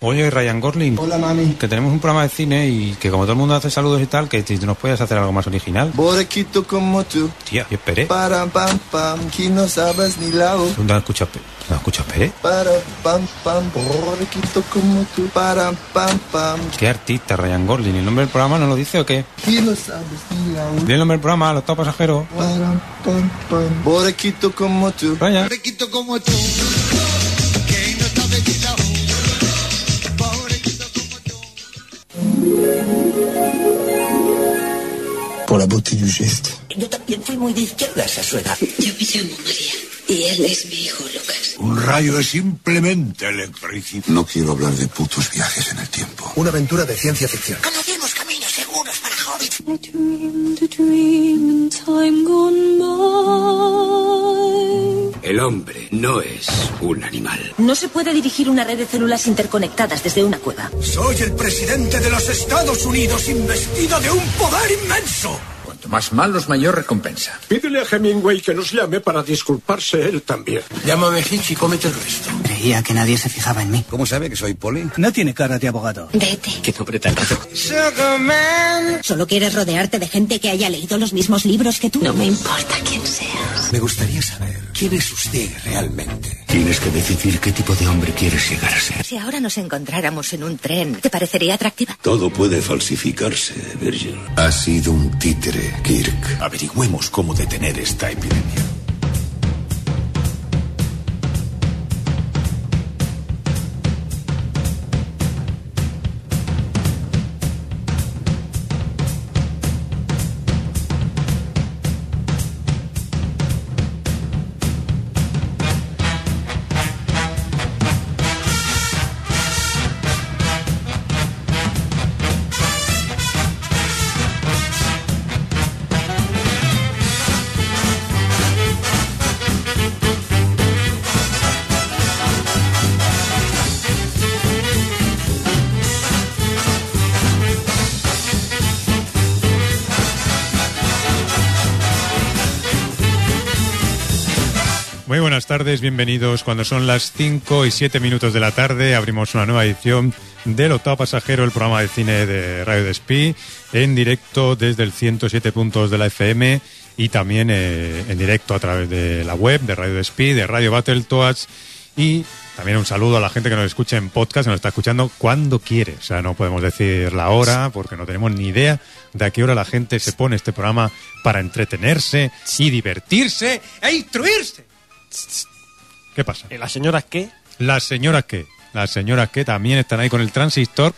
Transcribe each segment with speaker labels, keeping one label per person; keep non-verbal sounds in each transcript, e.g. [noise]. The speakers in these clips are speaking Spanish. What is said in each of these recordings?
Speaker 1: Oye, Ryan Gosling.
Speaker 2: Hola, mami.
Speaker 1: Que tenemos un programa de cine y que como todo el mundo hace saludos y tal, que si nos puedes hacer algo más original.
Speaker 2: Borrequito como tú.
Speaker 1: Tía, yo esperé.
Speaker 2: Para pam pam, que no sabes ni la voz.
Speaker 1: ¿No escuchas, Pe- no escuchas Pérez?
Speaker 2: Para pam pam, borrequito como tú. Para pam pam,
Speaker 1: ¿Qué artista, Ryan Gosling? ¿El nombre del programa no lo dice o qué?
Speaker 2: que no sabes ni la voz.
Speaker 1: Dile el nombre del programa, los top pasajeros.
Speaker 2: Para pam pam, borrequito como tú.
Speaker 1: Ryan.
Speaker 2: Borrequito como tú. Por la beauté du geste.
Speaker 3: Yo también fui muy de izquierdas a su edad.
Speaker 4: Yo me llamo María y él es mi hijo Lucas.
Speaker 5: Un rayo es simplemente electricidad. No quiero hablar de putos viajes en el tiempo.
Speaker 2: Una aventura de ciencia ficción.
Speaker 3: Conocemos caminos seguros para hobbits.
Speaker 6: I dreamed a dream in time gone by.
Speaker 7: El hombre no es un animal.
Speaker 8: No se puede dirigir una red de células interconectadas desde una cueva.
Speaker 5: Soy el presidente de los Estados Unidos investido de un poder inmenso.
Speaker 7: Cuanto más malos, mayor recompensa.
Speaker 9: Pídele a Hemingway que nos llame para disculparse él también.
Speaker 5: Llámame Hitch y cómete el resto.
Speaker 3: Creía que nadie se fijaba en mí.
Speaker 5: ¿Cómo sabe que soy poli?
Speaker 3: No tiene cara de abogado.
Speaker 4: Vete.
Speaker 7: Qué nombre tan raro.
Speaker 8: Solo quieres rodearte de gente que haya leído los mismos libros que tú.
Speaker 4: No me importa quién seas.
Speaker 5: Me gustaría saber quién es usted realmente.
Speaker 7: Tienes que decidir qué tipo de hombre quieres llegar a ser.
Speaker 8: Si ahora nos encontráramos en un tren, ¿te parecería atractiva?
Speaker 5: Todo puede falsificarse, Virgil. Ha sido un títere, Kirk. Averigüemos cómo detener esta epidemia.
Speaker 10: Muy buenas tardes, bienvenidos. Cuando son las 5 y 7 minutos de la tarde, abrimos una nueva edición del Octavo Pasajero, el programa de cine de Radio Despí, en directo desde el 107 puntos de la FM y también eh, en directo a través de la web de Radio Despí, de Radio Battletoads y también un saludo a la gente que nos escucha en podcast, que nos está escuchando cuando quiere. O sea, no podemos decir la hora porque no tenemos ni idea de a qué hora la gente se pone este programa para entretenerse y divertirse e instruirse. ¿Qué pasa?
Speaker 11: ¿Y las señoras qué?
Speaker 10: Las señoras que, las señoras que también están ahí con el transistor,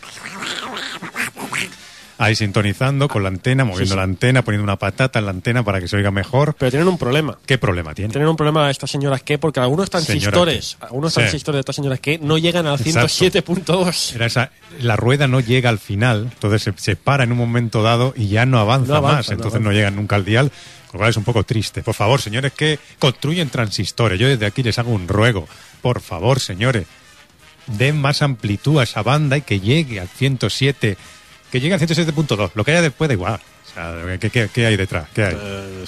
Speaker 10: ahí sintonizando con la antena, moviendo
Speaker 11: sí.
Speaker 10: la antena, poniendo una patata en la antena para que se oiga mejor.
Speaker 11: Pero tienen un problema.
Speaker 10: ¿Qué problema tiene?
Speaker 11: Tienen un problema estas señoras qué, porque algunos transistores,
Speaker 10: Señora qué.
Speaker 11: algunos
Speaker 10: Sí.
Speaker 11: transistores de estas señoras qué no llegan al
Speaker 10: Exacto.
Speaker 11: 107.2.
Speaker 10: Era esa- la rueda no llega al final, entonces se, se para en un momento dado y ya no avanza,
Speaker 11: No avanza,
Speaker 10: más,
Speaker 11: no
Speaker 10: entonces no,
Speaker 11: avanza.
Speaker 10: llegan nunca al dial, con lo cual es un poco triste. Por favor, señores, que construyen transistores. Yo desde aquí les hago un ruego. Por favor, señores, den más amplitud a esa banda y que llegue al 107, que llegue al 107.2. Lo que haya después da igual. O sea, ¿qué, qué- qué hay detrás? ¿Qué hay?
Speaker 11: Eh,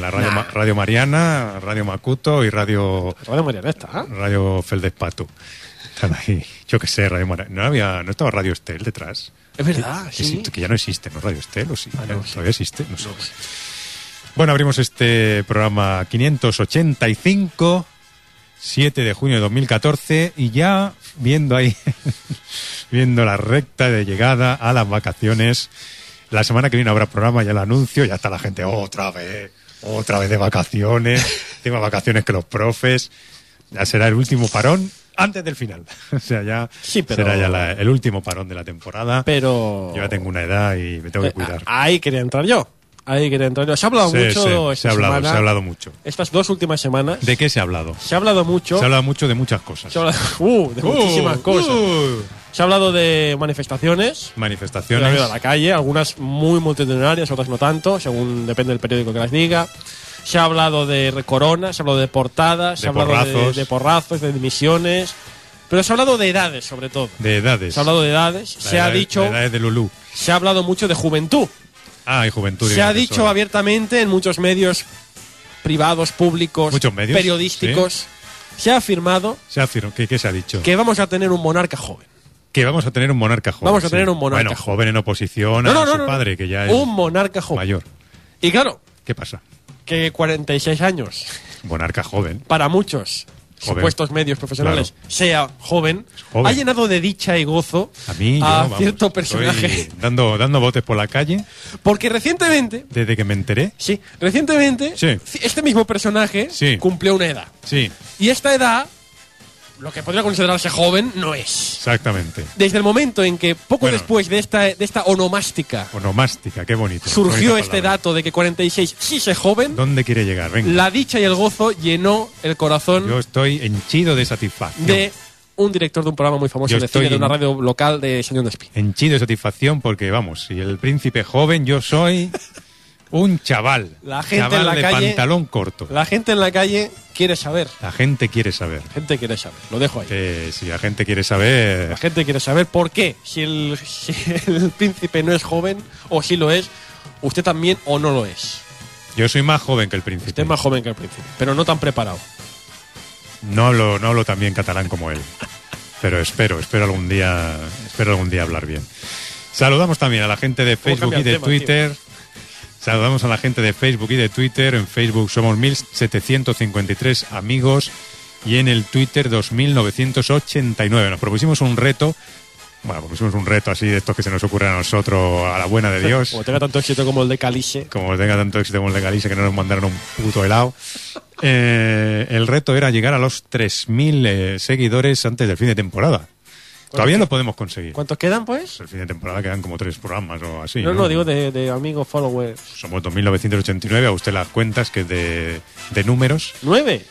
Speaker 10: la radio, Ma- radio Mariana, [laughs] Radio Macuto y Radio
Speaker 11: Bueno, Mariana, está. ¿eh?
Speaker 10: Radio Feldespatu. Están ahí. Yo qué sé, Radio Mara- No, había, no estaba Radio Estel detrás.
Speaker 11: Es verdad,
Speaker 10: Que,
Speaker 11: sí.
Speaker 10: sí, que ya no existe, ¿no? Radio Estel, ¿o sí? ¿Eh?
Speaker 11: Ah, no, pues.
Speaker 10: ¿Todavía existe? No sé. Bueno, abrimos este programa 585, 7 de junio de 2014, y ya viendo ahí, [laughs] viendo la recta de llegada a las vacaciones. La semana que viene habrá programa, ya lo anuncio, ya está la gente otra vez, otra vez
Speaker 11: [laughs]
Speaker 10: de vacaciones, tema vacaciones que los profes. Ya será el último parón antes del final. O sea, ya
Speaker 11: Sí, pero-
Speaker 10: será ya la- el último parón de la temporada.
Speaker 11: Pero.
Speaker 10: Yo ya tengo una edad y me tengo que
Speaker 11: Eh,
Speaker 10: cuidar.
Speaker 11: a- Ahí quería entrar yo. Ahí quería entrar yo. Se ha hablado
Speaker 10: Sí,
Speaker 11: mucho.
Speaker 10: sí, se
Speaker 11: esta
Speaker 10: ha hablado,
Speaker 11: semana,
Speaker 10: se ha hablado mucho.
Speaker 11: Estas dos últimas semanas.
Speaker 10: ¿De qué se ha hablado?
Speaker 11: Se ha hablado mucho.
Speaker 10: Se ha hablado mucho de muchas cosas.
Speaker 11: se ha hablado- [laughs] uh, de muchísimas
Speaker 10: Uh,
Speaker 11: cosas.
Speaker 10: uh.
Speaker 11: Se ha hablado de manifestaciones. que ha
Speaker 10: manifestaciones.
Speaker 11: habido a la calle, algunas muy multitudinarias, otras no tanto, según depende del periódico que las diga. Se ha hablado de re- corona, se ha hablado de portadas, se
Speaker 10: De
Speaker 11: ha hablado de,
Speaker 10: porrazos.
Speaker 11: de porrazos, de dimisiones, pero se ha hablado de edades sobre todo.
Speaker 10: De edades.
Speaker 11: Se ha hablado de edades,
Speaker 10: La
Speaker 11: se ha
Speaker 10: edad-
Speaker 11: dicho,
Speaker 10: la edad de Lulú.
Speaker 11: se ha hablado mucho de juventud.
Speaker 10: Ah, y juventud.
Speaker 11: Se
Speaker 10: y
Speaker 11: ha
Speaker 10: profesora.
Speaker 11: dicho abiertamente en muchos medios privados, públicos,
Speaker 10: Muchos medios,
Speaker 11: periodísticos, se ha afirmado
Speaker 10: Se ha afirmado. ¿Qué, qué se ha dicho?
Speaker 11: que vamos a tener un monarca joven.
Speaker 10: Que vamos a tener un monarca joven.
Speaker 11: Vamos a tener un monarca
Speaker 10: Bueno, joven en oposición
Speaker 11: No,
Speaker 10: a
Speaker 11: no, no,
Speaker 10: su
Speaker 11: no, no.
Speaker 10: padre, que ya es
Speaker 11: Un monarca joven.
Speaker 10: mayor.
Speaker 11: Y claro,
Speaker 10: ¿Qué pasa?
Speaker 11: que 46 años,
Speaker 10: Monarca joven.
Speaker 11: para muchos
Speaker 10: Joven.
Speaker 11: supuestos medios profesionales, sea joven,
Speaker 10: joven.
Speaker 11: ha llenado de dicha y gozo
Speaker 10: A mí, yo,
Speaker 11: a
Speaker 10: vamos,
Speaker 11: cierto
Speaker 10: estoy
Speaker 11: personaje.
Speaker 10: Dando, dando botes por la calle
Speaker 11: Porque recientemente,
Speaker 10: desde que me enteré.
Speaker 11: sí, recientemente,
Speaker 10: Sí.
Speaker 11: este mismo personaje
Speaker 10: Sí.
Speaker 11: cumplió una edad.
Speaker 10: Sí,
Speaker 11: Y esta edad, lo que podría considerarse joven, no es.
Speaker 10: exactamente.
Speaker 11: Desde el momento en que, poco
Speaker 10: Bueno.
Speaker 11: después de esta, de esta onomástica,
Speaker 10: Onomástica, qué bonito.
Speaker 11: surgió
Speaker 10: Bonita
Speaker 11: este
Speaker 10: palabra.
Speaker 11: dato de que 46 sí se joven,
Speaker 10: ¿Dónde quiere llegar? Venga.
Speaker 11: la dicha y el gozo llenó el corazón
Speaker 10: Yo estoy henchido de satisfacción.
Speaker 11: de un director de un programa muy famoso
Speaker 10: Yo
Speaker 11: de
Speaker 10: estoy
Speaker 11: cine de una
Speaker 10: en-
Speaker 11: radio local de Señor de Espí.
Speaker 10: Henchido de satisfacción porque, vamos, si el príncipe joven, yo soy un chaval.
Speaker 11: La gente
Speaker 10: chaval
Speaker 11: en la
Speaker 10: de
Speaker 11: calle-
Speaker 10: pantalón corto.
Speaker 11: La gente en la calle quiere saber.
Speaker 10: La gente quiere saber.
Speaker 11: La gente quiere saber. Lo dejo ahí.
Speaker 10: Eh, si la gente quiere saber...
Speaker 11: La gente quiere saber por qué. Si el, si el [laughs] príncipe no es joven o si lo es, usted también o no lo es.
Speaker 10: Yo soy más joven que el príncipe.
Speaker 11: Usted es más joven que el príncipe, pero no tan preparado.
Speaker 10: No hablo, no hablo tan bien catalán como él. Pero espero, espero algún día, espero algún día hablar bien. Saludamos también a la gente de
Speaker 11: ¿Cómo
Speaker 10: Facebook
Speaker 11: cambia
Speaker 10: y
Speaker 11: el
Speaker 10: de
Speaker 11: tema,
Speaker 10: Twitter. Saludamos a la gente de Facebook y de Twitter. En Facebook somos 1753 amigos y en el Twitter 2989. Nos propusimos un reto. Bueno, propusimos un reto así de estos que se nos ocurren a nosotros, a la
Speaker 11: [laughs]
Speaker 10: buena de Dios
Speaker 11: Como tenga tanto éxito como el de Calice.
Speaker 10: como tenga tanto éxito como el de Galicia que no nos mandaron un puto helado. Eh, el reto era llegar a los 3.000 eh, seguidores antes del fin de temporada. Todavía lo podemos conseguir.
Speaker 11: ¿Cuántos quedan, pues?
Speaker 10: El fin de temporada quedan como tres programas o así.
Speaker 11: no, no, digo de, de amigos, followers.
Speaker 10: Somos 2.989, a usted las cuentas que de, de números.
Speaker 11: ¿Nueve?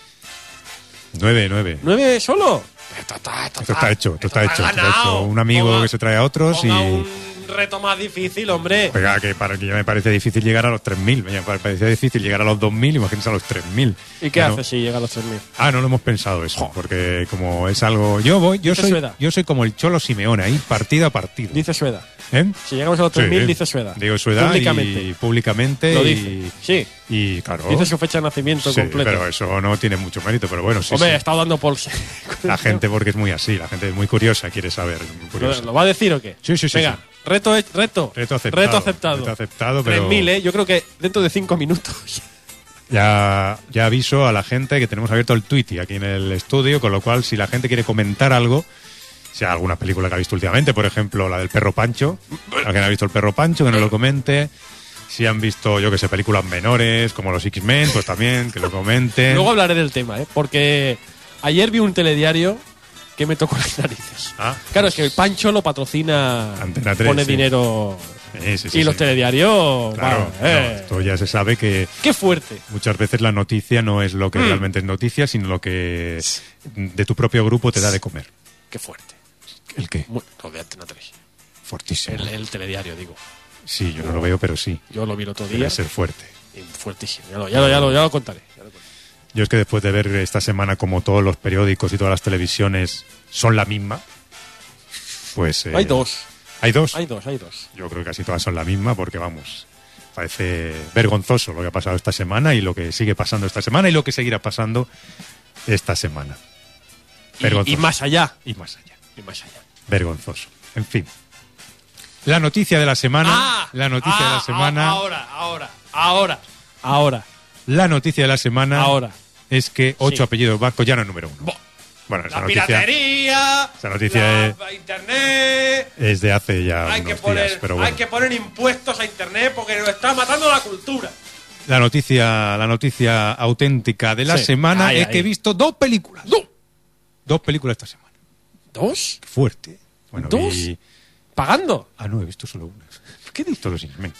Speaker 10: 9, 9.
Speaker 11: ¿Nueve solo? Esto
Speaker 10: Esto está hecho, esto está hecho. esto está
Speaker 11: ganado.
Speaker 10: hecho. Un amigo
Speaker 11: Ponga-
Speaker 10: que se trae a otros y...
Speaker 11: Ponga un reto más difícil, hombre.
Speaker 10: Venga, que para que ya me parece difícil llegar a los 3.000. Me parece difícil llegar a los 2.000, imagínense a los 3.000.
Speaker 11: ¿Y qué
Speaker 10: Bueno,
Speaker 11: hace si llega a los 3.000?
Speaker 10: Ah, no lo hemos pensado eso, porque como es algo... Yo voy, yo
Speaker 11: Dice
Speaker 10: soy,
Speaker 11: Sueda.
Speaker 10: yo soy como el Cholo Simeone, ahí partido a partido.
Speaker 11: Dice su edad.
Speaker 10: ¿Eh?
Speaker 11: Si llegamos a los 3.000,
Speaker 10: Sí.
Speaker 11: dice su edad.
Speaker 10: Digo su edad
Speaker 11: Públicamente.
Speaker 10: y públicamente.
Speaker 11: Lo
Speaker 10: y-
Speaker 11: dice. Sí.
Speaker 10: Y claro...
Speaker 11: Dice su fecha de nacimiento
Speaker 10: sí,
Speaker 11: completa.
Speaker 10: pero eso no tiene mucho mérito, pero bueno, sí,
Speaker 11: Hombre, he
Speaker 10: sí.
Speaker 11: estado dando por... [laughs]
Speaker 10: La gente, porque es muy así, la gente es muy curiosa, quiere saber. es muy
Speaker 11: ¿Lo,
Speaker 10: curiosa.
Speaker 11: lo va a decir o qué?
Speaker 10: Sí, sí, sí,
Speaker 11: Venga,
Speaker 10: sí.
Speaker 11: reto, he- reto.
Speaker 10: Reto aceptado.
Speaker 11: Reto aceptado.
Speaker 10: Reto aceptado, pero-
Speaker 11: 3.000, ¿eh? Yo creo que dentro de 5 minutos. [laughs]
Speaker 10: Ya, ya aviso a la gente que tenemos abierto el Twitter aquí en el estudio, con lo cual si la gente quiere comentar algo, sea alguna película que ha visto últimamente, por ejemplo la del perro Pancho, alguien ha visto el perro Pancho, que nos lo comente. Si han visto, yo que sé, películas menores como los X-Men, pues también que lo comenten.
Speaker 11: Luego hablaré del tema, ¿eh? Porque ayer vi un telediario que me tocó [laughs] las narices.
Speaker 10: Ah,
Speaker 11: Claro, es que el Pancho lo patrona,
Speaker 10: Antena tres,
Speaker 11: pone
Speaker 10: sí.
Speaker 11: dinero...
Speaker 10: Sí, sí, sí,
Speaker 11: y los
Speaker 10: sí.
Speaker 11: telediarios...
Speaker 10: Claro,
Speaker 11: vamos,
Speaker 10: no,
Speaker 11: eh.
Speaker 10: esto ya se sabe que
Speaker 11: ¡Qué fuerte!
Speaker 10: muchas veces la noticia no es lo que
Speaker 11: Mm.
Speaker 10: realmente es noticia, sino lo que de tu propio grupo te da de comer.
Speaker 11: ¡Qué fuerte!
Speaker 10: ¿El qué?
Speaker 11: Muy- no, de Antena 3.
Speaker 10: Fortísimo.
Speaker 11: El, el telediario, digo.
Speaker 10: Sí, yo no lo veo, pero sí.
Speaker 11: Yo lo vi el otro día.
Speaker 10: Debe ser fuerte.
Speaker 11: y Fuertísimo. Ya lo, ya lo, ya lo, ya lo contaré. ya lo contaré.
Speaker 10: Yo es que después de ver esta semana como todos los periódicos y todas las televisiones son la misma, pues... eh,
Speaker 11: Hay dos.
Speaker 10: ¿Hay dos?
Speaker 11: Hay dos, hay dos.
Speaker 10: Yo creo que casi todas son la misma porque, vamos, parece vergonzoso lo que ha pasado esta semana y lo que sigue pasando esta semana y lo que seguirá pasando esta semana.
Speaker 11: Y, y más allá.
Speaker 10: Y más allá.
Speaker 11: Y más allá.
Speaker 10: Vergonzoso. En fin. La noticia de la semana. la noticia de
Speaker 11: ah,
Speaker 10: la semana.
Speaker 11: ah, Ahora, ahora, ahora. Ahora.
Speaker 10: La noticia de la semana
Speaker 11: Ahora.
Speaker 10: es que ocho
Speaker 11: Sí.
Speaker 10: apellidos vascos ya no es número uno.
Speaker 11: Bo-
Speaker 10: Bueno, esa
Speaker 11: La
Speaker 10: noticia...
Speaker 11: piratería.
Speaker 10: esa noticia
Speaker 11: la- Internet.
Speaker 10: es de hace ya
Speaker 11: Hay
Speaker 10: unos
Speaker 11: que, poner,
Speaker 10: días, pero
Speaker 11: hay
Speaker 10: bueno.
Speaker 11: que poner impuestos a Internet porque nos está matando la cultura.
Speaker 10: La noticia, la noticia auténtica de la
Speaker 11: Sí.
Speaker 10: semana
Speaker 11: Ay,
Speaker 10: es
Speaker 11: ay.
Speaker 10: que he visto dos películas. Dos. películas esta semana.
Speaker 11: ¿Dos?
Speaker 10: Qué Fuerte. Bueno,
Speaker 11: ¿Dos?
Speaker 10: vi-
Speaker 11: ¿Pagando?
Speaker 10: Ah, no, he visto solo una. ¿Qué he visto los X-Men?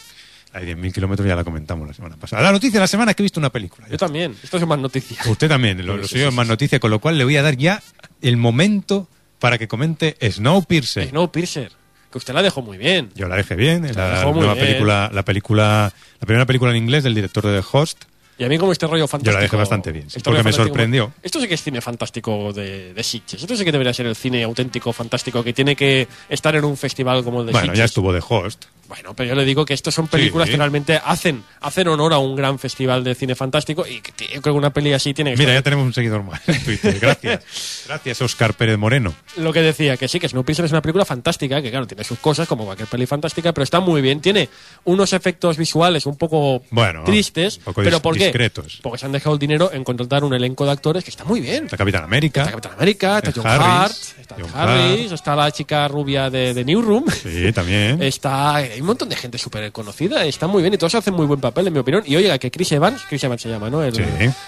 Speaker 10: La de 10.000 kilómetros ya la comentamos la semana pasada. La noticia de la semana es que he visto una película.
Speaker 11: Yo también. Esto es más noticia.
Speaker 10: [laughs] Usted también, lo, lo suyo es más noticia, con lo cual le voy a dar ya el momento para que comente Snowpiercer.
Speaker 11: Snowpiercer. Que usted la dejó muy bien.
Speaker 10: Yo la dejé bien, es la
Speaker 11: dejó muy
Speaker 10: nueva
Speaker 11: bien.
Speaker 10: película, la película, la primera película en inglés del director de The Host.
Speaker 11: Y a mí como este rollo fantástico...
Speaker 10: Yo la dejé bastante bien, sí,
Speaker 11: este rollo
Speaker 10: porque me
Speaker 11: fantástico-
Speaker 10: sorprendió.
Speaker 11: Esto sí que es cine fantástico de, de Sitges. Esto sí que debería ser el cine auténtico, fantástico, que tiene que estar en un festival como el de
Speaker 10: Bueno,
Speaker 11: Sitges.
Speaker 10: ya estuvo The Host.
Speaker 11: Bueno, pero yo le digo que estas son películas
Speaker 10: Sí.
Speaker 11: que realmente hacen, hacen honor a un gran festival de cine fantástico y que t- yo creo que una peli así tiene que
Speaker 10: Mira, ya
Speaker 11: estar.
Speaker 10: tenemos un seguidor más en Twitter. Gracias.
Speaker 11: [laughs]
Speaker 10: Gracias, Oscar Pérez Moreno.
Speaker 11: Lo que decía, que sí, que Snowpiercer es una película fantástica, que claro, tiene sus cosas, como cualquier peli fantástica, pero está muy bien. Tiene unos efectos visuales un poco
Speaker 10: Bueno,
Speaker 11: tristes,
Speaker 10: un poco
Speaker 11: pero
Speaker 10: dis-
Speaker 11: ¿por qué?
Speaker 10: discretos.
Speaker 11: Porque se han dejado el dinero en contratar un elenco de actores que está muy bien.
Speaker 10: Está Capitán América. Está
Speaker 11: Capitán América, está John Hart, está Harris, está la chica rubia de, de Newsroom.
Speaker 10: Sí, también.
Speaker 11: Eh, Está, hay un montón de gente súper conocida, está muy bien y todos hacen muy buen papel, en mi opinión. Y oiga, que Chris Evans, Chris Evans se llama, ¿no? El-
Speaker 10: Sí.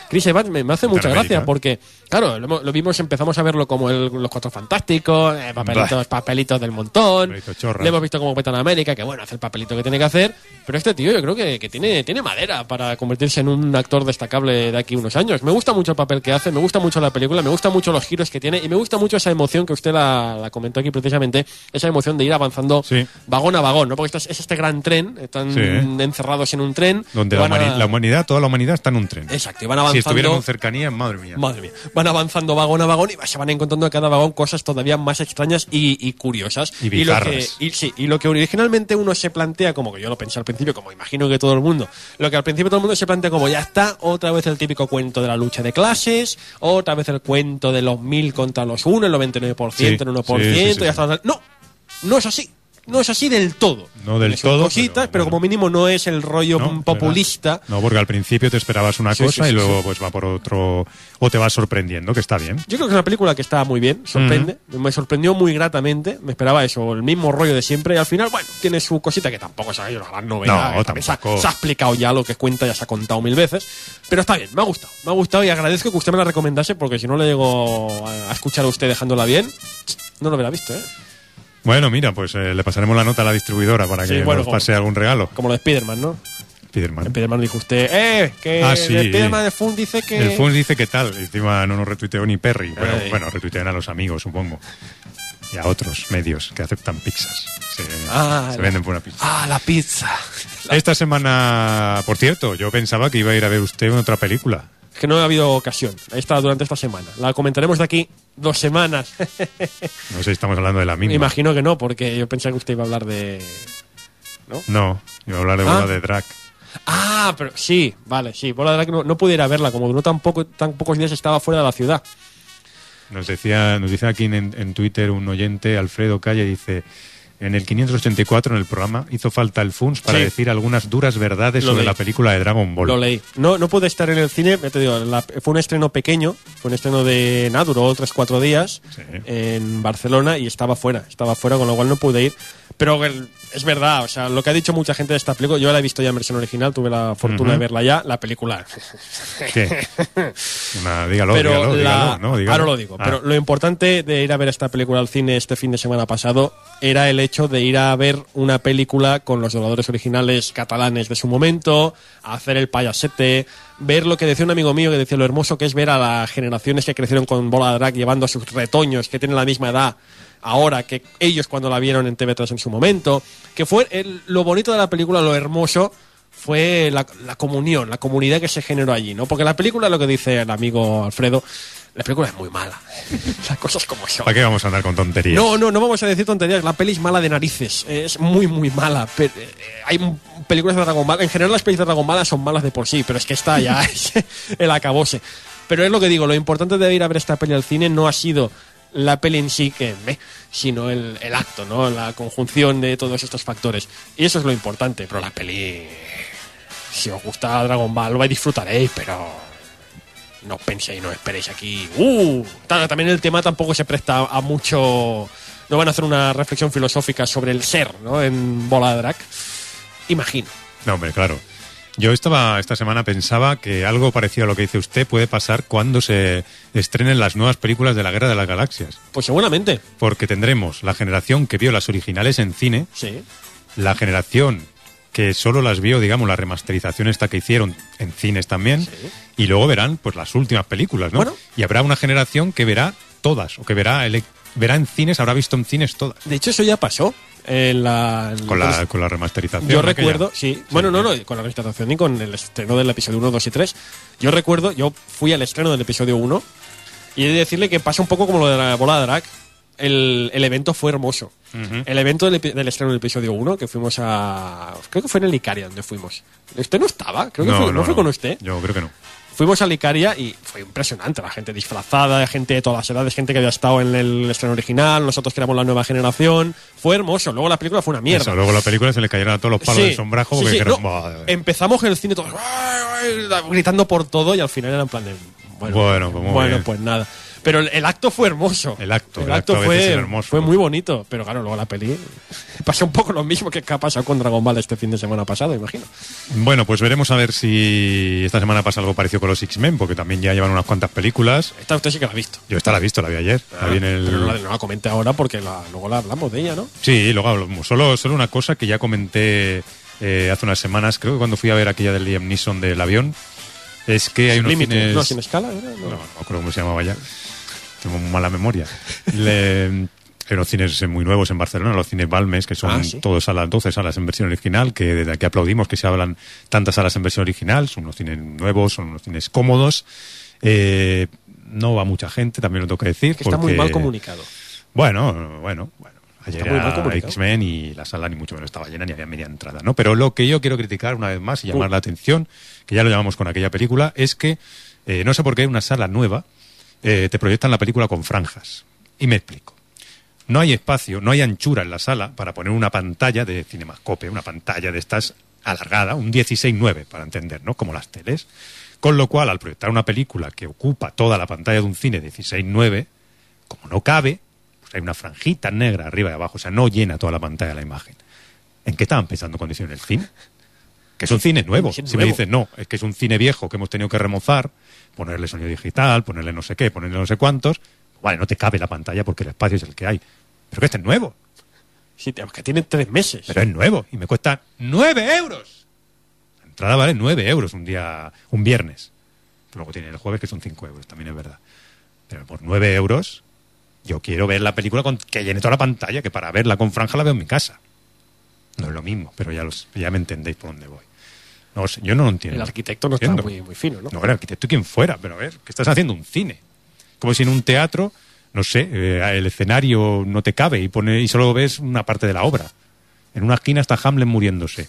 Speaker 11: Chris Evans me, me hace
Speaker 10: Capitán
Speaker 11: mucha gracia
Speaker 10: América.
Speaker 11: porque, claro, lo, hemos- lo vimos, empezamos a verlo como el- los Cuatro Fantásticos, eh, papelitos, papelitos del montón.
Speaker 10: chorra.
Speaker 11: Le hemos visto como Capitán América, que bueno, hace el papelito que tiene que hacer. Pero este tío yo creo que, que tiene, tiene madera para convertirse en un actor destacable de aquí unos años. Me gusta mucho el papel que hace, me gusta mucho la película, me gusta mucho los giros que tiene y me gusta mucho esa emoción que usted la, la comentó aquí precisamente, esa emoción de ir avanzando vagón a vagón, ¿no? Porque esto es, es este gran tren, están
Speaker 10: Sí.
Speaker 11: encerrados en un tren.
Speaker 10: Donde
Speaker 11: y
Speaker 10: la,
Speaker 11: van a-
Speaker 10: humani- la humanidad, toda la humanidad está en un tren.
Speaker 11: Exacto, y van avanzando.
Speaker 10: Si estuviéramos en cercanías, madre mía.
Speaker 11: Madre mía. Van avanzando vagón a vagón y se van encontrando en cada vagón cosas todavía más extrañas y, y curiosas.
Speaker 10: Y
Speaker 11: lo que,
Speaker 10: bizarras.
Speaker 11: y, sí, y lo que originalmente uno se plantea, como que yo lo pensé al principio, como imagino que todo el mundo, lo que al principio todo el mundo se plantea como ya está, otra vez el típico cuento de la lucha de clases, otra vez el cuento de los mil contra los uno, el 99%, el
Speaker 10: Sí,
Speaker 11: 1%,
Speaker 10: sí, sí, sí,
Speaker 11: y hasta- No, no es así. No es así del todo.
Speaker 10: No del
Speaker 11: Son
Speaker 10: todo.
Speaker 11: cositas, pero, como mínimo no es el rollo populista
Speaker 10: No, porque al principio te esperabas una
Speaker 11: Sí, sí,
Speaker 10: cosa
Speaker 11: sí,
Speaker 10: y luego
Speaker 11: sí.
Speaker 10: pues va por otro. O te va sorprendiendo, que está bien.
Speaker 11: Yo creo que es una película que está muy bien, sorprende. Me sorprendió muy gratamente. Me esperaba eso, el mismo rollo de siempre. Y al final, bueno, tiene su cosita que tampoco es la gran novela.
Speaker 10: No,
Speaker 11: que también se, ha-
Speaker 10: tampoco.
Speaker 11: se ha explicado ya lo que cuenta, ya se ha contado mil veces. Pero está bien, me ha gustado. Me ha gustado y agradezco que usted me la recomendase porque si no le llego a a escuchar a usted dejándola bien, no lo hubiera visto, ¿eh?
Speaker 10: Bueno, mira, pues eh, le pasaremos la nota a la distribuidora para
Speaker 11: Sí,
Speaker 10: que
Speaker 11: bueno,
Speaker 10: nos pase algún regalo.
Speaker 11: Como lo de Spiderman, ¿no?
Speaker 10: Spiderman.
Speaker 11: Spiderman dijo usted, ¡eh! Que
Speaker 10: Ah, sí.
Speaker 11: el Spiderman de Fun dice que. Eh.
Speaker 10: El Funs dice que tal. Encima no nos retuiteó ni Perry. Pero
Speaker 11: Ay.
Speaker 10: bueno, retuitean a los amigos, supongo. Y a otros medios que aceptan pizzas. Se,
Speaker 11: Ah,
Speaker 10: se
Speaker 11: la-
Speaker 10: venden por una pizza.
Speaker 11: Ah, la pizza.
Speaker 10: Esta semana, por cierto, yo pensaba que iba a ir a ver usted una otra película.
Speaker 11: Es que no ha habido ocasión. Esta, durante esta semana. La comentaremos de aquí dos semanas.
Speaker 10: No sé si estamos hablando de la
Speaker 11: Me
Speaker 10: misma.
Speaker 11: [laughs] Imagino que no, porque yo pensaba que usted iba a hablar de.
Speaker 10: No, iba a hablar de
Speaker 11: Ah.
Speaker 10: bola de drag.
Speaker 11: Ah, pero sí, vale, sí. Bola de Drag no, no pudiera verla, como no tampoco, tan pocos días estaba fuera de la ciudad.
Speaker 10: Nos decía, nos dice aquí en, en Twitter un oyente, Alfredo Calle, dice en el 584 en el programa hizo falta el Funs para
Speaker 11: Sí.
Speaker 10: decir algunas duras verdades
Speaker 11: Lo
Speaker 10: sobre
Speaker 11: leí.
Speaker 10: la película de Dragon Ball.
Speaker 11: Lo leí. No, no pude estar en el cine, ya te digo, la- fue un estreno pequeño, fue un estreno de nada, duró 3-4 días en Barcelona y estaba fuera, estaba fuera, con lo cual no pude ir. Pero el- es verdad, o sea, lo que ha dicho mucha gente de esta película, yo la he visto ya en versión original, tuve la fortuna
Speaker 10: Ujú.
Speaker 11: de verla ya, la película. [laughs]
Speaker 10: ¿Qué? Una- dígalo,
Speaker 11: pero
Speaker 10: dígalo,
Speaker 11: la-
Speaker 10: dígalo, ¿no? Dígalo.
Speaker 11: Ahora lo digo.
Speaker 10: Ah.
Speaker 11: Pero lo importante de ir a ver esta película al cine este fin de semana pasado era el hecho de ir a ver una película con los dobladores originales catalanes de su momento, hacer el payasete, ver lo que decía un amigo mío que decía lo hermoso que es ver a las generaciones que crecieron con Bola de Drag llevando a sus retoños que tienen la misma edad ahora que ellos cuando la vieron en TV3 en su momento, que fue el- lo bonito de la película, lo hermoso fue la, la comunión, la comunidad que se generó allí, ¿no? Porque la película, lo que dice el amigo Alfredo, la película es muy mala. [laughs] Las cosas como son.
Speaker 10: Ah, ¿Para qué vamos a andar con tonterías?
Speaker 11: No, no, no vamos a decir tonterías. La peli es mala de narices. Eh, Es muy, muy mala. Pero, eh, hay m- películas de Dragon Ball. En general, las películas de Dragon Ball son malas de por sí, pero es que esta ya es el acabose. Pero es lo que digo: lo importante de ir a ver esta peli al cine no ha sido la peli en sí que me, sino el, el acto, ¿no? La conjunción de todos estos factores. Y eso es lo importante. Pero la peli. Si os gusta Dragon Ball, lo disfrutaréis, ¿eh? pero no penséis, no esperéis aquí. ¡Uh! Ta- También el tema tampoco se presta a mucho. No van a hacer una reflexión filosófica sobre el ser, ¿no? En Bola de Drag. Imagino.
Speaker 10: No, hombre, claro. Yo estaba esta semana pensaba que algo parecido a lo que dice usted puede pasar cuando se estrenen las nuevas películas de la Guerra de las Galaxias.
Speaker 11: Pues seguramente.
Speaker 10: Porque tendremos la generación que vio las originales en cine,
Speaker 11: Sí.
Speaker 10: la generación que solo las vio, digamos, la remasterización esta que hicieron en cines también, y luego verán pues las últimas películas, ¿no? Y habrá una generación que verá todas, o que verá, ele- verá en cines, habrá visto en cines todas.
Speaker 11: De hecho, eso ya pasó. En la, en-
Speaker 10: Con la, con la remasterización.
Speaker 11: Yo
Speaker 10: aquella.
Speaker 11: recuerdo, sí. Bueno, no, no, con la registración y con el estreno del episodio 1, 2 y 3. Yo recuerdo, yo fui al estreno del episodio 1 y he de decirle que pasa un poco como lo de la bola de drag. el, el evento fue hermoso. El evento del, epi- del estreno del episodio 1, que fuimos a. Creo que fue en el Icaria donde fuimos. Usted no estaba, creo que
Speaker 10: No,
Speaker 11: fue,
Speaker 10: no,
Speaker 11: no, fue
Speaker 10: no.
Speaker 11: con usted.
Speaker 10: Yo creo que no.
Speaker 11: Fuimos al Icaria y fue impresionante. La gente disfrazada, gente de todas las edades, gente que había estado en el estreno original, nosotros que éramos la nueva generación. Fue hermoso. Luego la película fue una mierda.
Speaker 10: Eso, luego la película se le cayeron a todos los palos
Speaker 11: Sí,
Speaker 10: del sombrajo
Speaker 11: sí,
Speaker 10: porque
Speaker 11: sí,
Speaker 10: dijeron, eh,
Speaker 11: no.
Speaker 10: "Madre".
Speaker 11: Empezamos en el cine todos "Ay, ay", gritando por todo y al final era en plan de. Bueno,
Speaker 10: Bueno, pues muy
Speaker 11: bueno,
Speaker 10: bien.
Speaker 11: pues nada. Pero el, el acto fue hermoso. El acto,
Speaker 10: el acto a veces
Speaker 11: fue
Speaker 10: es hermoso.
Speaker 11: Fue muy bonito. Pero claro, luego la peli [laughs] pasó un poco lo mismo que ha pasado con Dragon Ball este fin de semana pasado, imagino.
Speaker 10: Bueno, pues veremos a ver si esta semana pasa algo parecido con los X-Men, porque también ya llevan unas cuantas películas.
Speaker 11: Esta usted sí que la ha visto. Ah,
Speaker 10: Yo esta la he visto, la vi ayer. la vi en el...
Speaker 11: Pero no la, no la comente ahora porque la- luego la hablamos de ella, ¿no?
Speaker 10: Sí, luego hablamos. Solo, solo una cosa que ya comenté eh, hace unas semanas, creo que cuando fui a ver aquella del Liam Neeson del avión, es que hay unos
Speaker 11: Límite,
Speaker 10: cines-
Speaker 11: no, sin escala, ¿verdad? No.
Speaker 10: no me acuerdo cómo se llamaba ya. Tengo muy mala memoria. Le, en los cines muy nuevos en Barcelona, los cines Balmes, que son
Speaker 11: Ah, sí.
Speaker 10: todos salas, 12 salas en versión original, que desde aquí aplaudimos que se hablan tantas salas en versión original. Son unos cines nuevos, son unos cines cómodos. Eh, no va mucha gente, también lo tengo que decir.
Speaker 11: Que está muy
Speaker 10: porque-
Speaker 11: mal comunicado.
Speaker 10: Bueno, bueno, bueno. Ayer
Speaker 11: Está muy mal
Speaker 10: era
Speaker 11: comunicado.
Speaker 10: X-Men y la sala ni mucho menos estaba llena ni había media entrada, ¿no? Pero lo que yo quiero criticar una vez más y llamar la atención, que ya lo llamamos con aquella película, es que eh, no sé por qué en una sala nueva eh, te proyectan la película con franjas. Y me explico. No hay espacio, no hay anchura en la sala para poner una pantalla de cinemascope, una pantalla de estas alargada, un 16-9, para entender, ¿no? Como las teles. Con lo cual, al proyectar una película que ocupa toda la pantalla de un cine 16-9, como no cabe, pues hay una franjita negra arriba y abajo, o sea, no llena toda la pantalla la imagen. ¿En qué estaban pensando cuando hicieron el cine? Que es un cine nuevo.
Speaker 11: Sí,
Speaker 10: Si me
Speaker 11: nuevo.
Speaker 10: dices, no, es que es un cine viejo que hemos tenido que remozar, ponerle sonido digital, ponerle no sé qué, ponerle no sé cuántos, vale, no te cabe la pantalla porque el espacio es el que hay. Pero que este es nuevo.
Speaker 11: Sí, que tiene tres meses.
Speaker 10: Pero es nuevo y me cuesta nueve euros. La entrada vale nueve euros un día, un viernes. Luego tiene el jueves que son cinco euros, también es verdad. Pero por nueve euros yo quiero ver la película con, que llene toda la pantalla, que para verla con franja la veo en mi casa. No es lo mismo, pero ya, los, ya me entendéis por dónde voy. No sé, yo no lo entiendo.
Speaker 11: El arquitecto no está
Speaker 10: Entiendo.
Speaker 11: muy, muy fino, ¿no?
Speaker 10: No, el arquitecto quien fuera, pero a ver, que estás haciendo un cine. Como si en un teatro, no sé, eh, el escenario no te cabe y, pone, y solo ves una parte de la obra. En una esquina está Hamlet muriéndose.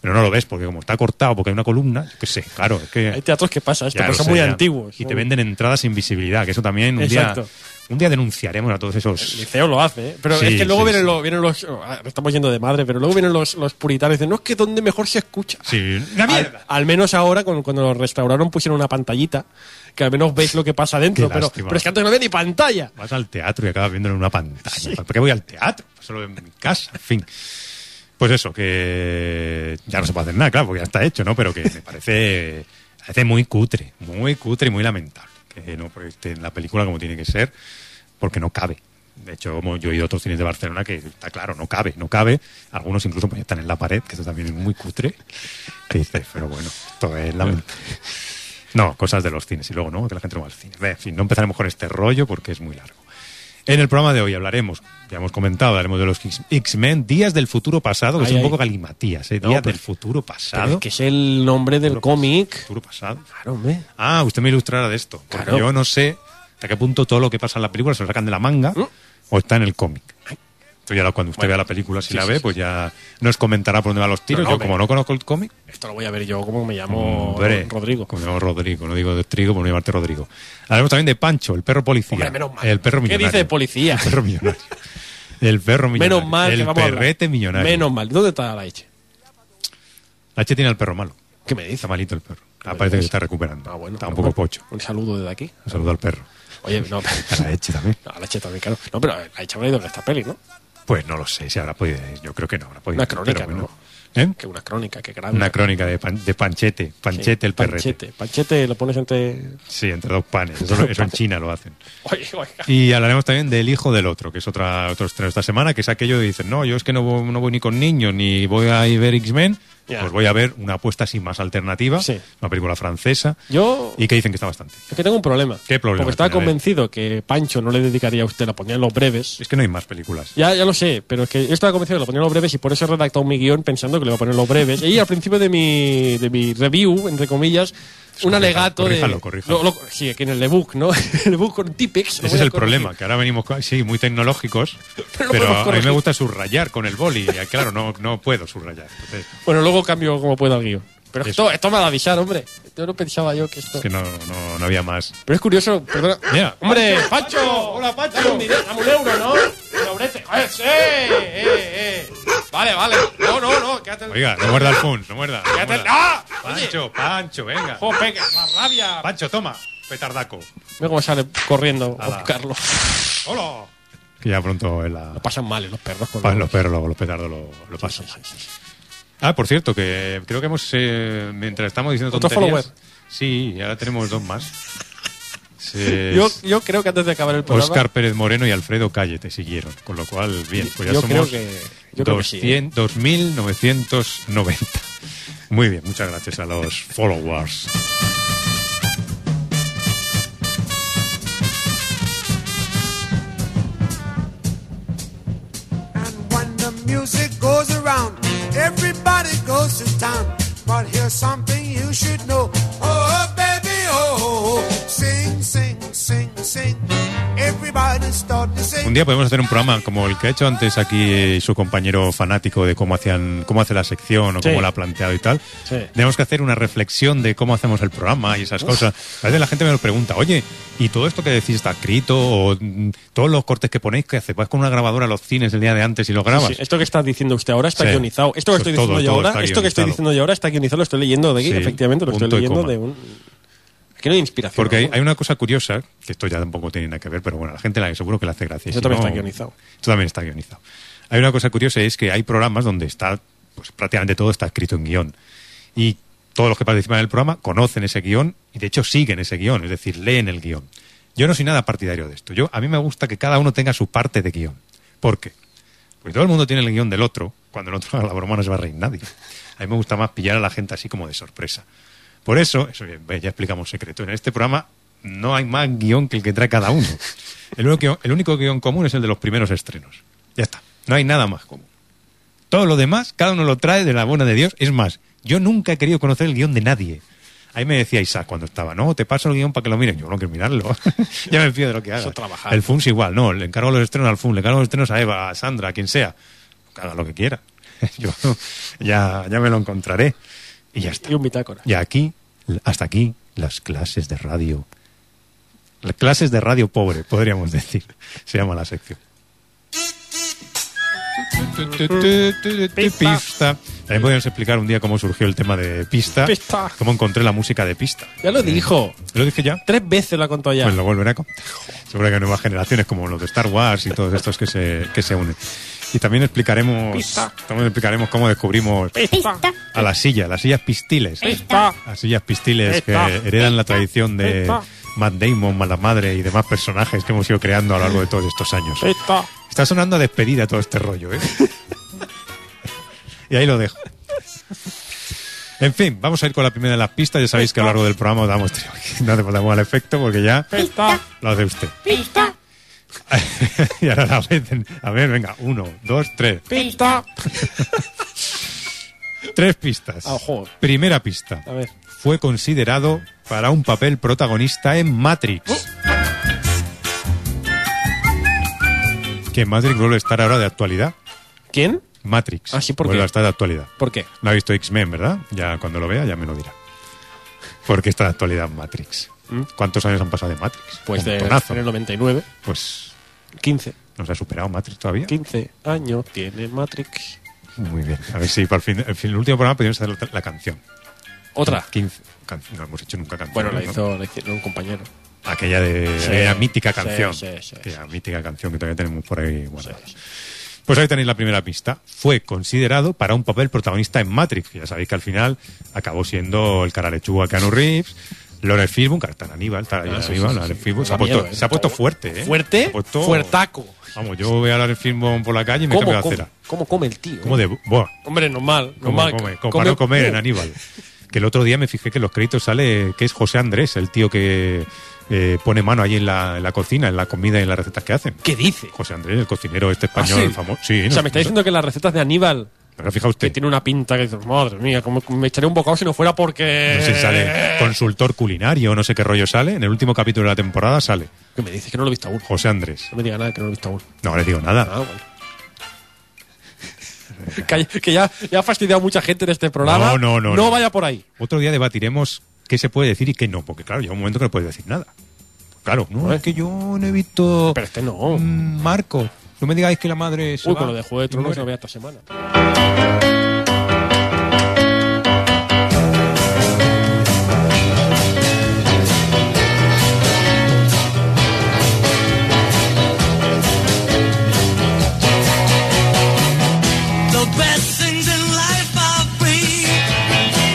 Speaker 10: Pero no lo ves porque como está cortado, porque hay una columna, yo qué sé, claro, es que...
Speaker 11: Hay teatros que pasa esto,
Speaker 10: Ya
Speaker 11: pero
Speaker 10: lo
Speaker 11: son
Speaker 10: sé,
Speaker 11: muy
Speaker 10: ya.
Speaker 11: antiguos.
Speaker 10: Y te
Speaker 11: Son-
Speaker 10: venden entradas sin visibilidad, que eso también un día,
Speaker 11: Exacto.
Speaker 10: un día denunciaremos a todos esos...
Speaker 11: El liceo lo hace, ¿eh? Pero
Speaker 10: Sí,
Speaker 11: es que luego
Speaker 10: sí,
Speaker 11: vienen,
Speaker 10: sí.
Speaker 11: Los, vienen los. oh, ah, Estamos yendo de madre, pero luego vienen los, los puritanos y dicen: No, es que donde mejor se escucha.
Speaker 10: Sí, ¡Una mierda!
Speaker 11: Al, al menos ahora, con- cuando lo restauraron, pusieron una pantallita que al menos veis lo que pasa dentro.
Speaker 10: Qué
Speaker 11: Pero,
Speaker 10: lástima.
Speaker 11: pero es que antes no había ni pantalla.
Speaker 10: Vas al teatro y acabas viéndolo en una pantalla. ¿Para qué voy al teatro? Solo en mi casa, en fin. Pues eso, que ya no se puede hacer nada, claro, porque ya está hecho, ¿no? Pero que me parece, [laughs] parece muy cutre, muy cutre y muy lamentable. Que no proyecten la película como tiene que ser, porque no cabe. De hecho, como yo he ido a otros cines de Barcelona que está claro, no cabe, no cabe. Algunos incluso pues, están en la pared, que eso también es muy cutre. Que dices, pero bueno, esto es lamentable. [laughs] No, cosas de los cines y luego no, que la gente no va al cine. En fin, no empezaremos con este rollo porque es muy largo. En el programa de hoy hablaremos, ya hemos comentado, hablaremos de los X- X-Men, Días del Futuro Pasado, que
Speaker 11: Ay,
Speaker 10: es un
Speaker 11: ay.
Speaker 10: poco galimatías, ¿eh?
Speaker 11: No,
Speaker 10: Días
Speaker 11: pero-
Speaker 10: del Futuro
Speaker 11: Pero
Speaker 10: Pasado.
Speaker 11: es que es el nombre del cómic.
Speaker 10: Futuro Pasado.
Speaker 11: Claro, hombre.
Speaker 10: Ah, usted me ilustrará de esto. Porque
Speaker 11: Claro.
Speaker 10: yo no sé hasta qué punto todo lo que pasa en la película se lo sacan de la manga
Speaker 11: ¿Mm?
Speaker 10: o está en el cómic. Esto ya lo- cuando usted vea la película, si
Speaker 11: sí,
Speaker 10: la
Speaker 11: sí,
Speaker 10: ve,
Speaker 11: sí,
Speaker 10: pues ya nos comentará por dónde van los tiros.
Speaker 11: No, no,
Speaker 10: yo, como
Speaker 11: ve-
Speaker 10: no conozco el cómic,
Speaker 11: Esto lo voy a ver yo, como me llamo
Speaker 10: Hombre.
Speaker 11: Rodrigo.
Speaker 10: como me llamo Rodrigo, no digo de trigo por no llamarte Rodrigo. Hablaremos también de Pancho, el perro policía.
Speaker 11: Hombre, menos mal.
Speaker 10: El perro
Speaker 11: ¿Qué
Speaker 10: millonario.
Speaker 11: dice de policía?
Speaker 10: El perro millonario. El perro millonario.
Speaker 11: Menos mal
Speaker 10: El
Speaker 11: que vamos a hablar.
Speaker 10: perrete millonario.
Speaker 11: Menos mal. ¿Dónde está la H?
Speaker 10: La H tiene al perro malo.
Speaker 11: ¿Qué me dice?
Speaker 10: Está malito el perro. Ah,
Speaker 11: me
Speaker 10: parece que
Speaker 11: dices?
Speaker 10: se está recuperando.
Speaker 11: Ah, bueno.
Speaker 10: está un
Speaker 11: pero
Speaker 10: poco
Speaker 11: bueno.
Speaker 10: pocho.
Speaker 11: Un saludo desde aquí.
Speaker 10: Un saludo al perro.
Speaker 11: Oye, no.
Speaker 10: A [laughs] la H también.
Speaker 11: no, la H también, claro. No, pero la H habrá ido en esta peli, ¿no?
Speaker 10: Pues no lo sé si habrá podido. ir. Yo creo que no habrá podido.
Speaker 11: Una
Speaker 10: ir,
Speaker 11: crónica,
Speaker 10: pero bueno. ¿Eh?
Speaker 11: Que una crónica, que grande.
Speaker 10: Una crónica de, pan- de Panchete. Panchete
Speaker 11: Sí,
Speaker 10: el perrete.
Speaker 11: Panchete, Panchete lo pones entre.
Speaker 10: Sí, entre dos panes.
Speaker 11: [laughs]
Speaker 10: Eso, lo- eso en China lo hacen.
Speaker 11: Oye, oiga.
Speaker 10: Y hablaremos también del hijo del otro, que es otra, otro estreno esta semana, que es aquello de dicen, no, yo es que no, vo- no voy ni con niños, ni voy a ir a ver X-Men,
Speaker 11: Ya.
Speaker 10: pues voy a ver una apuesta así más alternativa,
Speaker 11: Sí.
Speaker 10: una película francesa,
Speaker 11: Yo
Speaker 10: y que dicen que está bastante.
Speaker 11: es que tengo un problema.
Speaker 10: ¿Qué problema
Speaker 11: Porque estaba
Speaker 10: tiene? A ver.
Speaker 11: convencido que Pancho no le dedicaría a usted, la ponía en los breves.
Speaker 10: Es que no hay más películas.
Speaker 11: Ya, ya lo sé, pero es que yo estaba convencido que lo ponía en los breves y por eso he redactado mi guión pensando que le iba a poner en los breves. Y al principio de mi, de mi review, entre comillas, un alegato
Speaker 10: corríjalo,
Speaker 11: de.
Speaker 10: corríjalo.
Speaker 11: lo- lo- sí, aquí en el ebook, ¿no? [laughs] el ebook con Tipex. lo
Speaker 10: Ese
Speaker 11: voy
Speaker 10: es
Speaker 11: a
Speaker 10: el
Speaker 11: corregir.
Speaker 10: problema, que ahora venimos, co- sí, muy tecnológicos,
Speaker 11: Pero
Speaker 10: pero,
Speaker 11: lo podemos
Speaker 10: a mí
Speaker 11: corregir.
Speaker 10: me gusta subrayar con el boli. y, Claro, no, no puedo subrayar. Entonces,
Speaker 11: Bueno, luego cambio como pueda el guión. Pero esto, esto me ha de avisar, hombre. Yo no pensaba yo que esto.
Speaker 10: es que no, no, no había más.
Speaker 11: Pero es curioso, perdona.
Speaker 10: Mira,
Speaker 11: ¡Hombre! ¡Pacho! ¡Hola, Pacho! Dame un, dire- dame un euro, ¿no? Un eurete. ¡Eh, sí! ¡Eh, eh! Vale, vale. No, no, no. Quédate.
Speaker 10: oiga, no muerda Alfons, no muerda. no
Speaker 11: quédate.
Speaker 10: muerda.
Speaker 11: ¡Ah!
Speaker 10: Pancho, Pancho, venga.
Speaker 11: ¡Jo, venga! ¡Más rabia!
Speaker 10: Pancho, toma, petardaco.
Speaker 11: Mira cómo sale corriendo a
Speaker 10: Ala.
Speaker 11: buscarlo.
Speaker 10: ¡Hola! Que ya pronto en la...
Speaker 11: Lo pasan mal eh, los perros. con
Speaker 10: Pasan
Speaker 11: los-
Speaker 10: los perros, luego los petardos lo, lo pasan. Ah, por cierto, que creo que hemos, eh, mientras estamos diciendo
Speaker 11: Otro
Speaker 10: tonterías...
Speaker 11: follower.
Speaker 10: Sí, y ahora tenemos dos más. Se-
Speaker 11: [laughs] Yo, yo creo que antes de acabar el programa.
Speaker 10: Óscar Pérez Moreno y Alfredo Calle te siguieron, con lo cual, bien, pues ya
Speaker 11: yo creo
Speaker 10: somos
Speaker 11: que. Yo creo que sí. ¿eh?
Speaker 10: 200 2.990. Muy bien, muchas gracias a los followers.
Speaker 12: when the music goes around, everybody goes to town. But here's something you should know. Oh, baby, oh, oh, oh. sing, sing, sing, sing. Everybody start to sing.
Speaker 10: Un día podemos hacer un programa como el que ha hecho antes aquí su compañero fanático de cómo hacían, cómo hace la sección o
Speaker 11: Sí.
Speaker 10: cómo la ha planteado y tal.
Speaker 11: Sí.
Speaker 10: Tenemos que hacer una reflexión de cómo hacemos el programa y esas
Speaker 11: Uf.
Speaker 10: cosas. A veces la gente me lo pregunta, oye, ¿y todo esto que decís está escrito? ¿O mm, todos los cortes que ponéis, qué haces? ¿Vas con una grabadora a los cines el día de antes y lo grabas?
Speaker 11: Sí, sí. Esto que está diciendo usted ahora está
Speaker 10: Sí.
Speaker 11: guionizado. Esto que
Speaker 10: Eso
Speaker 11: estoy
Speaker 10: es todo,
Speaker 11: diciendo yo
Speaker 10: todo
Speaker 11: ahora,
Speaker 10: está
Speaker 11: esto que estoy
Speaker 10: guionizado.
Speaker 11: diciendo yo ahora está guionizado, lo estoy leyendo de aquí,
Speaker 10: Sí,
Speaker 11: efectivamente, lo estoy
Speaker 10: punto y
Speaker 11: leyendo
Speaker 10: coma.
Speaker 11: de un Aquí no hay inspiración.
Speaker 10: Porque hay,
Speaker 11: alguna.
Speaker 10: hay una cosa curiosa, que esto ya tampoco tiene nada que ver, pero bueno, a la gente la, seguro que le hace gracia.
Speaker 11: Eso
Speaker 10: Si
Speaker 11: también
Speaker 10: no-
Speaker 11: está guionizado.
Speaker 10: Esto también está guionizado. Hay una cosa curiosa es que hay programas donde está, pues prácticamente todo está escrito en guión. Y todos los que participan en el programa conocen ese guión y de hecho siguen ese guión, es decir, leen el guión. Yo no soy nada partidario de esto. Yo, a mí me gusta que cada uno tenga su parte de guión. ¿Por qué? Porque todo el mundo tiene el guión del otro, cuando el otro [laughs] haga la broma no se va a reír nadie. A mí me gusta más pillar a la gente así como de sorpresa. Por eso, eso ya ya explicamos un secreto, en este programa no hay más guión que el que trae cada uno. El único, el único guión común es el de los primeros estrenos. Ya está. No hay nada más común. Todo lo demás, cada uno lo trae de la buena de Dios. Es más, yo nunca he querido conocer el guión de nadie. Ahí me decía Isaac cuando estaba, no, te paso el guión para que lo miren. Yo no quiero mirarlo. [laughs] ya me fío de lo que haga.
Speaker 11: Eso trabajar.
Speaker 10: El FUNS igual, no, le encargo los estrenos al FUN, le encargo los estrenos a Eva, a Sandra, a quien sea. Que Haga lo que quiera. [laughs] yo ya, ya me lo encontraré. Y ya está.
Speaker 11: Y un bitácora.
Speaker 10: Y aquí, hasta aquí, las clases de radio. Las clases de radio pobre, podríamos decir. [laughs] Se llama la sección. Pista. También podríamos explicar un día cómo surgió el tema de pista.
Speaker 11: Pista.
Speaker 10: Cómo encontré la música de pista. Eh,
Speaker 11: Ya lo dijo.
Speaker 10: ¿Lo dije ya?
Speaker 11: Tres veces lo ha contado ya.
Speaker 10: Pues lo volverá a contar. Seguro que hay nuevas generaciones como los de Star Wars y todos estos que se, que se unen. Y también explicaremos,
Speaker 11: Pista.
Speaker 10: también explicaremos cómo descubrimos
Speaker 11: Pista.
Speaker 10: a la silla, las sillas pistiles.
Speaker 11: Pista.
Speaker 10: Las sillas pistiles que
Speaker 11: Pista.
Speaker 10: heredan la tradición de
Speaker 11: Pista.
Speaker 10: Matt Damon, Mala Madre y demás personajes que hemos ido creando a lo largo de todos estos años.
Speaker 11: Pista.
Speaker 10: Está sonando a despedida todo este rollo, ¿eh? y ahí lo dejo. En fin, vamos a ir con la primera de las pistas. Ya sabéis que a lo largo del programa os damos [laughs] no hace falta al efecto porque ya
Speaker 11: Pista.
Speaker 10: lo hace usted.
Speaker 11: Pista.
Speaker 10: [laughs] y ahora la meten. A ver, venga, uno, dos, tres.
Speaker 11: Pista.
Speaker 10: Tres pistas.
Speaker 11: Ah, ojo.
Speaker 10: Primera pista.
Speaker 11: A ver.
Speaker 10: Fue considerado para un papel protagonista en Matrix.
Speaker 11: Oh.
Speaker 10: Que Matrix vuelve a estar ahora de actualidad.
Speaker 11: ¿Quién?
Speaker 10: Matrix.
Speaker 11: Ah, sí, ¿por
Speaker 10: vuelve
Speaker 11: qué?
Speaker 10: a estar de actualidad.
Speaker 11: ¿Por qué?
Speaker 10: No ha visto X-Men, ¿verdad? Ya cuando lo vea ya me lo dirá. Porque está de actualidad Matrix.
Speaker 11: ¿Mm?
Speaker 10: ¿Cuántos años han pasado de Matrix?
Speaker 11: Pues
Speaker 10: Un
Speaker 11: de,
Speaker 10: montonazo.
Speaker 11: en el 99,
Speaker 10: Pues
Speaker 11: 15.
Speaker 10: nos ha superado Matrix todavía.
Speaker 11: 15 años tiene Matrix.
Speaker 10: Muy bien. A ver si para el, fin, el, fin- el último programa podríamos hacer la, la canción.
Speaker 11: Otra.
Speaker 10: 15. can- no hemos hecho nunca canción.
Speaker 11: Bueno, la
Speaker 10: ¿no?
Speaker 11: hizo, la hizo un compañero.
Speaker 10: Aquella de
Speaker 11: Sí.
Speaker 10: aquella mítica
Speaker 11: Sí,
Speaker 10: canción.
Speaker 11: sí, sí,
Speaker 10: Aquella mítica canción que todavía tenemos por ahí guardada. Pues ahí tenéis la primera pista. Fue considerado para un papel protagonista en Matrix. que Ya sabéis que al final acabó siendo el cara lechuga Keanu Reeves, Lawrence Fishburne, que ahora está en Aníbal, está ahí
Speaker 11: Ah,
Speaker 10: en
Speaker 11: sí,
Speaker 10: Aníbal,
Speaker 11: sí, sí,
Speaker 10: Lawrence
Speaker 11: sí.
Speaker 10: Fishburne. Se
Speaker 11: Da
Speaker 10: ha puesto,
Speaker 11: miedo, ¿eh?
Speaker 10: se ha puesto fuerte, ¿eh? Se
Speaker 11: ¿Fuerte?
Speaker 10: ha puesto-
Speaker 11: Fuertaco.
Speaker 10: Vamos, yo veo a Lawrence Fishburne por la calle y me
Speaker 11: ¿Cómo
Speaker 10: cambio de
Speaker 11: come,
Speaker 10: acera.
Speaker 11: ¿Cómo come el tío? eh?
Speaker 10: Como de... Buah,
Speaker 11: Hombre, normal.
Speaker 10: como,
Speaker 11: normal.
Speaker 10: come, como para no comer en
Speaker 11: Uh,
Speaker 10: Aníbal. Que el otro día me fijé que en los créditos sale que es José Andrés, el tío que eh, pone mano ahí en la, en la cocina, en la comida y en las recetas que hacen.
Speaker 11: ¿Qué dice?
Speaker 10: José Andrés, el cocinero este español
Speaker 11: ¿Ah, sí?
Speaker 10: famoso. Sí,
Speaker 11: O sea,
Speaker 10: no sé
Speaker 11: me está
Speaker 10: cuánto.
Speaker 11: diciendo que las recetas de Aníbal
Speaker 10: Pero fija usted.
Speaker 11: Que tiene una pinta que dices, madre mía, como me echaré un bocado si no fuera porque.
Speaker 10: No sé si sale consultor culinario, no sé qué rollo sale. En el último capítulo de la temporada sale.
Speaker 11: ¿Qué me dices? Que no lo he visto aún.
Speaker 10: José Andrés.
Speaker 11: No me diga nada que no lo he visto aún.
Speaker 10: No le digo nada.
Speaker 11: Ah, bueno. [laughs] que que ya, ya ha fastidiado mucha gente en este programa.
Speaker 10: No, no, no,
Speaker 11: No,
Speaker 10: no.
Speaker 11: vaya por ahí.
Speaker 10: Otro día debatiremos qué se puede decir y qué no, porque claro, llega un momento que no puedes decir nada. Claro, no, es que yo no he visto.
Speaker 11: Pero este no.
Speaker 10: Marco, no me digáis que la madre. se
Speaker 11: Uy,
Speaker 10: va.
Speaker 11: con lo de Juego de Tronos
Speaker 10: Muere.
Speaker 11: lo veo esta semana.
Speaker 8: The best things in life are free,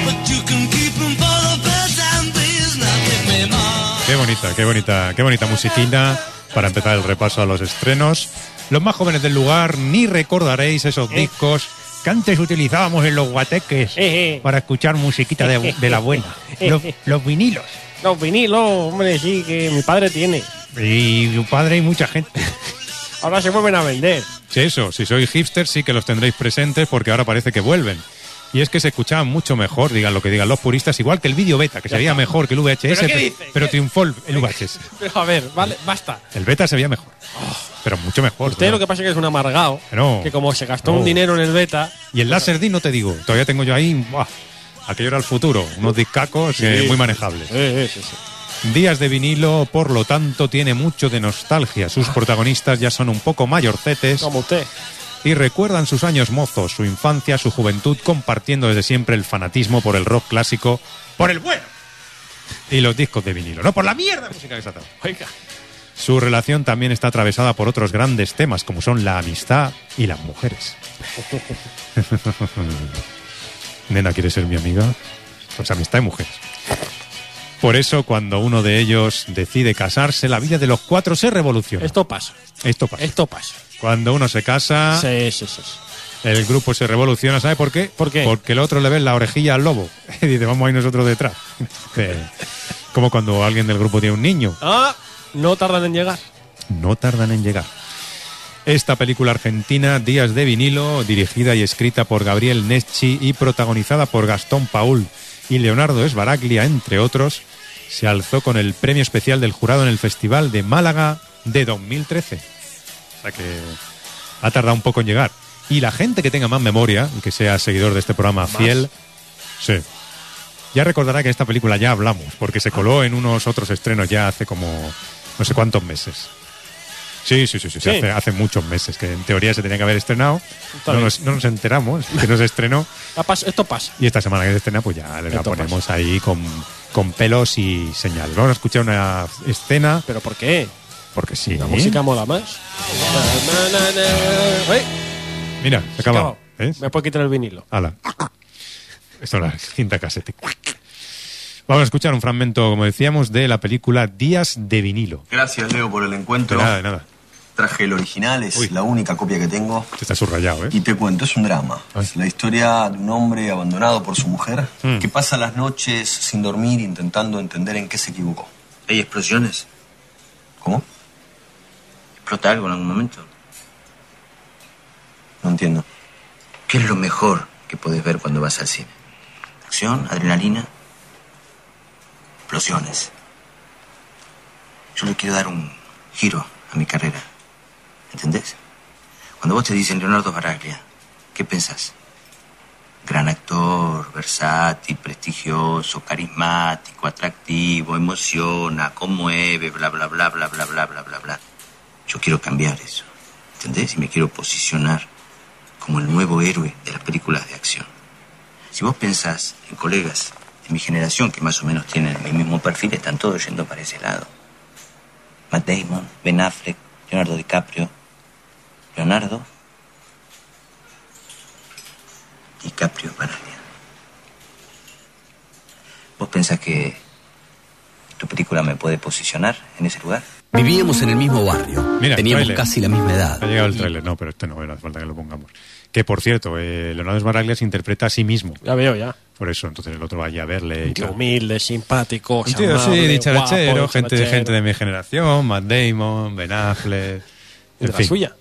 Speaker 8: but you can keep 'em for the birds and bees. Now give me more.
Speaker 10: Qué bonita, qué bonita, qué bonita musiquina para empezar el repaso a los estrenos. Los más jóvenes del lugar ni recordaréis esos
Speaker 11: Eh.
Speaker 10: discos que antes utilizábamos en los guateques
Speaker 11: Eh,
Speaker 10: para escuchar musiquita de, de
Speaker 11: [laughs]
Speaker 10: la buena. [laughs] Los, los vinilos.
Speaker 11: Los vinilos, hombre, sí, que mi padre tiene.
Speaker 10: Y mi padre y mucha gente.
Speaker 11: [laughs] Ahora se vuelven a vender.
Speaker 10: Sí, eso, si sois hipsters sí que los tendréis presentes porque ahora parece que vuelven. Y es que se escuchaban mucho mejor, digan lo que digan los puristas, igual que el vídeo beta, que se
Speaker 11: Ya
Speaker 10: veía
Speaker 11: está.
Speaker 10: mejor que el VHS,
Speaker 11: ¿Pero qué
Speaker 10: pe-
Speaker 11: dices?
Speaker 10: pero triunfó el el VHS.
Speaker 11: Pero a ver, vale, basta.
Speaker 10: El beta se veía mejor,
Speaker 11: Oh.
Speaker 10: pero mucho mejor.
Speaker 11: Usted lo que pasa es que es un amargado.
Speaker 10: No.
Speaker 11: Que como se gastó
Speaker 10: No.
Speaker 11: un dinero en el beta.
Speaker 10: Y el Laserdisc no te digo, todavía tengo yo ahí, ¡buah! aquello era el futuro, unos discacos eh,
Speaker 11: Sí.
Speaker 10: muy manejables.
Speaker 11: Eh, eh, sí, sí.
Speaker 10: Días de vinilo, por lo tanto, tiene mucho de nostalgia. Sus protagonistas ya son un poco mayorcetes.
Speaker 11: Ah. Como usted.
Speaker 10: Y recuerdan sus años mozos, su infancia, su juventud, compartiendo desde siempre el fanatismo por el rock clásico, por el bueno y los discos de vinilo. No por la mierda de música que se ha tratado.
Speaker 11: Oiga.
Speaker 10: Su relación también está atravesada por otros grandes temas, como son la amistad y
Speaker 11: [laughs]
Speaker 10: las mujeres. [laughs] Nena, ¿quieres ser mi amiga? Pues amistad y mujeres. Por eso, cuando uno de ellos decide casarse, la vida de los cuatro se revoluciona.
Speaker 11: Esto pasa.
Speaker 10: Esto pasa.
Speaker 11: Esto pasa.
Speaker 10: Cuando uno se casa,
Speaker 11: Sí, sí, sí.
Speaker 10: el grupo se revoluciona. ¿Sabe por qué? ¿Por qué? Porque el otro le ve la orejilla al lobo. [laughs] Y dice, vamos a ir nosotros detrás. [laughs] Que- Como cuando alguien del grupo tiene un niño.
Speaker 11: Ah, no tardan en llegar.
Speaker 10: no tardan en llegar. Esta película argentina, Días de vinilo, dirigida y escrita por Gabriel Neschi y protagonizada por Gastón Paul y Leonardo Esbaraglia, entre otros, se alzó con el premio especial del jurado en el Festival de Málaga de 2013. O sea que ha tardado un poco en llegar. Y la gente que tenga más memoria, que sea seguidor de este programa fiel, sí. Ya recordará que esta película ya hablamos, porque se coló en unos otros estrenos ya hace como no sé cuántos meses. Sí, sí, sí, sí,
Speaker 11: Sí.
Speaker 10: Hace, hace muchos meses que en teoría se tenía que haber estrenado.
Speaker 11: Está
Speaker 10: No
Speaker 11: bien.
Speaker 10: nos, no nos enteramos que no se estrenó.
Speaker 11: Ah, pas- Esto pasa.
Speaker 10: Y esta semana que se estrena, pues ya la
Speaker 11: Esto
Speaker 10: ponemos ahí con, con pelos y señal. Vamos a escuchar una escena.
Speaker 11: ¿Pero por qué?
Speaker 10: Porque sí.
Speaker 11: La música mola más. Na, na, na, na. Uy,
Speaker 10: Mira, se acaba.
Speaker 11: acabó.
Speaker 10: ¿Ves?
Speaker 11: Me puedo quitar el vinilo.
Speaker 10: Ala. Esto es la cinta casete. Vamos a escuchar un fragmento, como decíamos, de la película Días de vinilo.
Speaker 13: Gracias, Leo, por el encuentro.
Speaker 10: De nada, de nada.
Speaker 13: Traje el original, es la única copia que tengo.
Speaker 10: Te está subrayado, ¿eh?
Speaker 13: Y te cuento, es un drama. Es la historia de un hombre abandonado por su mujer
Speaker 10: Mm.
Speaker 13: que pasa las noches sin dormir intentando entender en qué se equivocó.
Speaker 14: Hay explosiones.
Speaker 13: ¿Cómo?
Speaker 14: Explota algo en algún momento.
Speaker 13: No entiendo.
Speaker 14: ¿Qué es lo mejor que puedes ver cuando vas al cine? Acción, adrenalina, explosiones. Yo le quiero dar un giro a mi carrera. ¿Entendés? Cuando vos te dicen Leonardo Baraglia, ¿qué pensás? Gran actor, versátil, prestigioso, carismático, atractivo, emociona, conmueve, bla, bla, bla, bla, bla, bla, bla, bla, bla. Yo quiero cambiar eso. ¿Entendés? Y me quiero posicionar como el nuevo héroe de las películas de acción. Si vos pensás en colegas de mi generación que más o menos tienen mi mismo perfil, están todos yendo para ese lado. Matt Damon, Ben Affleck, Leonardo DiCaprio. Leonardo. DiCaprio Baraglia. ¿Vos pensás que tu película me puede posicionar en ese lugar?
Speaker 15: Vivíamos en el mismo barrio.
Speaker 10: Mira,
Speaker 15: Teníamos
Speaker 10: tráiler.
Speaker 15: casi la misma edad.
Speaker 10: Ha llegado el tráiler, no, pero este no, no hace falta que lo pongamos. Que por cierto, eh, Leonardo Sbaraglia se interpreta a sí mismo.
Speaker 11: Ya veo, ya.
Speaker 10: Por eso, entonces el otro vaya a verle. Y
Speaker 11: Tío
Speaker 10: tal.
Speaker 11: humilde, simpático,
Speaker 10: Un tío así,
Speaker 11: amable,
Speaker 10: dicharachero,
Speaker 11: guapo,
Speaker 10: gente,
Speaker 11: dicharachero.
Speaker 10: gente de mi generación, Matt Damon, Ben Affleck.
Speaker 11: Y de
Speaker 10: en
Speaker 11: la
Speaker 10: fin.
Speaker 11: suya.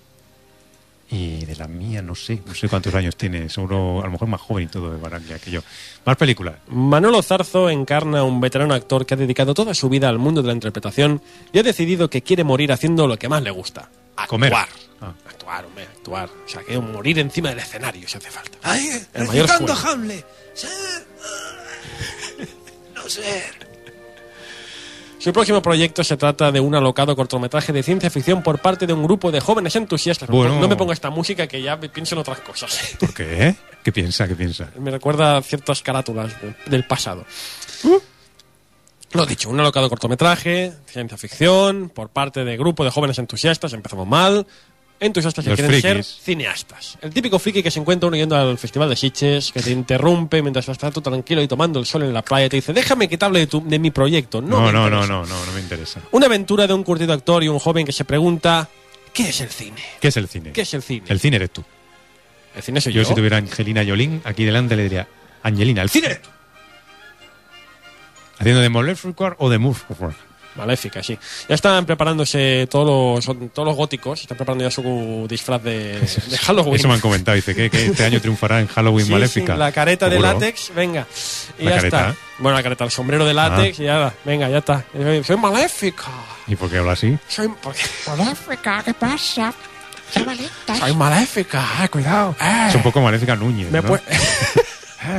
Speaker 10: Y de la mía, no sé, no sé cuántos años tiene, seguro, a lo mejor más joven y todo de Baraglia que yo. Más películas.
Speaker 11: Manolo Zarzo encarna a un veterano actor que ha dedicado toda su vida al mundo de la interpretación y ha decidido que quiere morir haciendo lo que más le gusta.
Speaker 10: Comer.
Speaker 11: Actuar. Ah, Actuar, hombre, actuar. O sea, que morir encima del escenario si hace falta.
Speaker 16: Ahí,
Speaker 11: El mayor
Speaker 16: recitando
Speaker 11: juego.
Speaker 16: a Hamlet.
Speaker 14: [laughs]
Speaker 16: Ser, no ser.
Speaker 11: Su próximo proyecto se trata de un alocado cortometraje de ciencia ficción por parte de un grupo de jóvenes entusiastas.
Speaker 10: Bueno.
Speaker 11: No me ponga esta música que ya me pienso en otras cosas.
Speaker 10: ¿Por qué? ¿Qué piensa? ¿Qué piensa?
Speaker 11: Me recuerda a ciertas carátulas de- del pasado. Lo dicho, un alocado cortometraje, ciencia ficción, por parte de grupo de jóvenes entusiastas, empezamos mal. Entusiastas que
Speaker 10: Los
Speaker 11: quieren ser
Speaker 10: frikis.
Speaker 11: cineastas. El típico friki que se encuentra uno yendo al festival de Sitges, que te interrumpe mientras estás tú tranquilo y tomando el sol en la playa y te dice, déjame que te hable de, tu- de mi proyecto. No,
Speaker 10: No,
Speaker 11: me
Speaker 10: no, no,
Speaker 11: interesa.
Speaker 10: no, no, no me interesa.
Speaker 11: Una aventura de un curtido actor y un joven que se pregunta, ¿qué es el cine?
Speaker 10: ¿Qué es el cine?
Speaker 11: ¿Qué es el cine?
Speaker 10: El cine eres tú.
Speaker 11: El cine soy
Speaker 10: yo.
Speaker 11: yo.
Speaker 10: si tuviera Angelina Jolín, aquí delante le diría, Angelina, el cine eres tú. Haciendo de Moleficor o de Murphy.
Speaker 11: Maléfica, sí. Ya están preparándose todos los, todos los góticos, están preparando ya su disfraz de, de Halloween.
Speaker 10: [laughs] Eso me han comentado. Dice que, que este año triunfará en Halloween
Speaker 11: Sí,
Speaker 10: Maléfica.
Speaker 11: sí, la careta de
Speaker 10: Seguro.
Speaker 11: látex, venga. Y
Speaker 10: La
Speaker 11: ya
Speaker 10: careta. ¿eh? Ah.
Speaker 11: está. Bueno, la careta, el sombrero de látex, y ya, venga, ya está. Soy- Soy maléfica.
Speaker 10: ¿Y por qué habla así?
Speaker 11: Soy, porque-
Speaker 16: Maléfica, ¿qué pasa?
Speaker 11: soy maléfica, eh, cuidado.
Speaker 10: Es un poco Maléfica Núñez.
Speaker 11: Me
Speaker 10: ¿no?
Speaker 11: pue-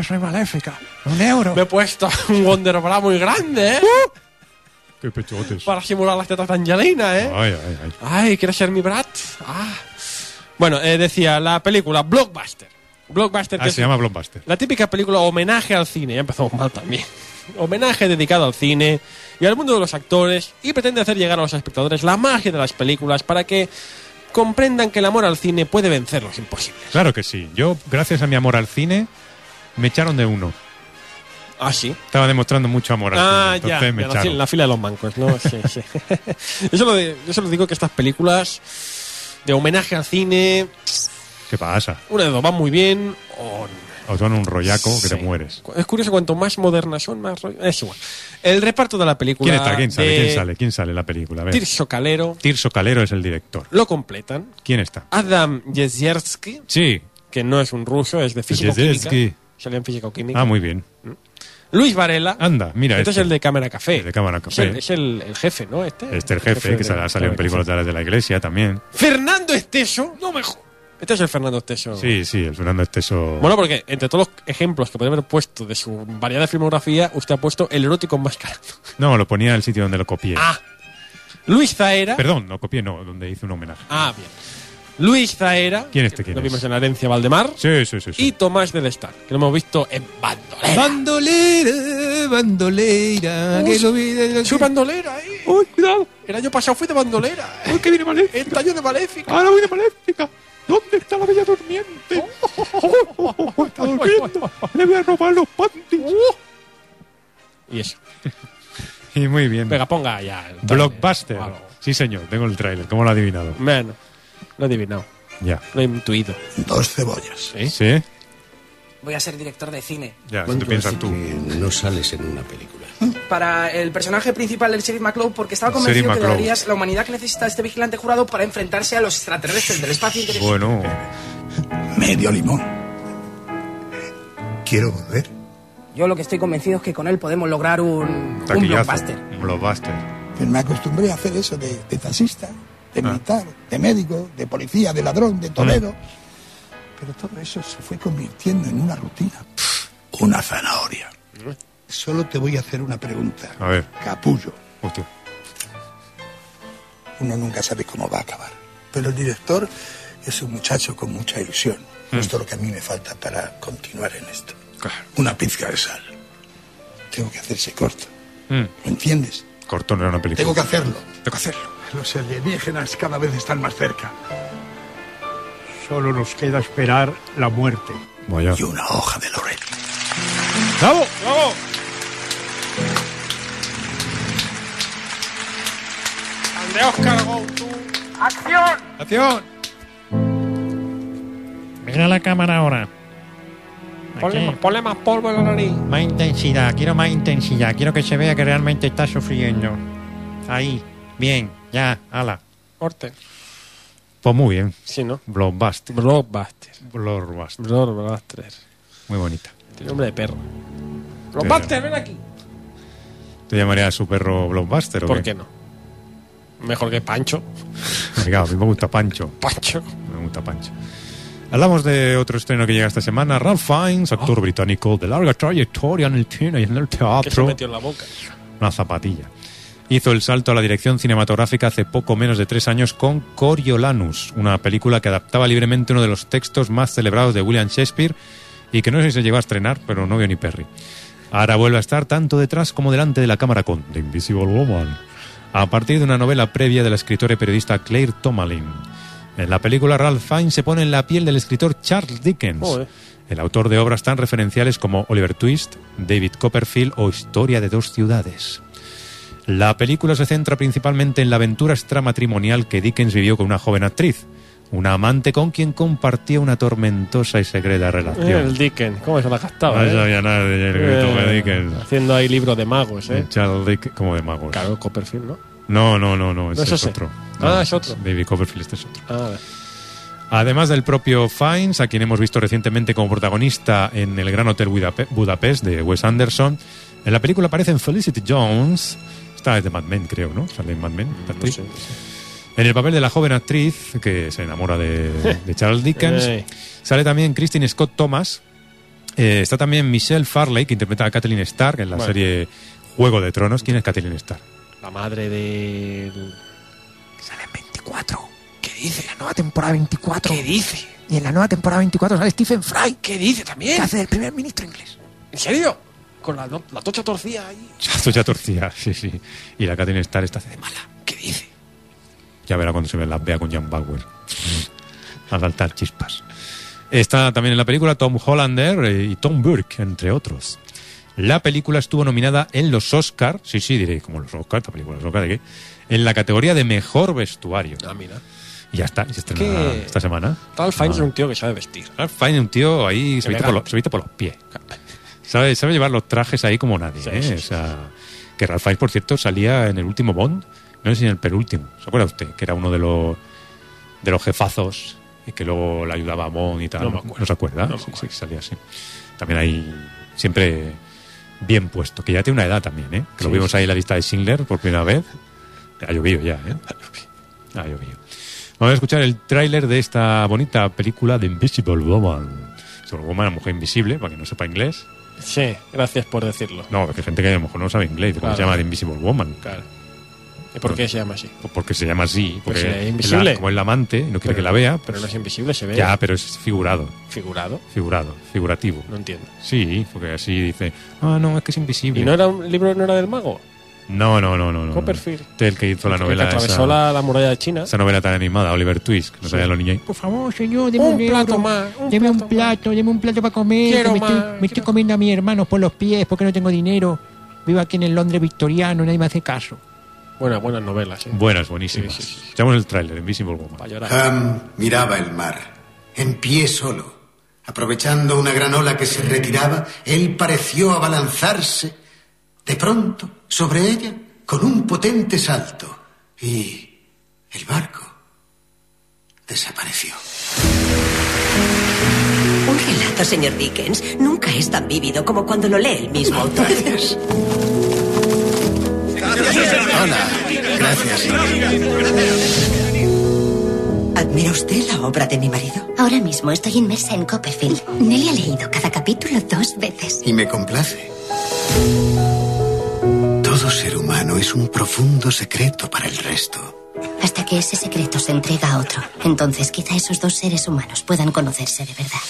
Speaker 16: soy maléfica.
Speaker 11: Un euro. Me he puesto un Wonder Bra muy grande, ¿eh?
Speaker 10: Qué pechotes.
Speaker 11: Para simular las tetas de Angelina, ¿eh?
Speaker 10: Ay, ay, ay.
Speaker 11: Ay, ¿quieres ser mi brat? Ah. Bueno, eh, decía la película Blockbuster. Blockbuster
Speaker 10: Ah,
Speaker 11: que es
Speaker 10: se llama Blockbuster.
Speaker 11: La típica película homenaje al cine, ya empezamos mal también. [laughs] Homenaje dedicado al cine y al mundo de los actores y pretende hacer llegar a los espectadores la magia de las películas para que comprendan que el amor al cine puede vencer los imposibles.
Speaker 10: Claro que sí. Yo, gracias a mi amor al cine, me echaron de uno.
Speaker 11: Ah, sí.
Speaker 10: Estaba demostrando mucho amor al
Speaker 11: Ah,
Speaker 10: cine.
Speaker 11: ya,
Speaker 10: entonces me
Speaker 11: ya, la, fi-
Speaker 10: echaron.
Speaker 11: la fila de los mancos,
Speaker 10: [laughs]
Speaker 11: ¿no? [laughs] Sí, sí. yo, solo de- yo solo digo que estas películas de homenaje al cine,
Speaker 10: ¿Qué pasa?
Speaker 11: una de dos, van muy bien o
Speaker 10: O son un rollaco
Speaker 11: Sí.
Speaker 10: que te mueres.
Speaker 11: Cu- Es curioso, cuanto más modernas son, más rollo. Es igual. El reparto de la película.
Speaker 10: ¿Quién está? ¿Quién sale?
Speaker 11: de
Speaker 10: ¿Quién sale? ¿Quién sale en la película? A ver.
Speaker 11: Eh, Tirso Calero.
Speaker 10: Tirso Calero es el director.
Speaker 11: Lo completan.
Speaker 10: ¿Quién está?
Speaker 11: Adam Jezierski,
Speaker 10: Sí.
Speaker 11: que no es un ruso, es de físico-química.
Speaker 10: Jezierski.
Speaker 11: Salió en físico-química.
Speaker 10: Ah, muy bien.
Speaker 11: Luis Varela.
Speaker 10: Anda, mira.
Speaker 11: este, es Mm. el de Cámara Café.
Speaker 10: de Cámara
Speaker 11: Es el,
Speaker 10: Café.
Speaker 11: es el- el jefe, ¿no? Este.
Speaker 10: Este el jefe, que
Speaker 11: de-
Speaker 10: sale- ha salido en películas de la, de la iglesia también.
Speaker 11: Fernando Esteso. No me jo- Este es el Fernando Esteso.
Speaker 10: Sí, sí, el Fernando Esteso.
Speaker 11: Bueno, porque entre todos los ejemplos que puede haber puesto de su variedad de filmografía, usted ha puesto el erótico enmascarado.
Speaker 10: No, lo ponía en el sitio donde lo copié.
Speaker 11: Ah, Luis Zaera.
Speaker 10: Perdón, no copié, no, donde hice un homenaje.
Speaker 11: Ah, bien. Luis Zaera.
Speaker 10: ¿Quién este quién
Speaker 11: Lo
Speaker 10: es?
Speaker 11: vimos en la herencia Valdemar.
Speaker 10: Sí, sí, sí. sí.
Speaker 11: Y Tomás del Star, que lo hemos visto en Bandolera.
Speaker 16: Bandolera, bandoleira.
Speaker 11: que lo
Speaker 16: Soy
Speaker 11: bandolera, eh. Uy, cuidado. El año pasado fui de bandolera. Uy, que viene maléfica. Este año de maléfica.
Speaker 16: Ahora voy de maléfica. ¿Dónde está la bella durmiente? está durmiendo. Le voy a robar los panties.
Speaker 11: Y eso.
Speaker 10: Y muy bien.
Speaker 11: Venga, ponga ya. el trailer.
Speaker 10: Blockbuster.
Speaker 11: o algo.
Speaker 10: Sí, señor, tengo el tráiler. ¿Cómo lo ha adivinado?
Speaker 11: Bueno, lo he adivinado.
Speaker 10: Ya.
Speaker 11: Lo he intuido.
Speaker 10: Dos cebollas. ¿Sí? ¿Sí?
Speaker 17: Voy a ser director de cine.
Speaker 10: Ya, si tú piensas tú.
Speaker 7: No sales en una película.
Speaker 17: Para el personaje principal del Sheriff McCloud, porque estaba
Speaker 10: Sheriff
Speaker 17: convencido que
Speaker 10: McCloud.
Speaker 17: darías la humanidad que necesita este vigilante jurado para enfrentarse a los extraterrestres del espacio interior.
Speaker 10: Bueno.
Speaker 18: Medio limón. Quiero volver.
Speaker 17: Yo lo que estoy convencido es que con él podemos lograr un, un
Speaker 10: Taquillazo.
Speaker 17: blockbuster.
Speaker 10: Un Blockbuster.
Speaker 18: Me acostumbré a hacer eso de, de taxista, de
Speaker 10: Ah.
Speaker 18: militar, de médico, de policía, de ladrón, de torero. Pero todo eso se fue convirtiendo en una rutina. Una zanahoria. Solo te voy a hacer una pregunta.
Speaker 10: A ver.
Speaker 18: Capullo.
Speaker 10: Hostia.
Speaker 18: Uno nunca sabe cómo va a acabar. Pero el director es un muchacho con mucha ilusión. Esto es lo que a mí me falta para continuar en esto. Una pizca de sal. Tengo que hacerse corto. ¿Lo entiendes?
Speaker 10: Corto no era una película.
Speaker 18: Tengo que hacerlo. Tengo que hacerlo. Los alienígenas cada vez están más cerca.
Speaker 5: Solo nos queda esperar la muerte.
Speaker 18: Y una hoja de Loreto.
Speaker 10: ¡Bravo!
Speaker 11: ¡Bravo! ¡Andeos cargo tú!
Speaker 16: ¡Acción!
Speaker 10: ¡Acción! Mira la cámara ahora.
Speaker 11: Ponle, más- ponle más polvo en la nariz.
Speaker 10: Más intensidad, quiero más intensidad. Quiero que se vea que realmente está sufriendo. Ahí. Bien, ya, ala.
Speaker 11: Corte.
Speaker 10: Pues muy bien.
Speaker 11: Sí, ¿no?
Speaker 10: Blockbuster.
Speaker 11: Blockbuster.
Speaker 10: Blockbuster.
Speaker 11: Blockbuster.
Speaker 10: Muy bonita.
Speaker 11: Tiene nombre de perro. Blockbuster, ven aquí.
Speaker 10: ¿Te llamaría a su perro Blockbuster o
Speaker 11: ¿Por qué no? Mejor que Pancho.
Speaker 10: Venga, a mí me gusta Pancho.
Speaker 11: Pancho.
Speaker 10: Me gusta Pancho. Hablamos de otro estreno que llega esta semana. Ralph Fiennes, actor británico de larga trayectoria en el cine y en el
Speaker 11: Ah. Que se
Speaker 10: teatro.
Speaker 11: metió en la boca.
Speaker 10: Una zapatilla. Hizo el salto a la dirección cinematográfica hace poco menos de tres años con Coriolanus, una película que adaptaba libremente uno de los textos más celebrados de William Shakespeare y que no sé si se llegó a estrenar, pero no vio ni Perry. Ahora vuelve a estar tanto detrás como delante de la cámara con The Invisible Woman, a partir de una novela previa de la escritora y periodista Claire Tomalin. En la película Ralph Fiennes se pone en la piel del escritor Charles Dickens,
Speaker 11: Joder.
Speaker 10: el autor de obras tan referenciales como Oliver Twist, David Copperfield o Historia de dos ciudades. La película se centra principalmente en la aventura extramatrimonial que Dickens vivió con una joven actriz, una amante con quien compartía una tormentosa y secreta relación.
Speaker 11: El Dickens. ¿Cómo se la gastaba?
Speaker 10: No
Speaker 11: eh?
Speaker 10: sabía nada de Jerry
Speaker 11: Eh,
Speaker 10: Dickens.
Speaker 11: Haciendo ahí libros de magos, ¿eh?
Speaker 10: Charles Dickens, como de magos.
Speaker 11: Claro, Copperfield, ¿no?
Speaker 10: No, no, no, no, ese
Speaker 11: eso
Speaker 10: Pues es
Speaker 11: sí.
Speaker 10: otro.
Speaker 11: Ah,
Speaker 10: No,
Speaker 11: es otro.
Speaker 10: David Copperfield, este es otro.
Speaker 11: Ah,
Speaker 10: Además del propio Fiennes, a quien hemos visto recientemente como protagonista en el Gran Hotel Budape- Budapest de Wes Anderson, en la película aparecen Felicity Jones, esta es de Mad Men, creo, ¿no? Sale en Mad Men, esta actriz. En el papel de la joven actriz que se
Speaker 11: [laughs]
Speaker 10: enamora de, de Charles Dickens,
Speaker 11: Ey.
Speaker 10: sale también Christine Scott Thomas, eh, está también Michelle Farley, que interpreta a Kathleen Stark en la
Speaker 11: Bueno.
Speaker 10: serie Juego de Tronos. ¿Quién es Kathleen Stark?
Speaker 11: la madre del.
Speaker 16: ¿Qué dice? La nueva temporada 24. ¿Qué dice? Y en la nueva temporada 24 sale Stephen Fry. ¿Qué dice también? Que hace el primer ministro inglés.
Speaker 11: ¿En serio? Con la, no- la tocha torcida ahí.
Speaker 10: Esto ya torcía, [laughs] sí, sí. Y la Kathleen Starr está de mala.
Speaker 11: ¿Qué dice?
Speaker 10: Ya verá cuando se ve- las vea con Jan Bauer. A saltar chispas. Está también en la película Tom Hollander eh, y Tom Burke, entre otros. La película estuvo nominada en los Oscar, sí, sí, diréis, como los Oscar, esta película, los Oscar, ¿de qué? En la categoría de mejor vestuario.
Speaker 11: Ah, mira.
Speaker 10: Y ya está, y se estrena
Speaker 11: ¿Qué?
Speaker 10: esta semana.
Speaker 11: Ralph Fiennes
Speaker 10: Ah.
Speaker 11: es un tío que sabe vestir.
Speaker 10: Ralph Fiennes es Ah, un tío ahí, se viste, por
Speaker 11: Elegante.
Speaker 10: los, se viste por los pies. Sabe, sabe llevar los trajes ahí como nadie,
Speaker 11: Sí,
Speaker 10: ¿eh?
Speaker 11: sí,
Speaker 10: O sea, que Ralph Fiennes, por cierto, salía en el último Bond, no sé si en el penúltimo, ¿se acuerda usted? Que era uno de los, de los jefazos y que luego le ayudaba a Bond y tal.
Speaker 11: No me acuerdo.
Speaker 10: se acuerda?
Speaker 11: No me
Speaker 10: sí, sí, que salía así. También ahí, siempre bien puesto, que ya tiene una edad también, ¿eh? Que lo
Speaker 11: Sí,
Speaker 10: vimos
Speaker 11: sí.
Speaker 10: ahí en la lista de Singler por primera vez. Ha llovido ya, ¿eh? Ha llovido. Vamos a escuchar el tráiler de esta bonita película de Invisible Woman. Sobre Woman, la mujer invisible, para que no sepa inglés.
Speaker 11: Sí, gracias por decirlo.
Speaker 10: No, porque hay gente que a lo mejor no sabe inglés, ¿cómo
Speaker 11: Claro.
Speaker 10: se llama The Invisible Woman?
Speaker 11: Claro. ¿Y por qué se llama así?
Speaker 10: Pues Porque se llama así, porque
Speaker 11: Pues es
Speaker 10: es la-
Speaker 11: invisible.
Speaker 10: como es la amante, y no quiere
Speaker 11: Pero-
Speaker 10: que la vea. pues-
Speaker 11: Pero no es invisible, se ve.
Speaker 10: ya, pero es figurado,
Speaker 11: Figurado.
Speaker 10: figurado, figurativo.
Speaker 11: No entiendo.
Speaker 10: Sí, porque así dice, ah, no, es que es invisible.
Speaker 11: ¿Y no era un libro no era del mago?
Speaker 10: no, no, no, no, no.
Speaker 11: Copperfield.
Speaker 10: Este es El que hizo la
Speaker 11: El que
Speaker 10: novela
Speaker 11: atravesó
Speaker 10: esa,
Speaker 11: la, la muralla de China.
Speaker 10: esa novela tan animada, Oliver Twist, que no sabía los niños.
Speaker 16: Por favor, señor,
Speaker 11: deme un euro.
Speaker 16: deme un plato, deme un plato para comer.
Speaker 11: Quiero
Speaker 16: que me
Speaker 11: más,
Speaker 16: estoy, me estoy comiendo a mis hermanos por los pies porque no tengo dinero. Vivo aquí en el Londres victoriano, nadie me hace caso.
Speaker 11: Buenas, buenas novelas, ¿eh?
Speaker 10: Buenas, buenísimas. Escuchamos el tráiler, Invisible Woman.
Speaker 11: Para llorar.
Speaker 1: Ham miraba el mar, en pie solo. Aprovechando una gran ola que se retiraba, él pareció abalanzarse de pronto sobre ella con un potente salto. Y el barco desapareció.
Speaker 19: Un relato, señor Dickens, nunca es tan vívido como cuando lo lee el mismo autor.
Speaker 1: Gracias.
Speaker 19: ¿Admira usted la obra de mi marido? Ahora mismo estoy inmersa en Copperfield. Nelly ha leído cada capítulo dos veces.
Speaker 1: Y me complace. Todo ser humano es un profundo secreto para el resto.
Speaker 20: Hasta que ese secreto se entrega a otro. Entonces quizá esos dos seres humanos puedan conocerse de verdad.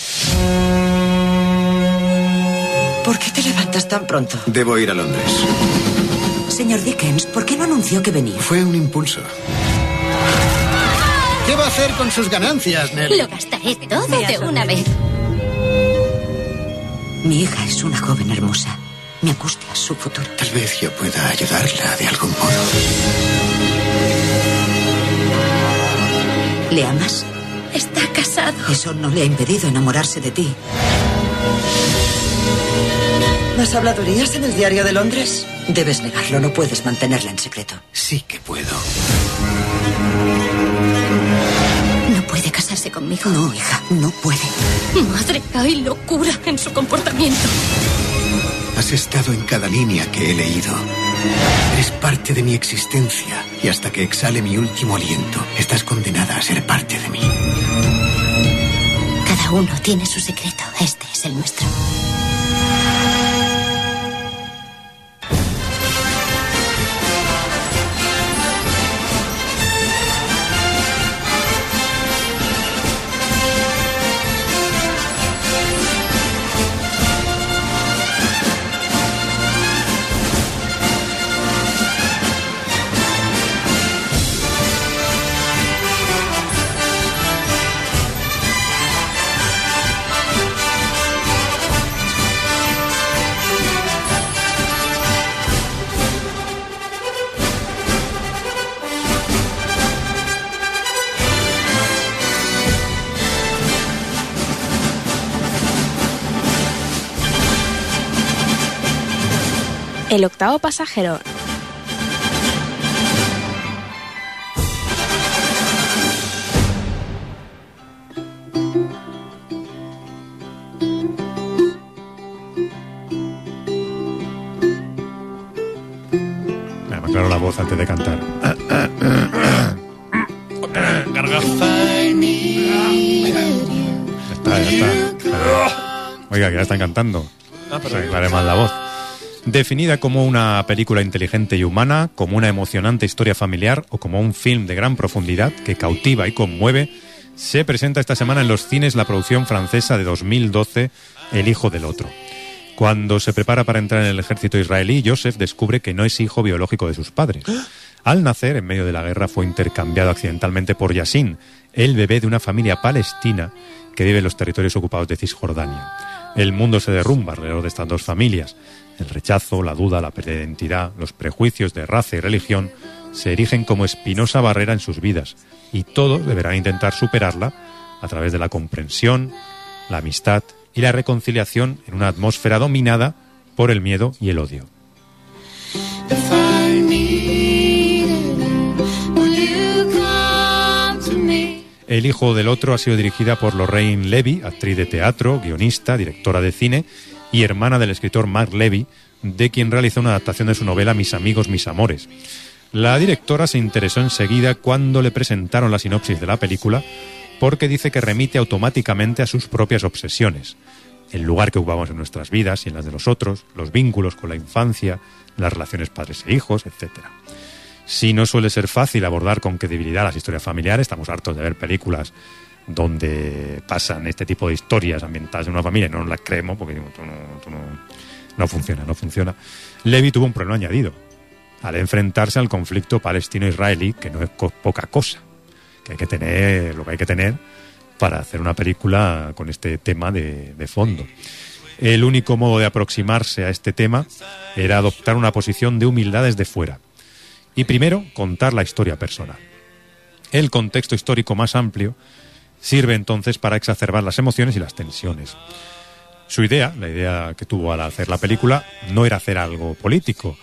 Speaker 19: ¿Por qué te levantas tan pronto?
Speaker 1: Debo ir a Londres.
Speaker 19: Señor Dickens, ¿por qué no anunció que venía?
Speaker 1: Fue un impulso. ¿Qué va a hacer con sus ganancias, Nelly?
Speaker 20: Lo gastaré todo de una vez.
Speaker 19: Mi hija es una joven hermosa. Me angustia su futuro.
Speaker 1: Tal vez yo pueda ayudarla de algún modo.
Speaker 19: ¿Le amas? Está casado. Eso no le ha impedido enamorarse de ti. ¿Las habladurías en el diario de Londres? Debes negarlo, no puedes mantenerla en secreto.
Speaker 1: Sí que puedo.
Speaker 20: casarse conmigo. No, hija, no puede. Madre, hay locura en su comportamiento.
Speaker 1: Has estado en cada línea que he leído. Eres parte de mi existencia y hasta que exhale mi último aliento, estás condenada a ser parte de mí.
Speaker 20: Cada uno tiene su secreto. Este es el nuestro.
Speaker 2: El octavo pasajero.
Speaker 10: Me aclaro la voz antes de cantar. Ya está, ya está. Oiga, que ya están cantando.
Speaker 11: Ah,
Speaker 10: Se aclare más la voz. Definida como una película inteligente y humana, como una emocionante historia familiar o como un film de gran profundidad que cautiva y conmueve, se presenta esta semana en los cines la producción francesa de 2012, El hijo del otro. Cuando se prepara para entrar en el ejército israelí, Joseph descubre que no es hijo biológico de sus padres. Al nacer, en medio de la guerra, fue intercambiado accidentalmente por Yassin, el bebé de una familia palestina que vive en los territorios ocupados de Cisjordania. El mundo se derrumba alrededor de estas dos familias. El rechazo, la duda, la pérdida de identidad, los prejuicios de raza y religión se erigen como espinosa barrera en sus vidas y todos deberán intentar superarla a través de la comprensión, la amistad y la reconciliación en una atmósfera dominada por el miedo y el odio.
Speaker 8: If I needed you, would you come to me?
Speaker 10: El hijo del otro ha sido dirigida por Lorraine Levy, actriz de teatro, guionista, directora de cine y hermana del escritor Mark Levy, de quien realizó una adaptación de su novela Mis amigos, mis amores. La directora se interesó enseguida cuando le presentaron la sinopsis de la película porque dice que remite automáticamente a sus propias obsesiones. El lugar que ocupamos en nuestras vidas y en las de los otros, los vínculos con la infancia, las relaciones padres e hijos, etcétera. Si no suele ser fácil abordar con credibilidad las historias familiares, estamos hartos de ver películas donde pasan este tipo de historias ambientadas en una familia y no nos las creemos porque digo, tú no, tú no- no funciona, no funciona. Levy tuvo un problema añadido al enfrentarse al conflicto palestino-israelí, que no es co- poca cosa, que hay que tener lo que hay que tener para hacer una película con este tema de- de fondo. El único modo de aproximarse a este tema era adoptar una posición de humildad desde fuera y primero contar la historia personal. El contexto histórico más amplio sirve entonces para exacerbar las emociones y las tensiones. Su idea, la idea que tuvo al hacer la película, no era hacer algo político.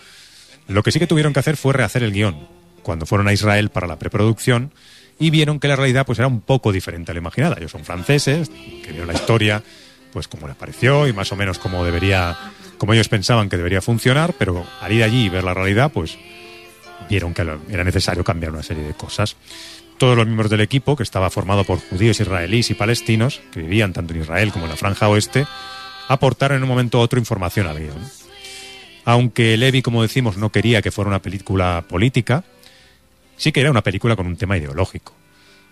Speaker 10: Lo que sí que tuvieron que hacer fue rehacer el guión, cuando fueron a Israel para la preproducción y vieron que la realidad pues era un poco diferente a la imaginada. Ellos son franceses, que vieron la historia pues como les pareció y más o menos como debería, como ellos pensaban que debería funcionar, pero al ir allí y ver la realidad pues vieron que lo- era necesario cambiar una serie de cosas. Todos los miembros del equipo, que estaba formado por judíos israelíes y palestinos, que vivían tanto en Israel como en la franja oeste, aportaron en un momento u otro información al guión. Aunque Levy, como decimos, no quería que fuera una película política, sí que era una película con un tema ideológico.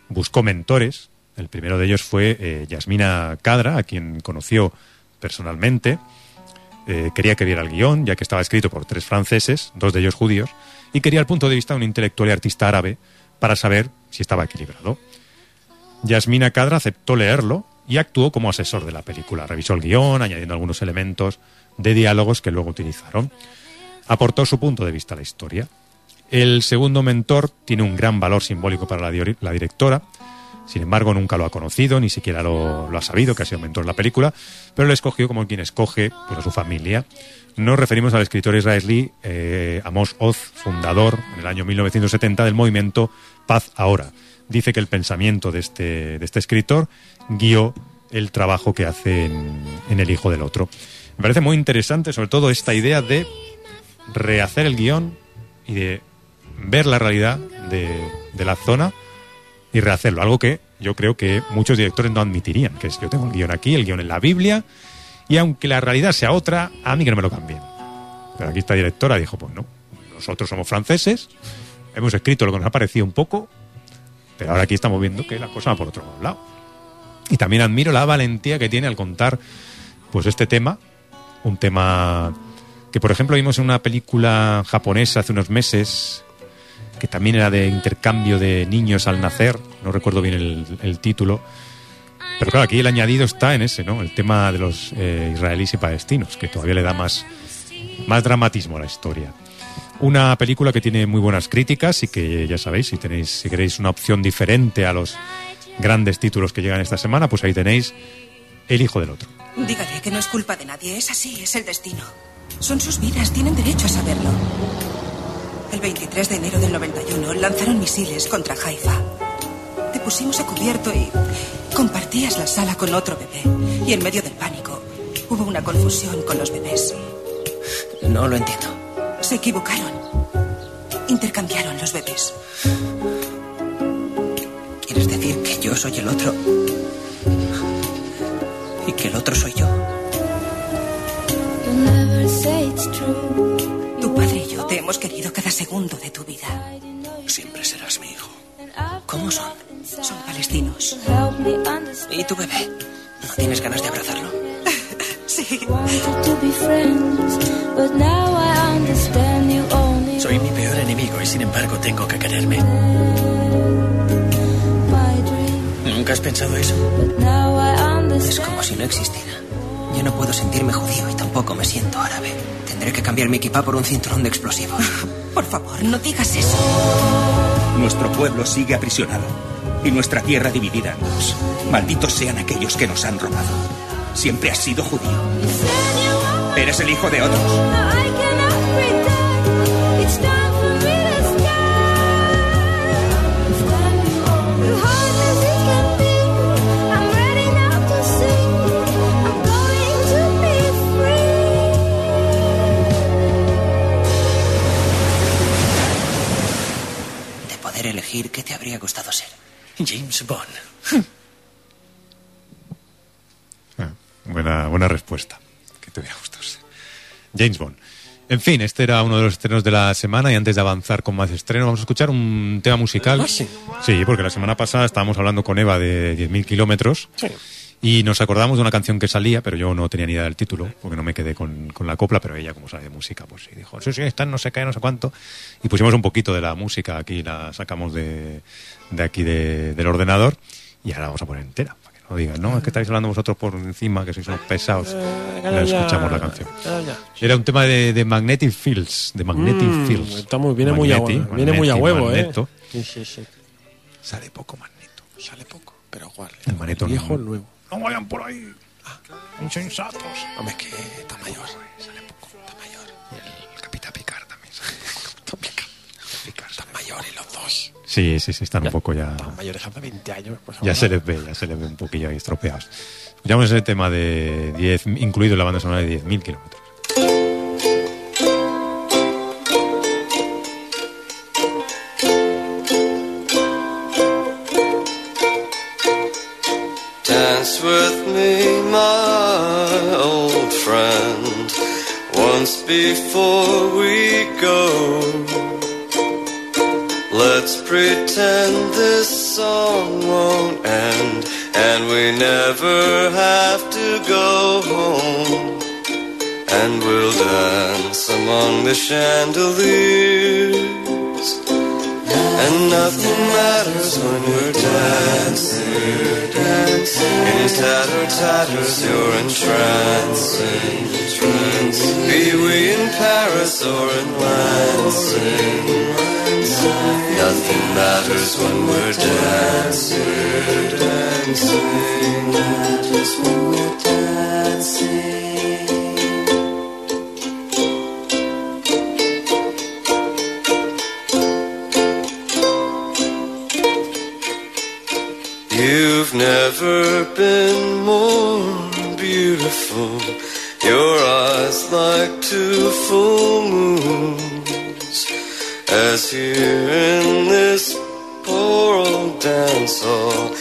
Speaker 10: Buscó mentores, el primero de ellos fue eh, Yasmina Cadra, a quien conoció personalmente. Eh, quería que viera el guión, ya que estaba escrito por tres franceses, dos de ellos judíos, y quería el punto de vista de un intelectual y artista árabe para saber si estaba equilibrado. Yasmina Kadra aceptó leerlo y actuó como asesor de la película. Revisó el guión, añadiendo algunos elementos de diálogos que luego utilizaron. Aportó su punto de vista a la historia. El segundo mentor tiene un gran valor simbólico para la, diori- la directora. Sin embargo, nunca lo ha conocido, ni siquiera lo, lo ha sabido, que ha sido mentor en la película, pero lo escogió como quien escoge pues, a su familia. Nos referimos al escritor israelí eh, Amos Oz, fundador en el año 1970 del movimiento Paz Ahora, dice que el pensamiento de este, de este escritor guió el trabajo que hace en, en El hijo del otro. Me parece muy interesante, sobre todo, esta idea de rehacer el guión y de ver la realidad de, de la zona y rehacerlo. Algo que yo creo que muchos directores no admitirían, que es yo tengo el guión aquí, el guión en la Biblia, y aunque la realidad sea otra, a mí que no me lo cambien. Pero aquí esta directora dijo, pues no, nosotros somos franceses, hemos escrito lo que nos ha parecido un poco, pero ahora aquí estamos viendo que la cosa va por otro lado. Y también admiro la valentía que tiene al contar pues este tema, un tema que por ejemplo vimos en una película japonesa hace unos meses, que también era de intercambio de niños al nacer, no recuerdo bien el, el título, pero claro, aquí el añadido está en ese, ¿no? El tema de los eh, israelíes y palestinos, que todavía le da más, más dramatismo a la historia. Una película que tiene muy buenas críticas y que ya sabéis, si tenéis, si queréis una opción diferente a los grandes títulos que llegan esta semana, pues ahí tenéis El hijo del otro.
Speaker 3: Dígale que no es culpa de nadie, es así, es el destino. Son sus vidas, tienen derecho a saberlo. El 23 de enero del 91 lanzaron misiles contra Haifa. Te pusimos a cubierto y compartías la sala con otro bebé. Y en medio del pánico hubo una confusión con los bebés.
Speaker 21: No lo entiendo.
Speaker 3: Se equivocaron. Intercambiaron los bebés.
Speaker 21: ¿Quieres decir que yo soy el otro? Y que el otro soy yo.
Speaker 3: Tu padre y yo te hemos querido cada segundo de tu vida.
Speaker 21: Siempre serás mi hijo.
Speaker 3: ¿Cómo son? Son palestinos.
Speaker 21: ¿Y tu bebé? ¿No tienes ganas de abrazarlo?
Speaker 3: Sí.
Speaker 21: Soy mi peor enemigo y sin embargo tengo que quererme. ¿Nunca has pensado eso? Es como si no existiera. Yo no puedo sentirme judío y tampoco me siento árabe. Tendré que cambiar mi equipa por un cinturón de explosivos.
Speaker 3: Por favor, no digas eso.
Speaker 22: [laughs] Nuestro pueblo sigue aprisionado y nuestra tierra dividida en dos. Malditos sean aquellos que nos han robado. Siempre has sido judío. Eres el hijo de otros.
Speaker 21: De poder elegir qué te habría gustado ser. James Bond.
Speaker 22: [laughs]
Speaker 10: Buena, buena respuesta. Que te voy a gustar. James Bond. En fin, este era uno de los estrenos de la semana y antes de avanzar con más estrenos vamos a escuchar un tema musical.
Speaker 11: Ah, sí.
Speaker 10: Sí, porque la semana pasada estábamos hablando con Eva de 10.000 kilómetros y nos acordamos de una canción que salía, pero yo no tenía ni idea del título porque no me quedé con, con la copla, pero ella como sabe de música, pues sí, dijo, sí, sí, están no sé qué, no sé cuánto. Y pusimos un poquito de la música aquí, la sacamos de, de aquí de- del ordenador y ahora la vamos a poner entera. para que No digan, no, es que estáis hablando vosotros por encima, que sois unos pesados.
Speaker 11: ahora
Speaker 10: Ahora
Speaker 11: ya-
Speaker 10: escuchamos la canción.
Speaker 11: ahora ya.
Speaker 10: Era un tema de, de Magnetic Fields. De Magnetic
Speaker 11: Mm,
Speaker 10: Fields.
Speaker 11: está muy- viene muy a
Speaker 10: Magneti,
Speaker 11: hue- viene muy a
Speaker 10: Magneti,
Speaker 11: huevo, ¿eh?
Speaker 10: Magneto.
Speaker 11: Sí, sí, sí.
Speaker 10: Sale poco Magneto.
Speaker 11: Sale poco, pero igual.
Speaker 10: El Magneto
Speaker 11: viejo
Speaker 10: no.
Speaker 11: el nuevo.
Speaker 10: No vayan por ahí. Insensatos.
Speaker 11: Hombre, es que está mayor. Sale poco. Está mayor. Y el Capitán Picard también sale poco. Está mayor. Están mayores los dos.
Speaker 10: Sí, sí, sí, están un poco ya.
Speaker 11: Están mayores hace 20 años. Pues,
Speaker 10: Ya se les ve, ya se les ve un poquillo ahí estropeados. Escuchamos ese tema de 10, incluido en la banda sonora de 10.000 kilómetros.
Speaker 23: Dance with me, my old friend, once before we go. Let's pretend this song won't end, and we never have to go home. And we'll dance among the chandeliers. And nothing matters when you're dancing, dancing. In tattered tatters, you're entrancing. Be we in Paris or in Lansing. Nothing matters when we're dancing, dancing. Matters when we're dancing. never been more beautiful. Your eyes like two full moons, as here in this poor old dance hall,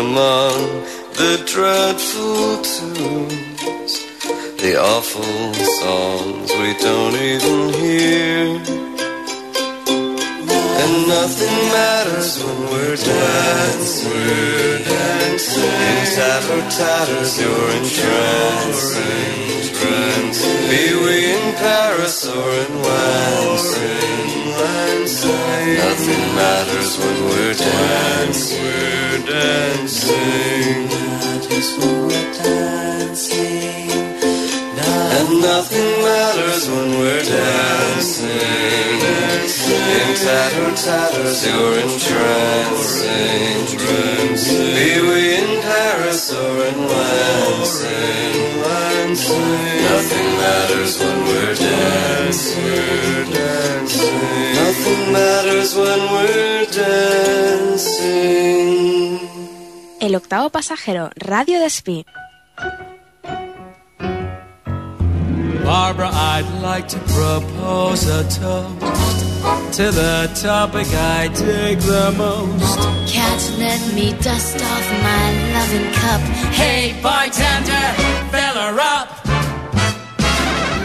Speaker 23: among the dreadful tunes, the awful songs we don't even hear. And nothing matters when we're dancing. We're dancing. In tattered tatters, you're in trance. Be we in Paris or in Lansing. Nothing matters when we're dancing. We're dancing. And nothing matters when we're dancing. In tattered tatters, you're entrancing. Be we in Paris or in Lansing. Nothing matters when we're dancing. Nothing matters when we're dancing.
Speaker 2: El octavo pasajero, Radio Despí.
Speaker 6: Barbara, I'd like to propose a toast to the topic I dig the most.
Speaker 24: Cat, let me dust off my loving cup.
Speaker 6: Hey, bartender, fill her up.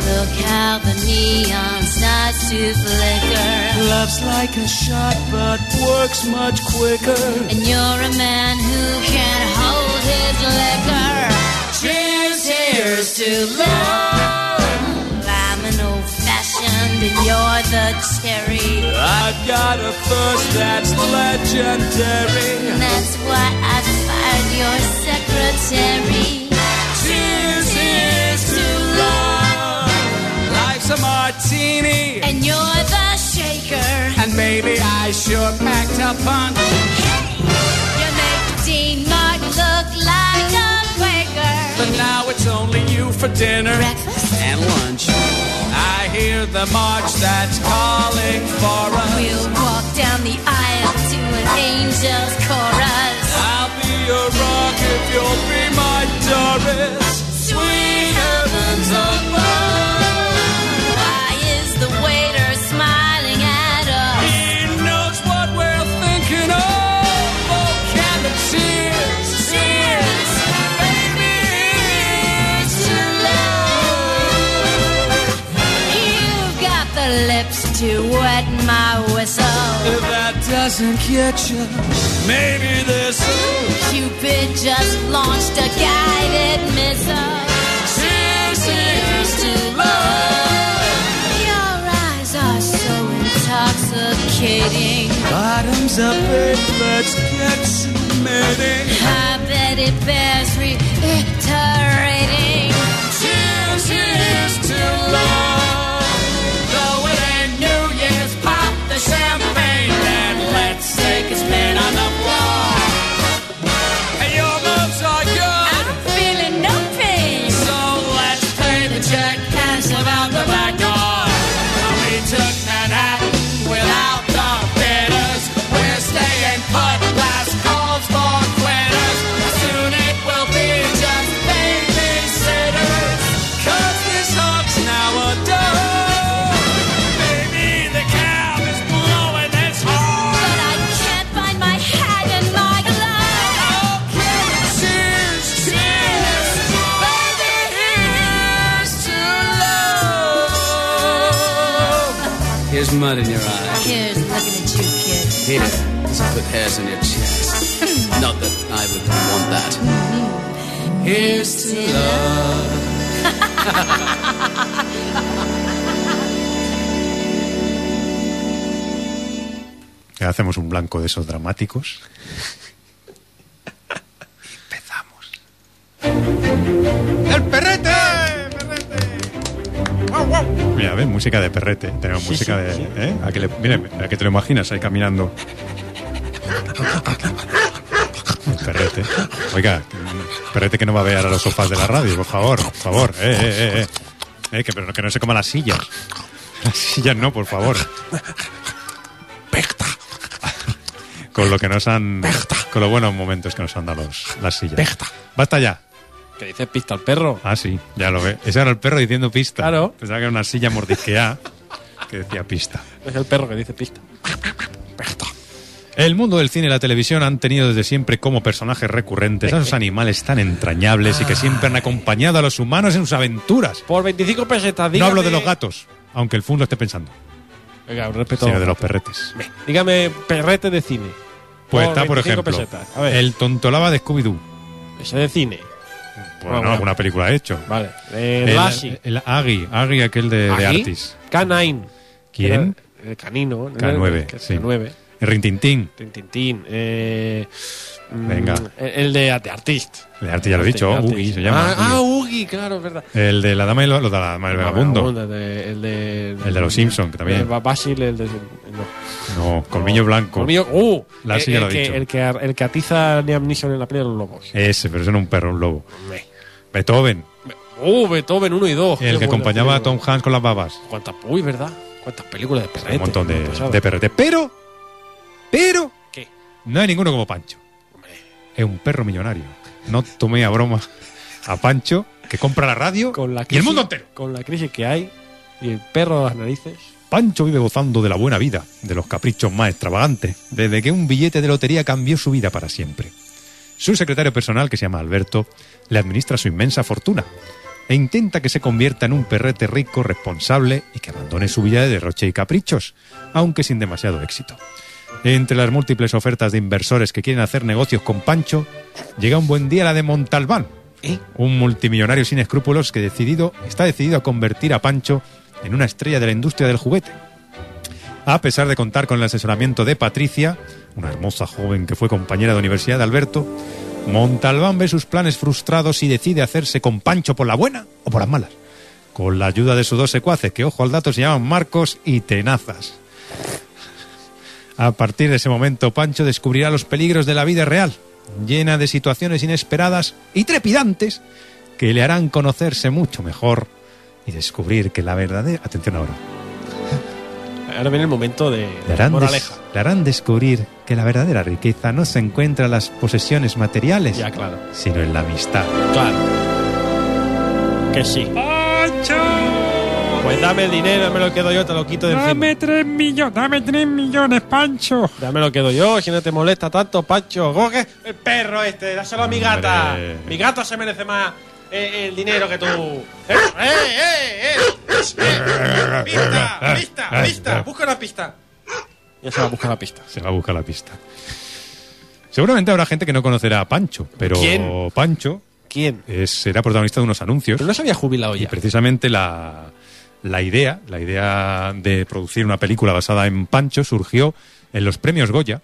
Speaker 24: Look how the neon starts to flicker.
Speaker 6: Love's like a shot, but works much quicker.
Speaker 24: And you're a man who can hold his liquor. Cheers, here's to love. I'm an old fashioned and you're the cherry.
Speaker 6: I've got a thirst that's legendary.
Speaker 24: And that's why I fired your secretary.
Speaker 6: Cheers, here's to love. Life's a martini,
Speaker 24: And you're the shaker.
Speaker 6: and maybe I sure packed a punch.
Speaker 24: You make Dean Martin look like a Quaker.
Speaker 6: But now it's only you for dinner and lunch. I hear the march that's calling for us.
Speaker 24: We'll walk down the aisle to an angel's chorus.
Speaker 6: I'll be your rock if you'll be my Doris. Sweet heavens above.
Speaker 24: Why is the waiter smiling at us?
Speaker 6: He knows what we're thinking of. Oh, can the cheers, cheers, baby, here's to love.
Speaker 24: You've got the lips to wet my whistle.
Speaker 6: If that doesn't get you, maybe this
Speaker 24: Cupid just launched a guided missile.
Speaker 6: Cheers, here's to love.
Speaker 24: Your eyes are so intoxicating.
Speaker 6: Bottoms up, babe, let's get submitting.
Speaker 24: I bet it bears reiterating.
Speaker 6: Cheers, here's to love. Though it ain't New Year's, pop the champagne and let's take a spin on the floor. Hey, your moves are good,
Speaker 24: I'm feeling no pain.
Speaker 6: so let's pay the check and slip out the back door. We took Manhattan without the bitters. We're staying put. Last calls for quitters. Soon it will be just babysitters. 'Cause this hog's now a dog. Baby, the cab is blowing its horn.
Speaker 24: But I can't find my hat and my glove.
Speaker 6: Okay, cheers, cheers. Baby, here's to love. Here's mud in your eye.
Speaker 24: Here's looking at you, kid.
Speaker 7: Here, these put hairs in your chest.
Speaker 24: [laughs]
Speaker 7: Not that I would want that.
Speaker 24: Here's to
Speaker 7: love.
Speaker 10: Hacemos un blanco de esos dramáticos.
Speaker 16: ¡El perrete! ¡Perrete! ¡Guau, guau!
Speaker 10: Mira, ves, música de perrete. Tenemos música de. ¿eh? ¿A que le- mira, a que te lo imaginas ahí caminando. Perrete. Oiga, perrete que no va a ver ahora los sofás de la radio, por favor, por favor. Eh, eh, eh, eh. Eh, que, pero que no se coma las sillas. Las sillas no, por favor. con lo que nos han. Con los buenos momentos que nos han dado los, las sillas. ¡Basta ya!
Speaker 11: Que dices pista al perro.
Speaker 10: Ah, sí, ya lo ve. Ese era el perro diciendo pista. Claro. Pensaba que era una silla mordisqueada que decía pista.
Speaker 11: Es el perro que dice pista.
Speaker 10: El mundo del cine y la televisión han tenido desde siempre como personajes recurrentes a esos animales tan entrañables y que siempre han acompañado a los humanos en sus aventuras.
Speaker 11: Por 25 pesetas,
Speaker 10: No
Speaker 11: dígame.
Speaker 10: hablo de los gatos, aunque el Fun lo esté pensando,
Speaker 11: Venga, un respeto.
Speaker 10: sino de los perretes.
Speaker 11: Dígame, perrete de cine.
Speaker 10: Pues está, por
Speaker 11: 25
Speaker 10: ejemplo,
Speaker 11: pesetas. A ver,
Speaker 10: el tontolaba de Scooby-Doo.
Speaker 11: ese de cine.
Speaker 10: Bueno,
Speaker 11: bueno.
Speaker 10: alguna película ha hecho.
Speaker 11: Vale.
Speaker 10: el,
Speaker 11: El Lassie.
Speaker 10: el Agui, Agui aquel de, de
Speaker 11: Agui.
Speaker 10: Artis.
Speaker 11: Canine.
Speaker 10: ¿Quién?
Speaker 11: Era El canino. ¿no?
Speaker 10: K9,
Speaker 11: El
Speaker 10: sí.
Speaker 11: K9.
Speaker 10: El Rintintín.
Speaker 11: Tintín. Eh, mm,
Speaker 10: Venga.
Speaker 11: El de Arte Artist.
Speaker 10: El de Artis ya lo he dicho,
Speaker 11: Artist.
Speaker 10: Ugui se llama.
Speaker 11: Ah, ah, Ugi, claro, es verdad.
Speaker 10: El de la dama y lo, lo de la dama y el vagabundo.
Speaker 11: El de, el de,
Speaker 10: El de los Simpson, que también-
Speaker 11: El de Basil, el de. No.
Speaker 10: No, Colmillo Blanco.
Speaker 11: Colmillo- ¡Uh!
Speaker 10: La
Speaker 11: el,
Speaker 10: sí ya
Speaker 11: el
Speaker 10: lo ha
Speaker 11: que,
Speaker 10: dicho.
Speaker 11: El que, ar- el que atiza a Liam Neeson en la pelea de los lobos.
Speaker 10: Ese, pero ese no un perro, un lobo.
Speaker 11: Hombre.
Speaker 10: Beethoven,
Speaker 11: ¡Uh! Beethoven 1 y 2.
Speaker 10: el que acompañaba a Tom Hanks con las babas.
Speaker 11: ¿Cuántas, uy, ¿verdad? ¿Cuántas películas de perrete?
Speaker 10: Un montón de,
Speaker 11: Una pasada.
Speaker 10: de perretes. Pero, pero,
Speaker 11: ¿Qué?
Speaker 10: no hay ninguno como Pancho. Es un perro millonario. No tomé a broma a Pancho, que compra la radio
Speaker 11: Con la
Speaker 10: y el
Speaker 11: crisis-
Speaker 10: mundo entero.
Speaker 11: Con la crisis que hay y el perro a las narices.
Speaker 10: Pancho vive gozando de la buena vida, de los caprichos más extravagantes, desde que un billete de lotería cambió su vida para siempre. Su secretario personal, que se llama Alberto, le administra su inmensa fortuna e intenta que se convierta en un perrete rico, responsable y que abandone su vida de derroche y caprichos, aunque sin demasiado éxito. Entre las múltiples ofertas de inversores que quieren hacer negocios con Pancho, llega un buen día la de Montalbán, un multimillonario sin escrúpulos que decidido, está decidido a convertir a Pancho en una estrella de la industria del juguete. A pesar de contar con el asesoramiento de Patricia, una hermosa joven que fue compañera de universidad de Alberto, Montalbán ve sus planes frustrados y decide hacerse con Pancho por la buena o por las malas. Con la ayuda de sus dos secuaces, que ojo al dato se llaman Marcos y Tenazas. A partir de ese momento, Pancho descubrirá los peligros de la vida real, llena de situaciones inesperadas y trepidantes que le harán conocerse mucho mejor y descubrir que la verdadera... Atención ahora.
Speaker 11: Ahora viene el momento de,
Speaker 10: Le
Speaker 11: de
Speaker 10: harán, des-
Speaker 11: moraleja.
Speaker 10: le harán descubrir que la verdadera riqueza no se encuentra en las posesiones materiales,
Speaker 11: Ya, claro.
Speaker 10: sino en la amistad.
Speaker 11: Claro. Que sí. Pues dame el dinero, me lo quedo yo, te lo quito de encima.
Speaker 16: Dame tres millones, dame tres millones, Pancho.
Speaker 11: Dame lo quedo yo, si no te molesta tanto, Pancho. Coge el perro este, dáselo a mi gata. Mi gato se merece más eh, el dinero que tú. ¡Eh, eh, eh! eh! eh. ¡Pista, pista, pista! ¡Busca una pista! Ya se va a buscar la pista.
Speaker 10: Se va a buscar la pista. Seguramente habrá gente que no conocerá a Pancho, pero
Speaker 11: ¿Quién?
Speaker 10: Pancho
Speaker 11: ¿Quién?
Speaker 10: es- será protagonista de unos anuncios. Pero
Speaker 11: no se había jubilado
Speaker 10: ya. Y precisamente la, la idea, la idea de producir una película basada en Pancho surgió en los premios Goya,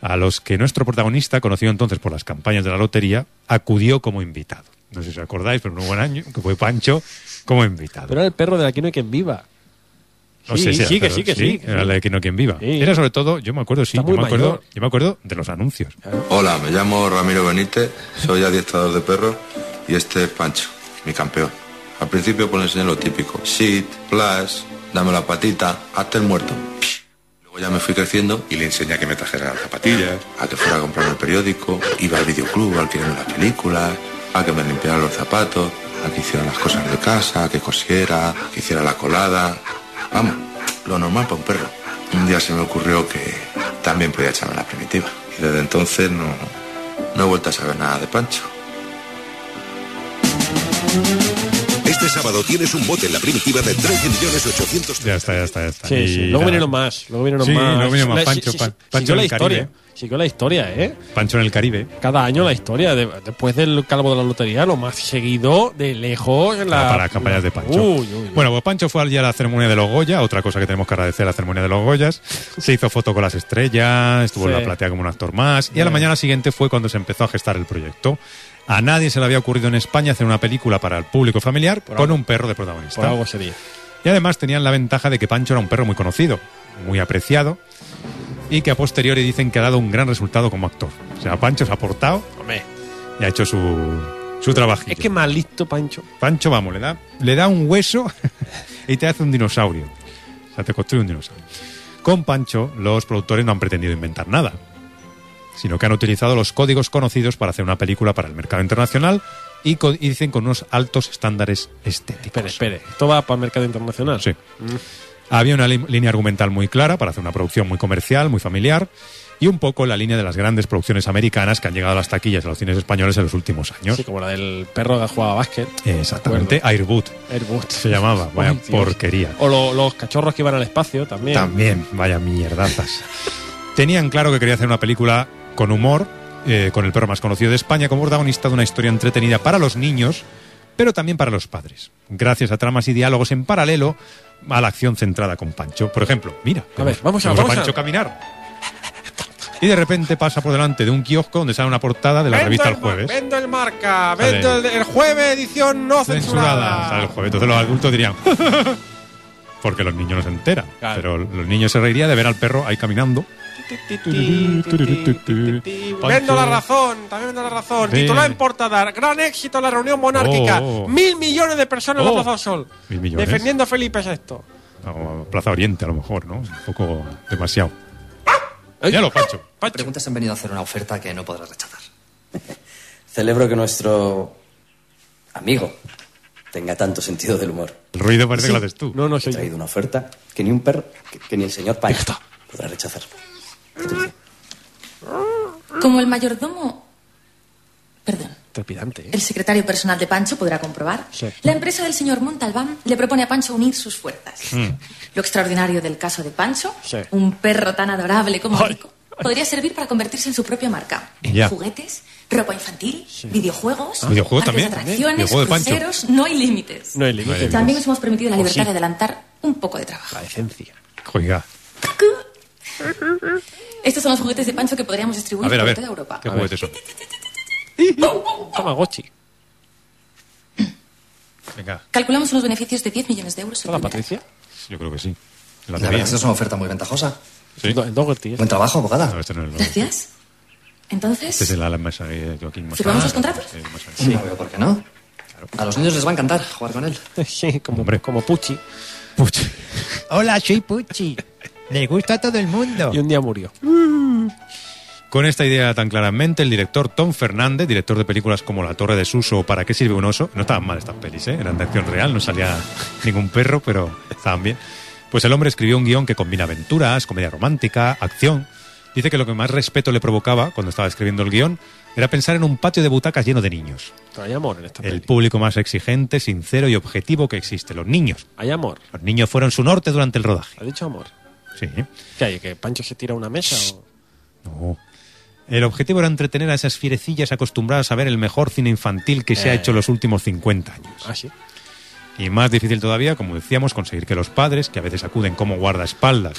Speaker 10: a los que nuestro protagonista, conocido entonces por las campañas de la lotería, acudió como invitado. No sé si os acordáis, pero en un buen año, que fue Pancho como invitado.
Speaker 11: Pero era el perro de aquí no hay quien viva.
Speaker 10: No
Speaker 11: sí,
Speaker 10: sé si era,
Speaker 11: sí, que
Speaker 10: pero
Speaker 11: sí, que sí. que
Speaker 10: Era
Speaker 11: sí.
Speaker 10: la de que no quien viva. Era sobre todo, yo me acuerdo, sí,
Speaker 11: Está
Speaker 10: yo
Speaker 11: muy
Speaker 10: me acuerdo,
Speaker 11: mayor.
Speaker 10: yo me acuerdo de los anuncios.
Speaker 25: Hola, me llamo Ramiro Benítez, soy adiestrador de perros y este es Pancho, mi campeón. Al principio pues le enseñé lo típico, sit, flash, dame la patita, hazte el muerto. Luego ya me fui creciendo y le enseñé a que me trajera las zapatillas, a que fuera a comprar el periódico, iba al videoclub, al que vieran las películas, a que me limpiara los zapatos, a que hiciera las cosas de casa, a que cosiera, a que hiciera la colada. Vamos, lo normal para un perro. Un día se me ocurrió que también podía echarme la primitiva. Y desde entonces no, no he vuelto a saber nada de Pancho.
Speaker 12: Este sábado tienes un bote en la primitiva de 13.800.000.
Speaker 10: Ya está, ya está, ya está.
Speaker 11: Sí,
Speaker 10: Y
Speaker 11: sí. Luego
Speaker 10: nada.
Speaker 11: vinieron más. Luego vinieron
Speaker 10: Sí,
Speaker 11: más.
Speaker 10: luego vinieron más.
Speaker 11: La-
Speaker 10: Pancho,
Speaker 11: sí, sí,
Speaker 10: Pan-
Speaker 11: sí,
Speaker 10: Pancho
Speaker 11: siguió
Speaker 10: en
Speaker 11: la
Speaker 10: el Caribe.
Speaker 11: historia. Siguió la historia, ¿eh?
Speaker 10: Pancho en el Caribe.
Speaker 11: Cada año la historia. de- después del calvo de la lotería, lo más seguido de lejos. en La,
Speaker 10: para las campañas de Pancho.
Speaker 11: Uy, uy, uy.
Speaker 10: Bueno, pues Pancho fue al día de la ceremonia de los Goya, otra cosa que tenemos que agradecer a la ceremonia de los Goyas. Se hizo foto con las estrellas, estuvo en
Speaker 11: Sí.
Speaker 10: la platea como un actor más, y a la
Speaker 11: Bien.
Speaker 10: mañana siguiente fue cuando se empezó a gestar el proyecto. A nadie se le había ocurrido en España hacer una película para el público familiar con un perro de protagonista.
Speaker 11: Por algo sería.
Speaker 10: Y además tenían la ventaja de que Pancho era un perro muy conocido, muy apreciado, y que a posteriori dicen que ha dado un gran resultado como actor. O sea, Pancho se ha aportado
Speaker 11: Hombre,
Speaker 10: y ha hecho su, su trabajo.
Speaker 11: es que más listo, Pancho.
Speaker 10: Pancho, vamos, le da, le da un hueso [laughs] y te hace un dinosaurio. O sea, te construye un dinosaurio. Con Pancho, los productores no han pretendido inventar nada. sino que han utilizado los códigos conocidos para hacer una película para el mercado internacional y, co- y dicen con unos altos estándares estéticos. Espere,
Speaker 11: espere. ¿Esto va para el mercado internacional?
Speaker 10: Sí. Había una li- línea argumental muy clara para hacer una producción muy comercial, muy familiar, y un poco la línea de las grandes producciones americanas que han llegado a las taquillas de los cines españoles en los últimos años.
Speaker 11: Sí, como la del perro que jugaba a básquet.
Speaker 10: Exactamente, Airboot
Speaker 11: Airboot.
Speaker 10: se llamaba, vaya
Speaker 11: Ay, Dios.
Speaker 10: porquería.
Speaker 11: O lo- los cachorros que iban al espacio también.
Speaker 10: También, vaya mierdazas. Tenían claro que quería hacer una película con humor, eh, con el perro más conocido de España, como protagonista de una historia entretenida para los niños, pero también para los padres, gracias a tramas y diálogos en paralelo a la acción centrada con Pancho. Por ejemplo, mira,
Speaker 11: A ver, vamos a,
Speaker 10: vemos a
Speaker 11: vamos a-
Speaker 10: Pancho caminar. Y de repente pasa por delante de un kiosco donde sale una portada de la
Speaker 11: Vendo
Speaker 10: revista El
Speaker 11: el mar-
Speaker 10: Jueves.
Speaker 11: Vendo el marca,
Speaker 10: Sale.
Speaker 11: vendo el, el jueves edición no
Speaker 10: Censurada.
Speaker 11: censurada.
Speaker 10: Sale El Jueves. Entonces los adultos dirían,
Speaker 11: [laughs]
Speaker 10: porque los niños no se enteran. Pero los niños se reirían de ver al perro ahí caminando.
Speaker 11: Vendo la razón, también vendo la razón.
Speaker 10: Sí.
Speaker 11: Titular en portada, gran éxito en la reunión monárquica.
Speaker 10: Oh.
Speaker 11: Mil millones de personas en
Speaker 10: Oh.
Speaker 11: la Plaza del Sol.
Speaker 10: Mil millones.
Speaker 11: Defendiendo a Felipe VI.
Speaker 10: O Plaza Oriente, a lo mejor, ¿no? Un poco demasiado. Ya lo, Pancho.
Speaker 13: Preguntas han venido a hacer una oferta que no podrás rechazar. Celebro que nuestro amigo tenga tanto sentido del humor.
Speaker 10: El ruido parece que lo haces
Speaker 13: tú. No, no, He traído una oferta que ni un perro, que, que ni el señor Pan podrá rechazar.
Speaker 14: Como el mayordomo,
Speaker 11: Trepidante.
Speaker 10: ¿eh?
Speaker 14: el secretario personal de Pancho podrá comprobar, la empresa del señor Montalbán le propone a Pancho unir sus fuerzas. Lo extraordinario del caso de Pancho,
Speaker 10: Sí.
Speaker 14: un perro tan adorable como rico, podría servir para convertirse en su propia marca.
Speaker 10: Ya.
Speaker 14: Juguetes, ropa infantil, videojuegos,
Speaker 10: Ah, videojuegos
Speaker 14: parques de
Speaker 10: también.
Speaker 14: atracciones,
Speaker 10: Videojuego de Pancho.
Speaker 14: cruceros, no hay límites.
Speaker 10: No hay límites. No hay
Speaker 14: También nos
Speaker 10: límites.
Speaker 14: hemos permitido la
Speaker 10: Oh,
Speaker 14: libertad
Speaker 10: sí.
Speaker 14: de adelantar un poco de trabajo.
Speaker 11: La decencia.
Speaker 10: Oiga,
Speaker 14: Estos son los juguetes de Pancho que podríamos distribuir
Speaker 10: a ver, a
Speaker 14: por
Speaker 10: ver.
Speaker 14: toda Europa.
Speaker 10: ¿Qué juguetes son?
Speaker 11: Tamagotchi.
Speaker 10: Venga,
Speaker 14: Calculamos unos beneficios de 10 millones de euros. el primer
Speaker 11: Patricia?
Speaker 10: yo creo que sí. La
Speaker 13: verdad
Speaker 10: tenía.
Speaker 13: es que es una oferta muy ventajosa.
Speaker 10: ¿Sí?
Speaker 13: Buen trabajo, abogada.
Speaker 10: No, este no es el
Speaker 14: año.
Speaker 10: Dougherty.
Speaker 14: Gracias.
Speaker 10: Este es
Speaker 14: Entonces,
Speaker 10: el Alan Massa, eh, Joaquín Massa.
Speaker 14: ¿firmamos los contratos?
Speaker 10: Eh, Massa.
Speaker 13: Sí. No veo por qué no. A los niños les va a encantar jugar
Speaker 18: [laughs]
Speaker 13: con él.
Speaker 11: Sí, como, como Pucci.
Speaker 15: Hola, soy Pucci. Le gusta a todo el mundo.
Speaker 11: Y un día murió.
Speaker 10: Con esta idea tan clara en mente, el director Tom Fernández, director de películas como La Torre de Suso o ¿Para qué sirve un oso? No estaban mal estas pelis, ¿eh? eran de acción real, no salía ningún perro, pero estaban bien. Pues el hombre escribió un guión que combina aventuras, comedia romántica, acción. Dice que lo que más respeto le provocaba cuando estaba escribiendo el guión era pensar en un patio de butacas lleno de niños.
Speaker 11: Hay amor en esta
Speaker 10: El público más exigente, sincero y objetivo que existe, los niños.
Speaker 11: Hay amor.
Speaker 10: Los niños fueron su norte durante el rodaje.
Speaker 11: ¿Ha dicho amor?
Speaker 10: Sí.
Speaker 11: ¿Qué hay? ¿Que Pancho se tira a una mesa? o-
Speaker 10: No. El objetivo era entretener a esas fierecillas acostumbradas a ver el mejor cine infantil que se ha
Speaker 11: Eh.
Speaker 10: hecho en los últimos 50 años.
Speaker 11: Ah, sí.
Speaker 10: Y más difícil todavía, como decíamos, conseguir que los padres, que a veces acuden como guardaespaldas,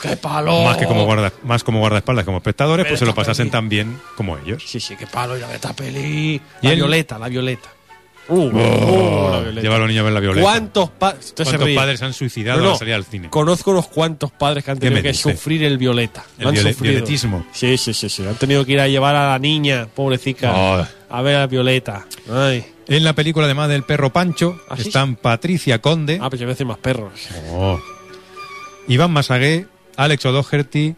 Speaker 11: ¡Qué palo!
Speaker 10: más que como guarda, más como guardaespaldas como espectadores,
Speaker 11: Pero
Speaker 10: pues se lo
Speaker 11: está
Speaker 10: pasasen
Speaker 11: perdido.
Speaker 10: tan bien como ellos.
Speaker 11: Sí, sí, qué palo, ya esta peli.
Speaker 10: Y
Speaker 11: La
Speaker 10: él-
Speaker 11: violeta, la violeta. Uh,
Speaker 10: Oh,
Speaker 11: uh, la violeta.
Speaker 10: lleva a los niños a ver la violeta.
Speaker 11: ¿Cuántos, pa- Usted se
Speaker 10: ¿Cuántos
Speaker 11: ríe.
Speaker 10: padres han suicidado
Speaker 11: No, no.
Speaker 10: al salir al cine?
Speaker 11: Conozco unos cuantos padres que han
Speaker 10: ¿Qué me
Speaker 11: tenido que
Speaker 10: dice?
Speaker 11: sufrir el violeta.
Speaker 10: El
Speaker 11: Lo han
Speaker 10: viole-
Speaker 11: sufrido.
Speaker 10: violetismo.
Speaker 11: Sí, sí, sí, sí. Han tenido que ir a llevar a la niña, pobrecita,
Speaker 10: Oh.
Speaker 11: a ver a Violeta. Ay.
Speaker 10: En la película, además del perro Pancho,
Speaker 11: ¿Ah, sí?
Speaker 10: están Patricia Conde.
Speaker 11: Ah, pues yo voy a decir más perros.
Speaker 10: Oh. Iván Masagué, Alex O'Doherty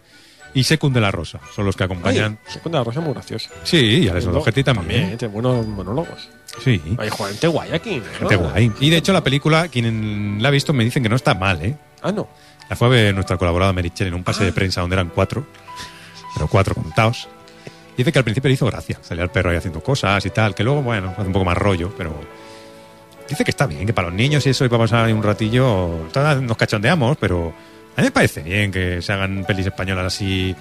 Speaker 10: y Secund de la Rosa. Son los que acompañan.
Speaker 11: Oye, Segunda de la Rosa es muy graciosa.
Speaker 10: Sí, y Alex O'Doherty también.
Speaker 11: También, tiene buenos monólogos.
Speaker 10: Sí.
Speaker 11: Hay gente guay aquí. ¿no?
Speaker 10: Gente guay. Y de hecho, la película, quien la ha visto me dicen que no está mal, ¿eh?
Speaker 11: Ah, no. Ah.
Speaker 10: La fue a ver nuestra colaboradora Merichel en un pase de prensa donde eran cuatro, pero cuatro contados. Dice que al principio le hizo gracia, salía el perro ahí haciendo cosas y tal, que luego, bueno, hace un poco más rollo, pero. Dice que está bien, que para los niños y eso, y para pasar ahí un ratillo, tal, nos cachondeamos, pero a mí me parece bien que se hagan pelis españolas así.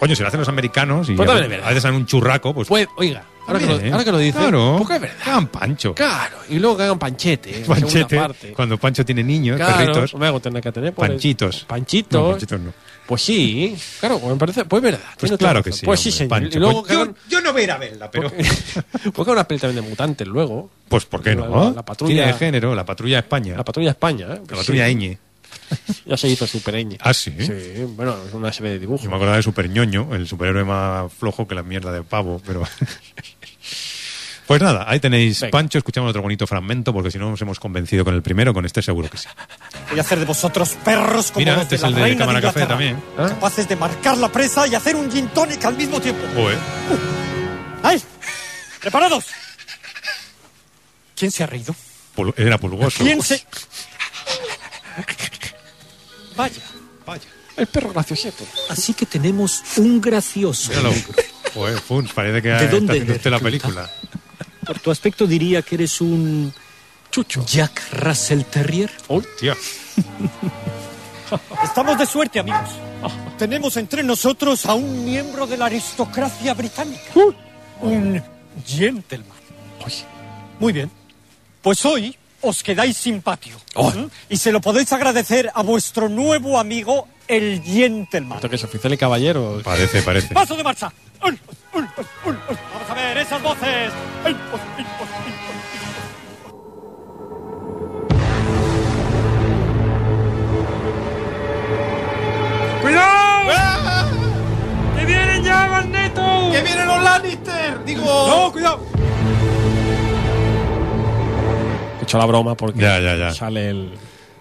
Speaker 10: Coño, si lo hacen los americanos y
Speaker 11: Pues
Speaker 10: a,
Speaker 11: también es
Speaker 10: veces-
Speaker 11: verdad.
Speaker 10: a veces hacen un churraco, pues.
Speaker 11: Pues, oiga, ahora que, lo,
Speaker 10: También, ¿eh?
Speaker 11: ahora que lo dices,
Speaker 10: Claro.
Speaker 11: porque es verdad.
Speaker 10: Que hagan pancho.
Speaker 11: Claro, y luego que hagan
Speaker 10: [laughs]
Speaker 11: panchete. en
Speaker 10: Panchete,
Speaker 11: segunda parte.
Speaker 10: cuando Pancho tiene niños,
Speaker 11: Claro,
Speaker 10: perritos,
Speaker 11: luego tendrá que tener por el-
Speaker 10: panchitos.
Speaker 11: Panchitos.
Speaker 10: No, panchitos no.
Speaker 11: Pues sí, claro, pues me parece, pues es verdad.
Speaker 10: Pues
Speaker 11: tiene
Speaker 10: claro
Speaker 11: toda
Speaker 10: que
Speaker 11: razón.
Speaker 10: sí,
Speaker 11: Pues sí,
Speaker 10: hombre,
Speaker 11: señor.
Speaker 10: Pancho.
Speaker 11: Y luego
Speaker 10: Pues
Speaker 11: que
Speaker 10: yo-
Speaker 11: hagan,
Speaker 10: no voy a ir a verla,
Speaker 11: [laughs]
Speaker 10: pero.
Speaker 11: pues que hagan una peli también de mutantes luego.
Speaker 10: Pues ¿por qué no?
Speaker 11: La, la
Speaker 10: Cine de
Speaker 11: patrulla,
Speaker 10: género, la patrulla España.
Speaker 11: la patrulla España, ¿eh?
Speaker 10: La
Speaker 11: Pues
Speaker 10: patrulla
Speaker 11: sí.
Speaker 10: Ñ.
Speaker 11: Ya se hizo Super Ñ.
Speaker 10: Ah, sí.
Speaker 11: Sí, bueno, es una serie de dibujos.
Speaker 10: Yo me acordaba de Super Ñoño, el superhéroe más flojo que la mierda de pavo, pero. pues [laughs] Pues nada, ahí tenéis
Speaker 11: Venga.
Speaker 10: Pancho, escuchamos otro bonito fragmento, porque si no nos hemos convencido con el primero, con este seguro que sí.
Speaker 18: Voy a hacer de vosotros perros como
Speaker 10: Mira,
Speaker 18: los
Speaker 10: este
Speaker 18: de
Speaker 10: es
Speaker 18: la
Speaker 10: el de
Speaker 18: reina
Speaker 10: Cámara Café
Speaker 18: Inglaterra,
Speaker 10: también.
Speaker 18: Capaces de marcar la presa y hacer un gin tonic al mismo tiempo.
Speaker 10: Joder.
Speaker 18: ¡Ay! ¡Preparados! ¿Quién se ha reído?
Speaker 10: Pul- era pulgoso.
Speaker 18: ¿Quién [laughs] se...? Vaya, vaya. El perro graciosito. Así que tenemos un gracioso.
Speaker 10: Míralo. Joder, Funs, parece que
Speaker 18: ¿De
Speaker 10: está
Speaker 18: dónde
Speaker 10: haciendo usted la
Speaker 18: eres,
Speaker 10: película.
Speaker 18: Por tu aspecto diría que eres un... Chucho. Jack Russell Terrier.
Speaker 10: Tío.
Speaker 18: [laughs] Estamos de suerte, amigos. Tenemos entre nosotros a un miembro de la aristocracia británica. Un gentleman. Muy bien. Pues hoy os quedáis sin patio. ¿Mm? Y se lo podéis agradecer a vuestro nuevo amigo, el gentleman.
Speaker 11: Esto que es oficial y caballero.
Speaker 10: Parece, parece.
Speaker 18: ¡Paso de marcha! ¡Ul, ul, ul, ul! Vamos a ver esas voces. ¡Ay, por fin, por fin, por fin!
Speaker 10: Ah.
Speaker 6: ¡Cuidado! ¡Que vienen ya, Magneto! ¡Que vienen los Lannister! Digo... ¡No, cuidado!
Speaker 11: He hecho la broma porque
Speaker 10: Ya, ya, ya.
Speaker 11: sale el